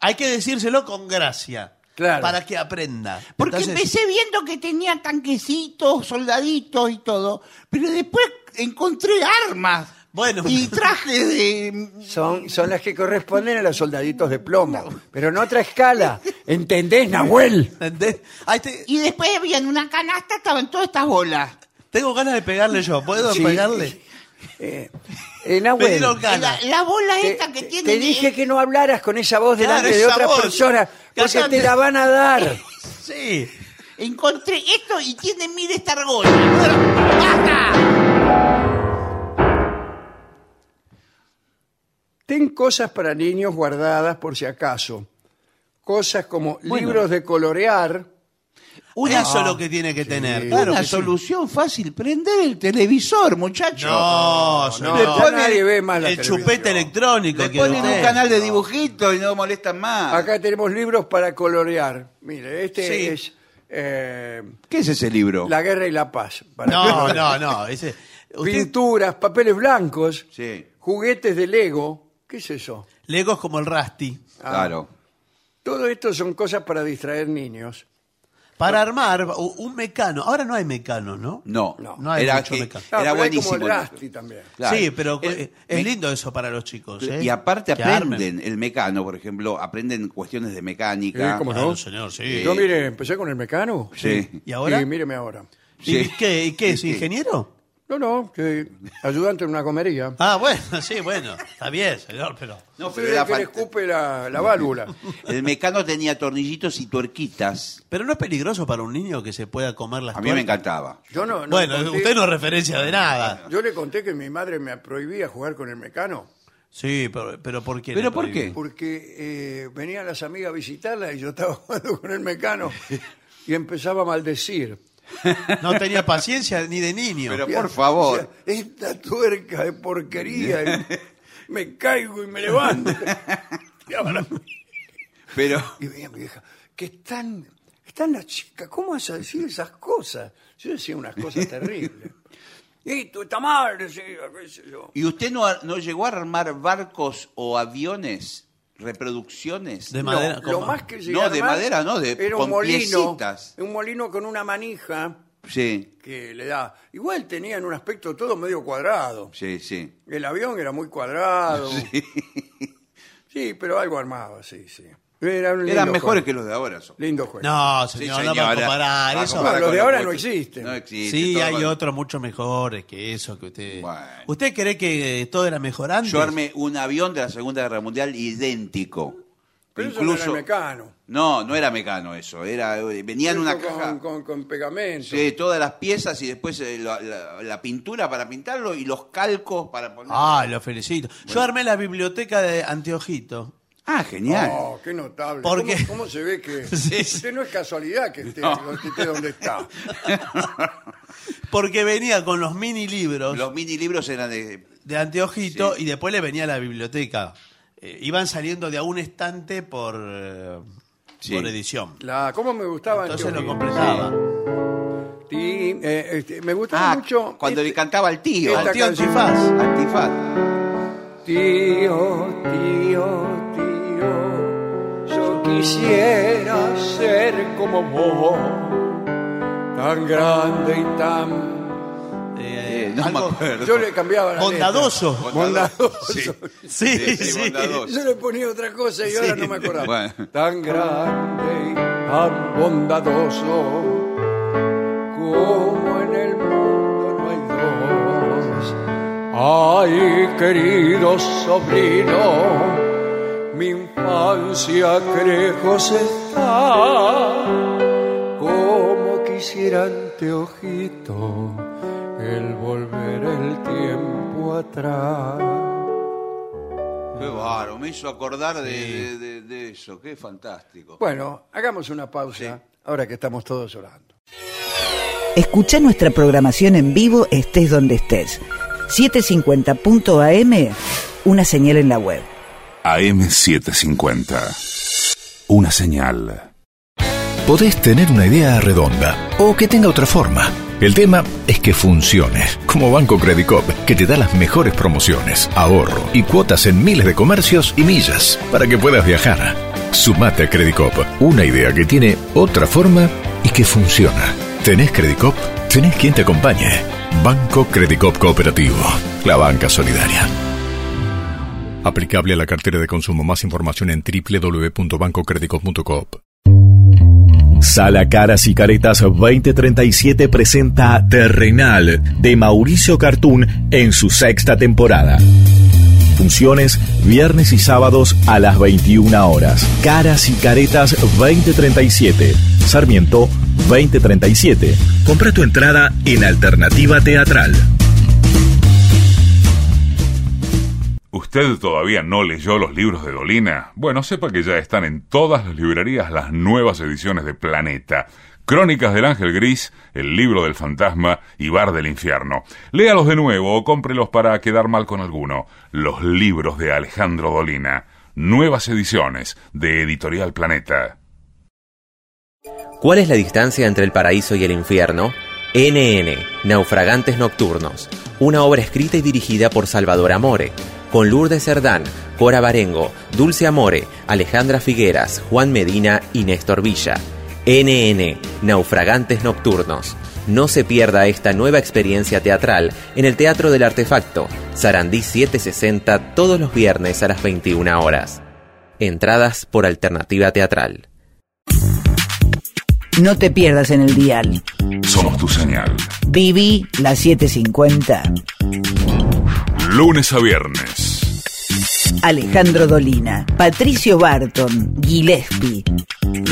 S7: hay que decírselo con gracia.
S6: Eh. Claro.
S7: Para que aprenda.
S15: Porque
S7: Entonces,
S15: empecé viendo que tenía tanquecitos, soldaditos y todo. Pero después encontré armas
S7: Bueno,
S15: y trajes de...
S6: Son, son las que corresponden a los soldaditos de plomo, pero en otra escala. ¿Entendés, Nahuel?
S7: ¿entendés? Ahí te-
S15: Y después había en una canasta, estaban todas estas bolas.
S7: tengo ganas de pegarle yo. ¿Puedo
S6: Sí.
S7: pegarle?
S6: Eh,
S7: Me
S6: Nahuel,
S7: dieron ganas.
S15: La, la bola
S6: te,
S15: esta que tiene...
S6: te dije que no hablaras con esa voz
S7: Claro,
S6: delante de
S7: esa
S6: otras
S7: voz.
S6: personas, porque
S7: Cállate.
S6: te la van a dar.
S7: [LAUGHS] Sí.
S15: Encontré esto y tiene mil estargolas. ¡Basta!
S6: Ten cosas para niños guardadas por si acaso. Cosas como libros de colorear. Ah.
S7: Una solo que tiene que tener. Claro
S8: Una
S7: que sí.
S8: solución fácil, prender el televisor, muchacho.
S7: No,
S6: No,
S7: señor.
S6: acá nadie ve más la
S7: el
S6: televisión.
S7: chupete electrónico.
S8: Le
S7: que
S8: ponen
S7: usted-
S8: un canal de dibujitos y no molestan más.
S6: Acá tenemos libros para colorear. Mire, este
S7: Sí.
S6: es eh,
S8: ¿Qué es ese libro?
S6: La guerra y la paz. para
S7: No,
S6: colorear.
S7: no, no. ese- usted-
S6: Pinturas, papeles blancos,
S8: Sí.
S6: juguetes de Lego. ¿Qué es eso?
S7: Lego es como el Rusty.
S8: Ah. Claro.
S6: Todo esto son cosas para distraer niños.
S7: Para armar u- un mecano. Ahora no hay mecano, ¿no?
S8: No,
S7: No hay
S8: era,
S7: mucho
S8: que-
S7: mecano.
S8: era
S6: pero hay como
S8: buenísimo.
S6: el Rusty también.
S7: Sí, pero eh, es
S8: me-
S7: lindo eso para los chicos. ¿eh?
S8: Y aparte
S7: Que armen.
S8: aprenden el mecano, por ejemplo, aprenden cuestiones de mecánica.
S6: Sí, Eh, cómo no. Claro,
S7: señor, sí.
S6: Yo, mire, empecé con el mecano.
S8: Sí.
S7: ¿Y ahora?
S6: Y míreme ahora.
S7: ¿Y
S8: Sí.
S7: qué, y qué es ingeniero?
S6: No, no, que ayudante en una comería.
S7: Ah, bueno, [LAUGHS] sí, bueno. Está bien, señor, pero.
S8: No,
S6: Usted
S8: pero
S6: es
S8: era
S6: el que le
S8: fal-
S6: escupe la, la válvula.
S8: [LAUGHS] El mecano tenía tornillitos y tuerquitas.
S7: Pero no es peligroso para un niño que se pueda comer las
S8: A mí me
S7: tuercas?
S8: encantaba.
S6: Yo no, no
S7: Bueno,
S6: conté-
S7: usted no es referencia de nada.
S6: Yo le conté que mi madre me prohibía jugar con el mecano
S7: Sí, pero, pero ¿por qué?
S8: ¿Pero
S7: le
S8: por
S7: prohíbe?
S8: qué?
S6: porque eh, venían las amigas a visitarla y yo estaba [LAUGHS] jugando con el mecano y empezaba a maldecir.
S7: No tenía paciencia ni de niño.
S8: Pero por favor.
S6: O sea, esta tuerca de porquería. y me caigo y
S7: [LAUGHS]
S6: me levanto. Y ahora-
S8: Pero
S6: [LAUGHS] Y veía mi vieja, que están, están las chicas, ¿cómo vas a decir esas cosas? Yo decía
S8: [LAUGHS]
S6: unas cosas terribles. Y tú está mal, decía, qué sé yo.
S8: ¿Y usted no, ar- no llegó a armar barcos o aviones, reproducciones?
S7: De
S6: No,
S7: madera.
S6: lo
S7: ¿cómo?
S6: más que llegué
S8: No,
S6: a
S8: de
S6: armar
S8: madera, no, de-
S6: era un
S8: con
S6: molino,
S8: piecitas.
S6: un molino con una manija
S8: Sí,
S6: que le da. Igual tenían un aspecto todo medio cuadrado.
S8: sí, sí. [LAUGHS]
S6: El avión era muy cuadrado. Sí, pero algo armaba, sí, sí. Era un
S8: Eran
S6: lindo
S8: mejores
S6: juego,
S8: que los de ahora. son.
S6: Lindo juego.
S7: No,
S8: Sí,
S7: señor, no va a
S8: señora.
S7: comparar
S8: Va a
S7: eso.
S8: comparar
S6: No, los
S8: con
S6: de
S8: los
S6: ahora no
S8: nuestros.
S6: existen.
S8: pues, No existen.
S7: Sí,
S8: todo
S7: hay
S8: con-
S7: otros mucho mejores que eso que usted.
S8: Bueno.
S7: ¿Usted cree que eh, todo era mejor antes?
S8: Yo armé un avión de la Segunda Guerra Mundial idéntico.
S6: Pero eso no
S8: Incluso...
S6: era el mecano.
S8: No, no era mecano eso. Era... Venía en una
S6: Eso con,
S8: caja.
S6: Con, con pegamento.
S8: Sí, todas las piezas y después eh, la, la- la pintura para pintarlo y los calcos para poner.
S7: Ah, lo felicito. Yo armé la biblioteca de Anteojito.
S8: Ah, genial.
S6: Oh, qué notable.
S7: ¿Por
S6: ¿Cómo,
S7: qué?
S6: cómo se ve
S8: [LAUGHS]
S6: que
S7: Sí, sí.
S6: usted no es casualidad que esté,
S8: No.
S6: que esté donde está?
S7: [LAUGHS] Porque venía con los mini libros
S8: Los mini libros eran de.
S7: de Anteojito
S8: Sí.
S7: y después le venía la biblioteca. Eh, iban saliendo de a un estante por, eh,
S8: Sí.
S7: por edición.
S6: La, ¿Cómo me gustaba?
S7: Entonces lo
S6: Antonio?
S7: completaba.
S6: Sí, eh, este, me gustaba
S8: Ah,
S6: mucho.
S8: cuando
S6: este-
S8: le cantaba al tío.
S6: esta
S7: Al tío
S6: canción.
S7: Antifaz.
S8: Antifaz.
S6: Tío, tío, tío, yo quisiera ser como vos, tan grande y tan...
S7: Eh,
S8: Eh, no
S7: algo
S8: me acuerdo.
S6: Yo le cambiaba la letra.
S7: bondadoso.
S6: Bondadoso. [LAUGHS]
S8: Sí,
S7: Sí,
S8: sí,
S7: sí.
S8: bondadoso.
S6: Yo le ponía otra cosa y ahora no me acordaba.
S8: Bueno.
S6: Tan grande y tan bondadoso como en el mundo no hay dos. Ay, querido sobrino, mi infancia crejos está. Como quisiera ante ojito el volver el tiempo atrás.
S8: Qué bárbaro, me hizo acordar de, de- de- de eso. Qué fantástico.
S6: Bueno, hagamos una pausa ahora que estamos todos orando.
S12: Escucha nuestra programación en vivo estés donde estés. 750.am, una señal en la web.
S4: AM750. Una señal.
S3: Podés tener una idea redonda o que tenga otra forma. El tema es que funcione, como Banco Credicop, que te da las mejores promociones, ahorro y cuotas en miles de comercios y millas para que puedas viajar. Sumate a Credicop, una idea que tiene otra forma y que funciona. ¿Tenés Credicop? ¿Tenés quien te acompañe? Banco Credicop Cooperativo, la banca solidaria. Aplicable a la cartera de consumo. Más información en www.bancocredicop.coop.
S1: Sala Caras y Caretas 2037 presenta Terrenal de Mauricio Cartún en su sexta temporada. Funciones viernes y sábados a las 21 horas. Caras y Caretas 2037. Sarmiento 2037. Compra tu entrada en Alternativa Teatral.
S4: ¿Usted todavía no leyó los libros de Dolina? Bueno, sepa que ya están en todas las librerías las nuevas ediciones de Planeta. Crónicas del Ángel Gris, El Libro del Fantasma y Bar del Infierno. Léalos de nuevo o cómprelos para quedar mal con alguno. Los libros de Alejandro Dolina. Nuevas ediciones de Editorial Planeta.
S16: ¿Cuál es la distancia entre el paraíso y el infierno? NN, Naufragantes Nocturnos, una obra escrita y dirigida por Salvador Amore, con Lourdes Cerdán, Cora Barengo, Dulce Amore, Alejandra Figueras, Juan Medina y Néstor Villa. NN, Naufragantes Nocturnos. No se pierda esta nueva experiencia teatral en el Teatro del Artefacto, Sarandí 760, todos los viernes a las 21 horas. Entradas por alternativa teatral.
S12: No te pierdas en el dial.
S4: Somos tu señal.
S12: Viví la 750.
S4: Lunes a viernes.
S12: Alejandro Dolina, Patricio Barton, Gillespie,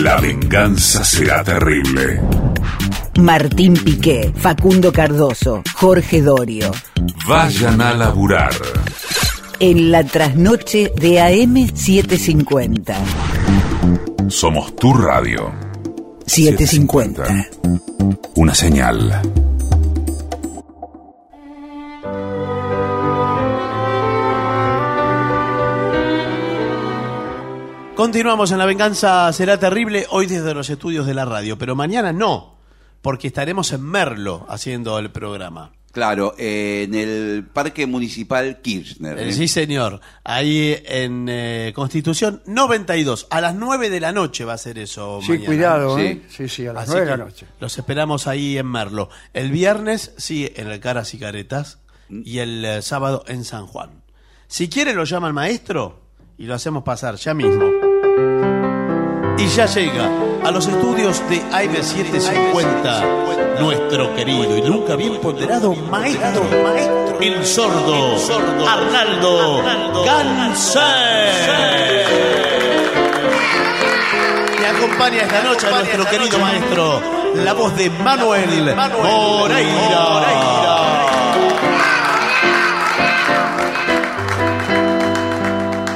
S4: La venganza será terrible.
S12: Martín Piqué, Facundo Cardoso, Jorge Dorio.
S4: Vayan a laburar.
S12: En la trasnoche de AM 750.
S4: Somos tu radio.
S12: 750.
S4: Una señal.
S7: Continuamos en La Venganza Será Terrible, hoy desde los estudios de la radio, pero mañana no, porque estaremos en Merlo haciendo el programa.
S8: Claro, eh, en el Parque Municipal Kirchner. ¿eh?
S7: Sí, señor, ahí en eh, Constitución 92, a las 9 de la noche va a ser eso.
S6: Sí,
S7: mañana.
S6: cuidado, ¿eh? Sí, sí, a las
S7: Así
S6: nueve de la
S7: que
S6: noche.
S7: Los esperamos ahí en Merlo. El viernes, sí, en el Caras y Caretas,
S6: Mm.
S7: y el eh, sábado en San Juan. Si quiere, lo llama el maestro y lo hacemos pasar ya mismo. Y ya llega a los estudios de AIB750, nuestro querido y nunca bien ponderado maestro, maestro, el sordo, Arnaldo Ganser. Me acompaña esta noche a nuestro querido maestro, la voz de Manuel Moreira.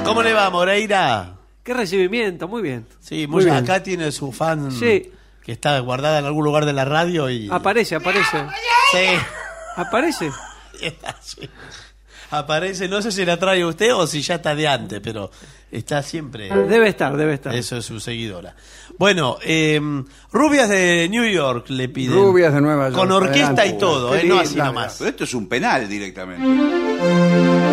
S7: ¿Cómo le va, Moreira?
S17: Qué recibimiento, muy bien.
S7: Sí, muy
S17: Muy bien.
S7: acá tiene su fan
S17: Sí.
S7: que está guardada en algún lugar de la radio y...
S17: Aparece, aparece.
S7: Sí.
S17: Aparece.
S7: Aparece, no sé si la trae usted o si ya está de antes, pero está siempre...
S17: Ah, Debe estar, debe estar.
S7: Eso es su seguidora. Bueno, eh, Rubias de New York le piden.
S6: Rubias de Nueva
S7: Con orquesta y todo, eh, no así nomás.
S8: Pero esto es un penal directamente.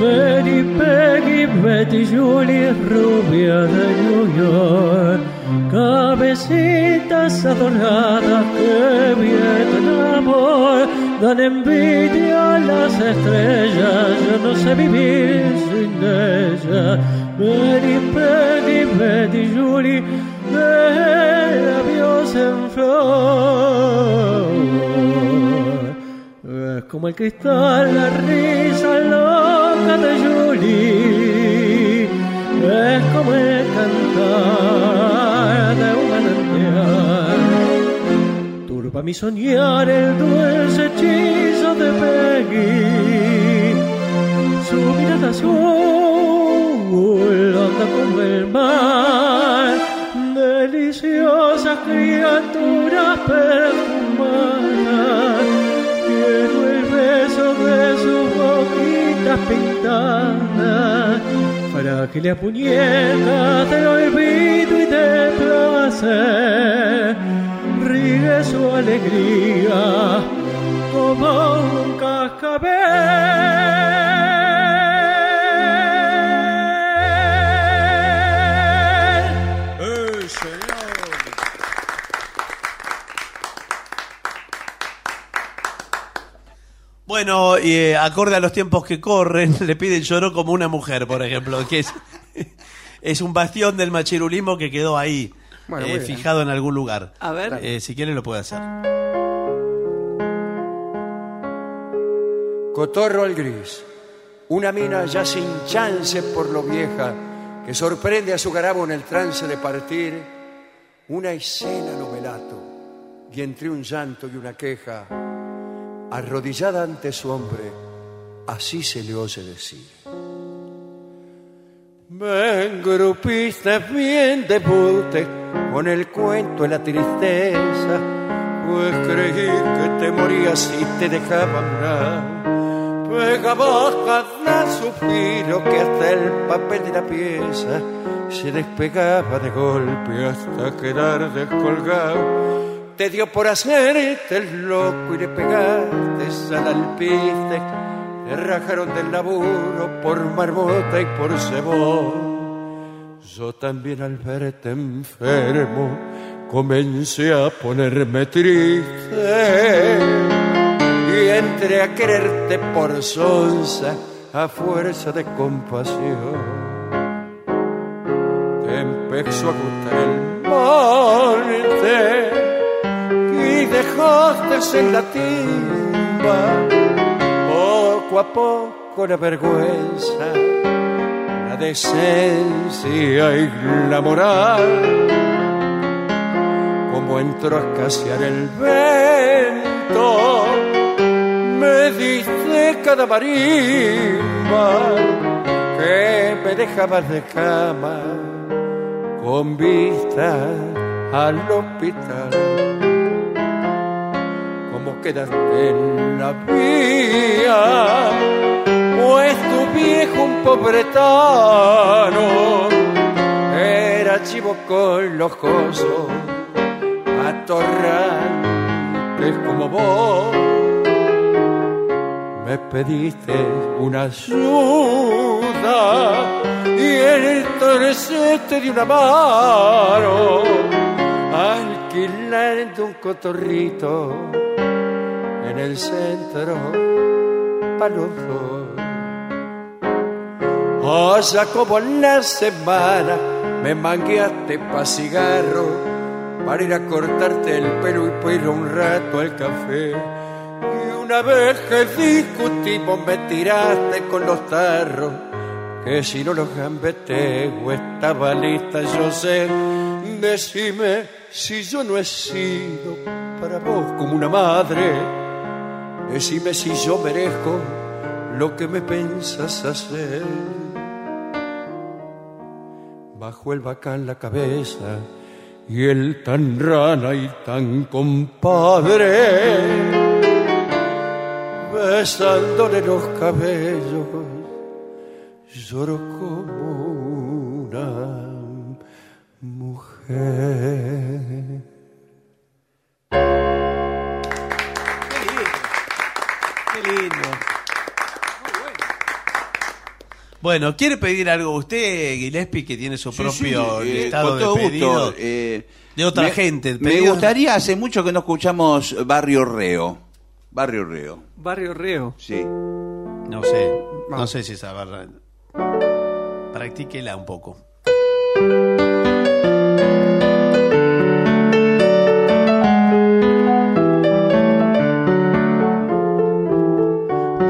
S18: Mary Peggy, Betty Julie, rubia de New York, cabecitas adoradas que vierten amor, dan envidia a las estrellas, yo no sé vivir sin ella. Mary Peggy, Betty Julie, de labios en flor. Es Eh, como el cristal, la risa loca de Julie. Es como el cantar de un manantial. Turba mi soñar el dulce hechizo de Peggy. Su mirada azul, onda como el mar. Deliciosas criaturas perfumadas. Quiero el beso de sus boquitas pintadas, frágiles muñecas del olvido y de placer. Ríe su alegría como un cascabel.
S7: Bueno, y, eh, acorde a los tiempos que corren, [LAUGHS] le piden lloró como una mujer, por ejemplo, que es, [LAUGHS] es un bastión del machirulismo que quedó ahí,
S17: Bueno,
S7: eh,
S17: muy bien.
S7: fijado en algún lugar.
S17: A ver.
S7: Eh, si quiere lo puede hacer.
S6: Cotorro al gris. Una mina ya sin chance por lo vieja que sorprende a su garabo en el trance de partir. Una escena novelato y entre un llanto y una queja, arrodillada ante su hombre, así se le oye decir. Me engrupiste bien de bote con el cuento y la tristeza, pues creí que te morías y te Pues dejaba morar. Pega baja da suspiro que hasta el papel de la pieza se despegaba de golpe hasta quedar descolgado
S2: Te dio por hacerte el loco y le pegaste al alpiste. Te rajaron del laburo por marmota y por cebón. Yo también al verte enfermo comencé a ponerme triste. Y entré a quererte por sonza a fuerza de compasión. Te empezó a gustar el monte y dejaste en la timba. Poco a poco la vergüenza, la decencia y la moral. Como entró a casear el viento, me diste cada marimba que me dejabas de cama con vista al hospital. Como quedaste en la vía, pues tu viejo un pobretano era chivo con los cosos, atorrantes como vos. Me pediste una ayuda y entonces te di una mano alquilando un cotorrito en el centro para los dos. Allá Oh, como en la semana me mangueaste pa' cigarro para ir a cortarte el pelo y para ir un rato al café. Y una vez que discutimos me tiraste con los tarros que si no los gambeteo estaba lista yo sé decime si yo no he sido para vos como una madre decime si yo merezco lo que me pensas hacer bajo el bacán la cabeza y el tan rana y tan compadre besándole los cabellos lloro como una mujer.
S19: Qué lindo.
S7: Bueno, ¿quiere pedir algo usted, Gillespie, que tiene su propio
S8: sí, eh,
S7: listado
S8: con todo
S7: de pedidos
S8: gusto, eh,
S7: de otra
S8: me-
S7: gente?
S8: Me
S7: pedidos-
S8: gustaría, hace mucho que no escuchamos Barrio Reo. Barrio Reo,
S19: Barrio Reo.
S8: sí.
S7: No sé, no sé si esa barra... Practíquela un poco.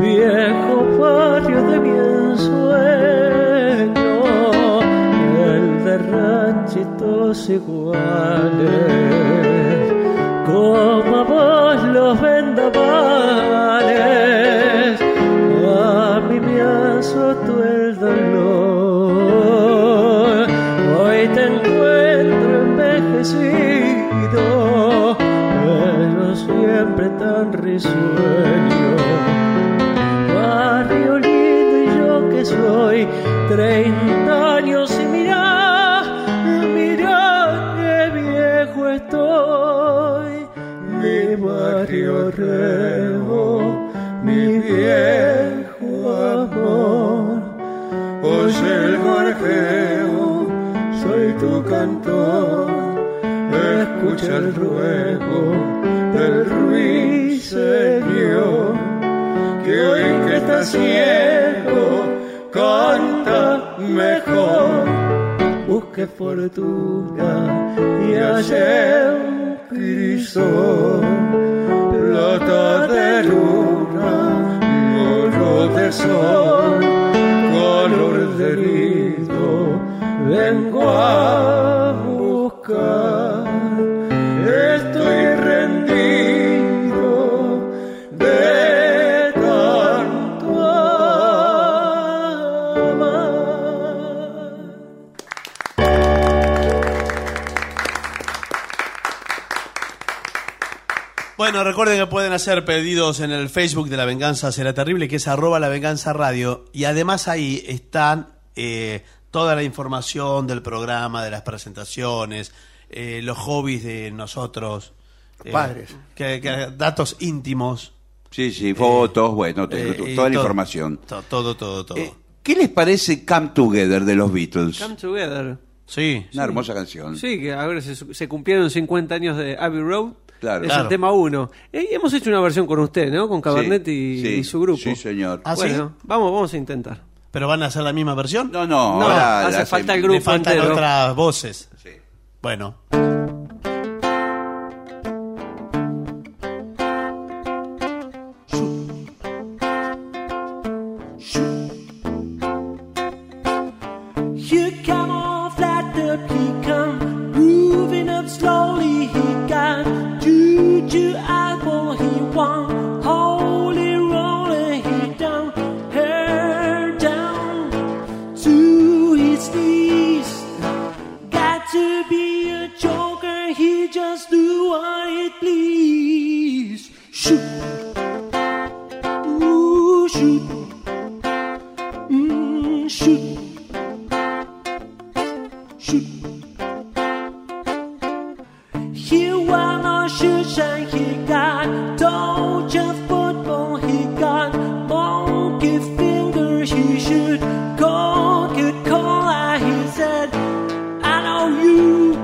S18: viejo patio de mi ensueño, el de ranchitos iguales, como a vos los vendavales, a mí me azotó el dolor, hoy te encuentro envejecido, pero siempre tan risueño barrio lindo y yo que soy 30 años y mirá, mirá qué viejo estoy, mi barrio reo, mi viejo amor, oye el gorjeo, soy tu cantor, escucha el ruego del ruiseñor que hoy que está ciego canta mejor. Busque fortuna y halle un crisol, plata de luna, oro de sol, color de nido, vengo a buscar. Estoy rendido de tanto amar.
S7: Bueno, recuerden que pueden hacer pedidos en el Facebook de La Venganza Será Terrible, que es arroba La Venganza Radio. Y además ahí están eh, toda la información del programa, de las presentaciones, eh, los hobbies de nosotros.
S6: Padres.
S7: Que, que datos íntimos.
S8: Sí, sí, fotos, bueno, te-
S7: eh, y
S8: toda la
S7: todo.
S8: información. Eh,
S7: to- Todo, todo, todo.
S8: ¿Qué les parece Come Together de los Beatles?
S17: Come Together.
S7: Sí.
S8: Una hermosa canción.
S17: Sí, que ahora se, se cumplieron 50 años de Abbey Road.
S8: Claro.
S17: Es
S8: Claro.
S17: el tema 1. hemos hecho una versión con usted, ¿no? Con Cabernet
S8: Sí,
S17: y,
S8: sí,
S17: y su grupo.
S8: sí, señor.
S7: ¿Ah, sí?
S17: bueno, vamos, vamos a intentar.
S7: ¿Pero van a hacer la misma versión?
S8: No, no, em-
S17: No, ahora hace la falta hacen- el grupo
S7: Le faltan
S17: entero.
S7: otras voces.
S8: Sí.
S7: Bueno.
S18: You come off like the pecan, moving up slowly. He got juju apple, he won. Holy roller, he down, her down to his knees. Got to be a joker, he just do what he please. Shoot, ooh, shoot, mm, shoot. He won a shoes and he got Dodge football, he got monkey finger, he should Coca-Cola, he said, I know you,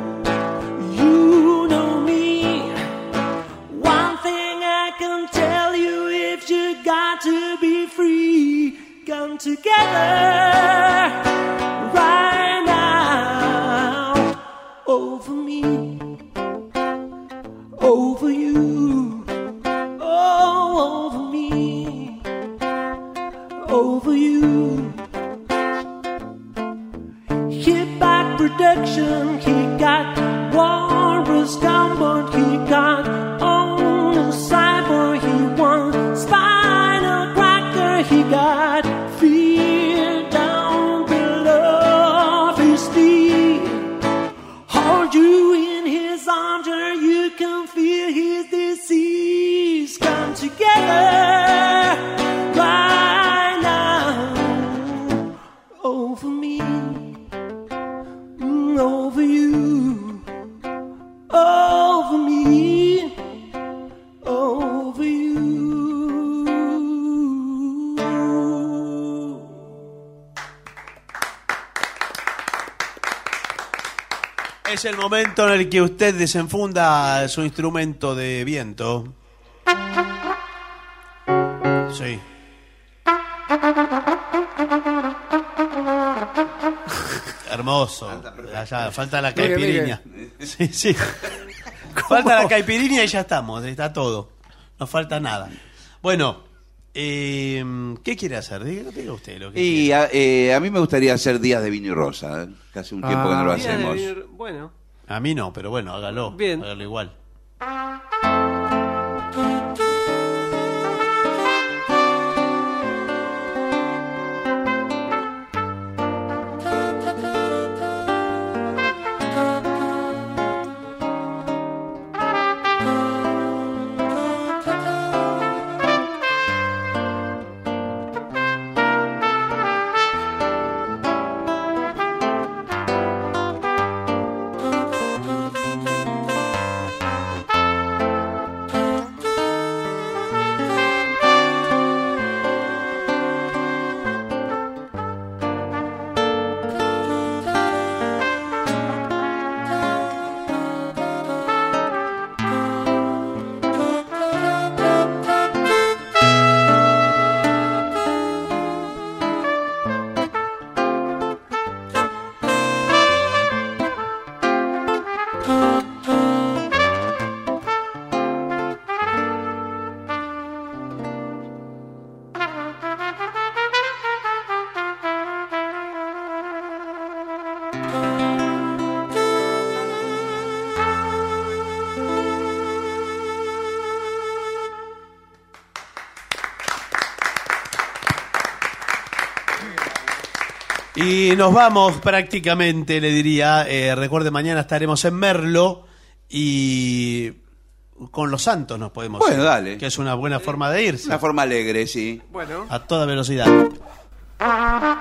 S18: you know me. One thing I can tell you if you got to be free, come together right now over me over you, oh, over me, over you. Hit back production, he got Walrus Gumbot, he got on the cyber, he won Spinal Cracker, he got fear down below his feet. Hold you in his arms where you can feel his disease. Come together right now. Over me, Mm, over you, over me, Oh, over you.
S7: Es el momento en el que usted desenfunda su instrumento de viento. Sí. Hermoso. Allá, falta la
S6: Mire,
S7: caipirinha. Sí, [LAUGHS] sí. Falta la caipirinha y ya estamos. Está todo. No falta nada. Bueno, eh, ¿qué quiere hacer? Diga, diga usted lo que
S8: Y a, eh, a mí me gustaría hacer Días de Vino y Rosa, ¿eh? que hace un tiempo que no lo
S7: Ah. Días de
S8: hacemos.
S7: Vino
S17: Bueno,
S7: A mí no, pero bueno, hágalo.
S17: Bien.
S7: Hágalo igual. Y nos vamos prácticamente, le diría. Eh, recuerde, mañana estaremos en Merlo y con los Santos nos podemos
S8: Bueno,
S7: ir,
S8: dale.
S7: Que es una buena forma de irse.
S8: Una forma alegre, sí.
S17: Bueno.
S7: A toda velocidad.
S18: Thank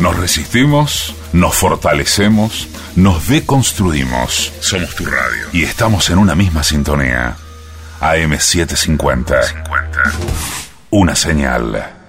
S4: Nos resistimos, nos fortalecemos, nos deconstruimos. Somos tu radio. Y estamos en una misma sintonía. AM750. Una señal.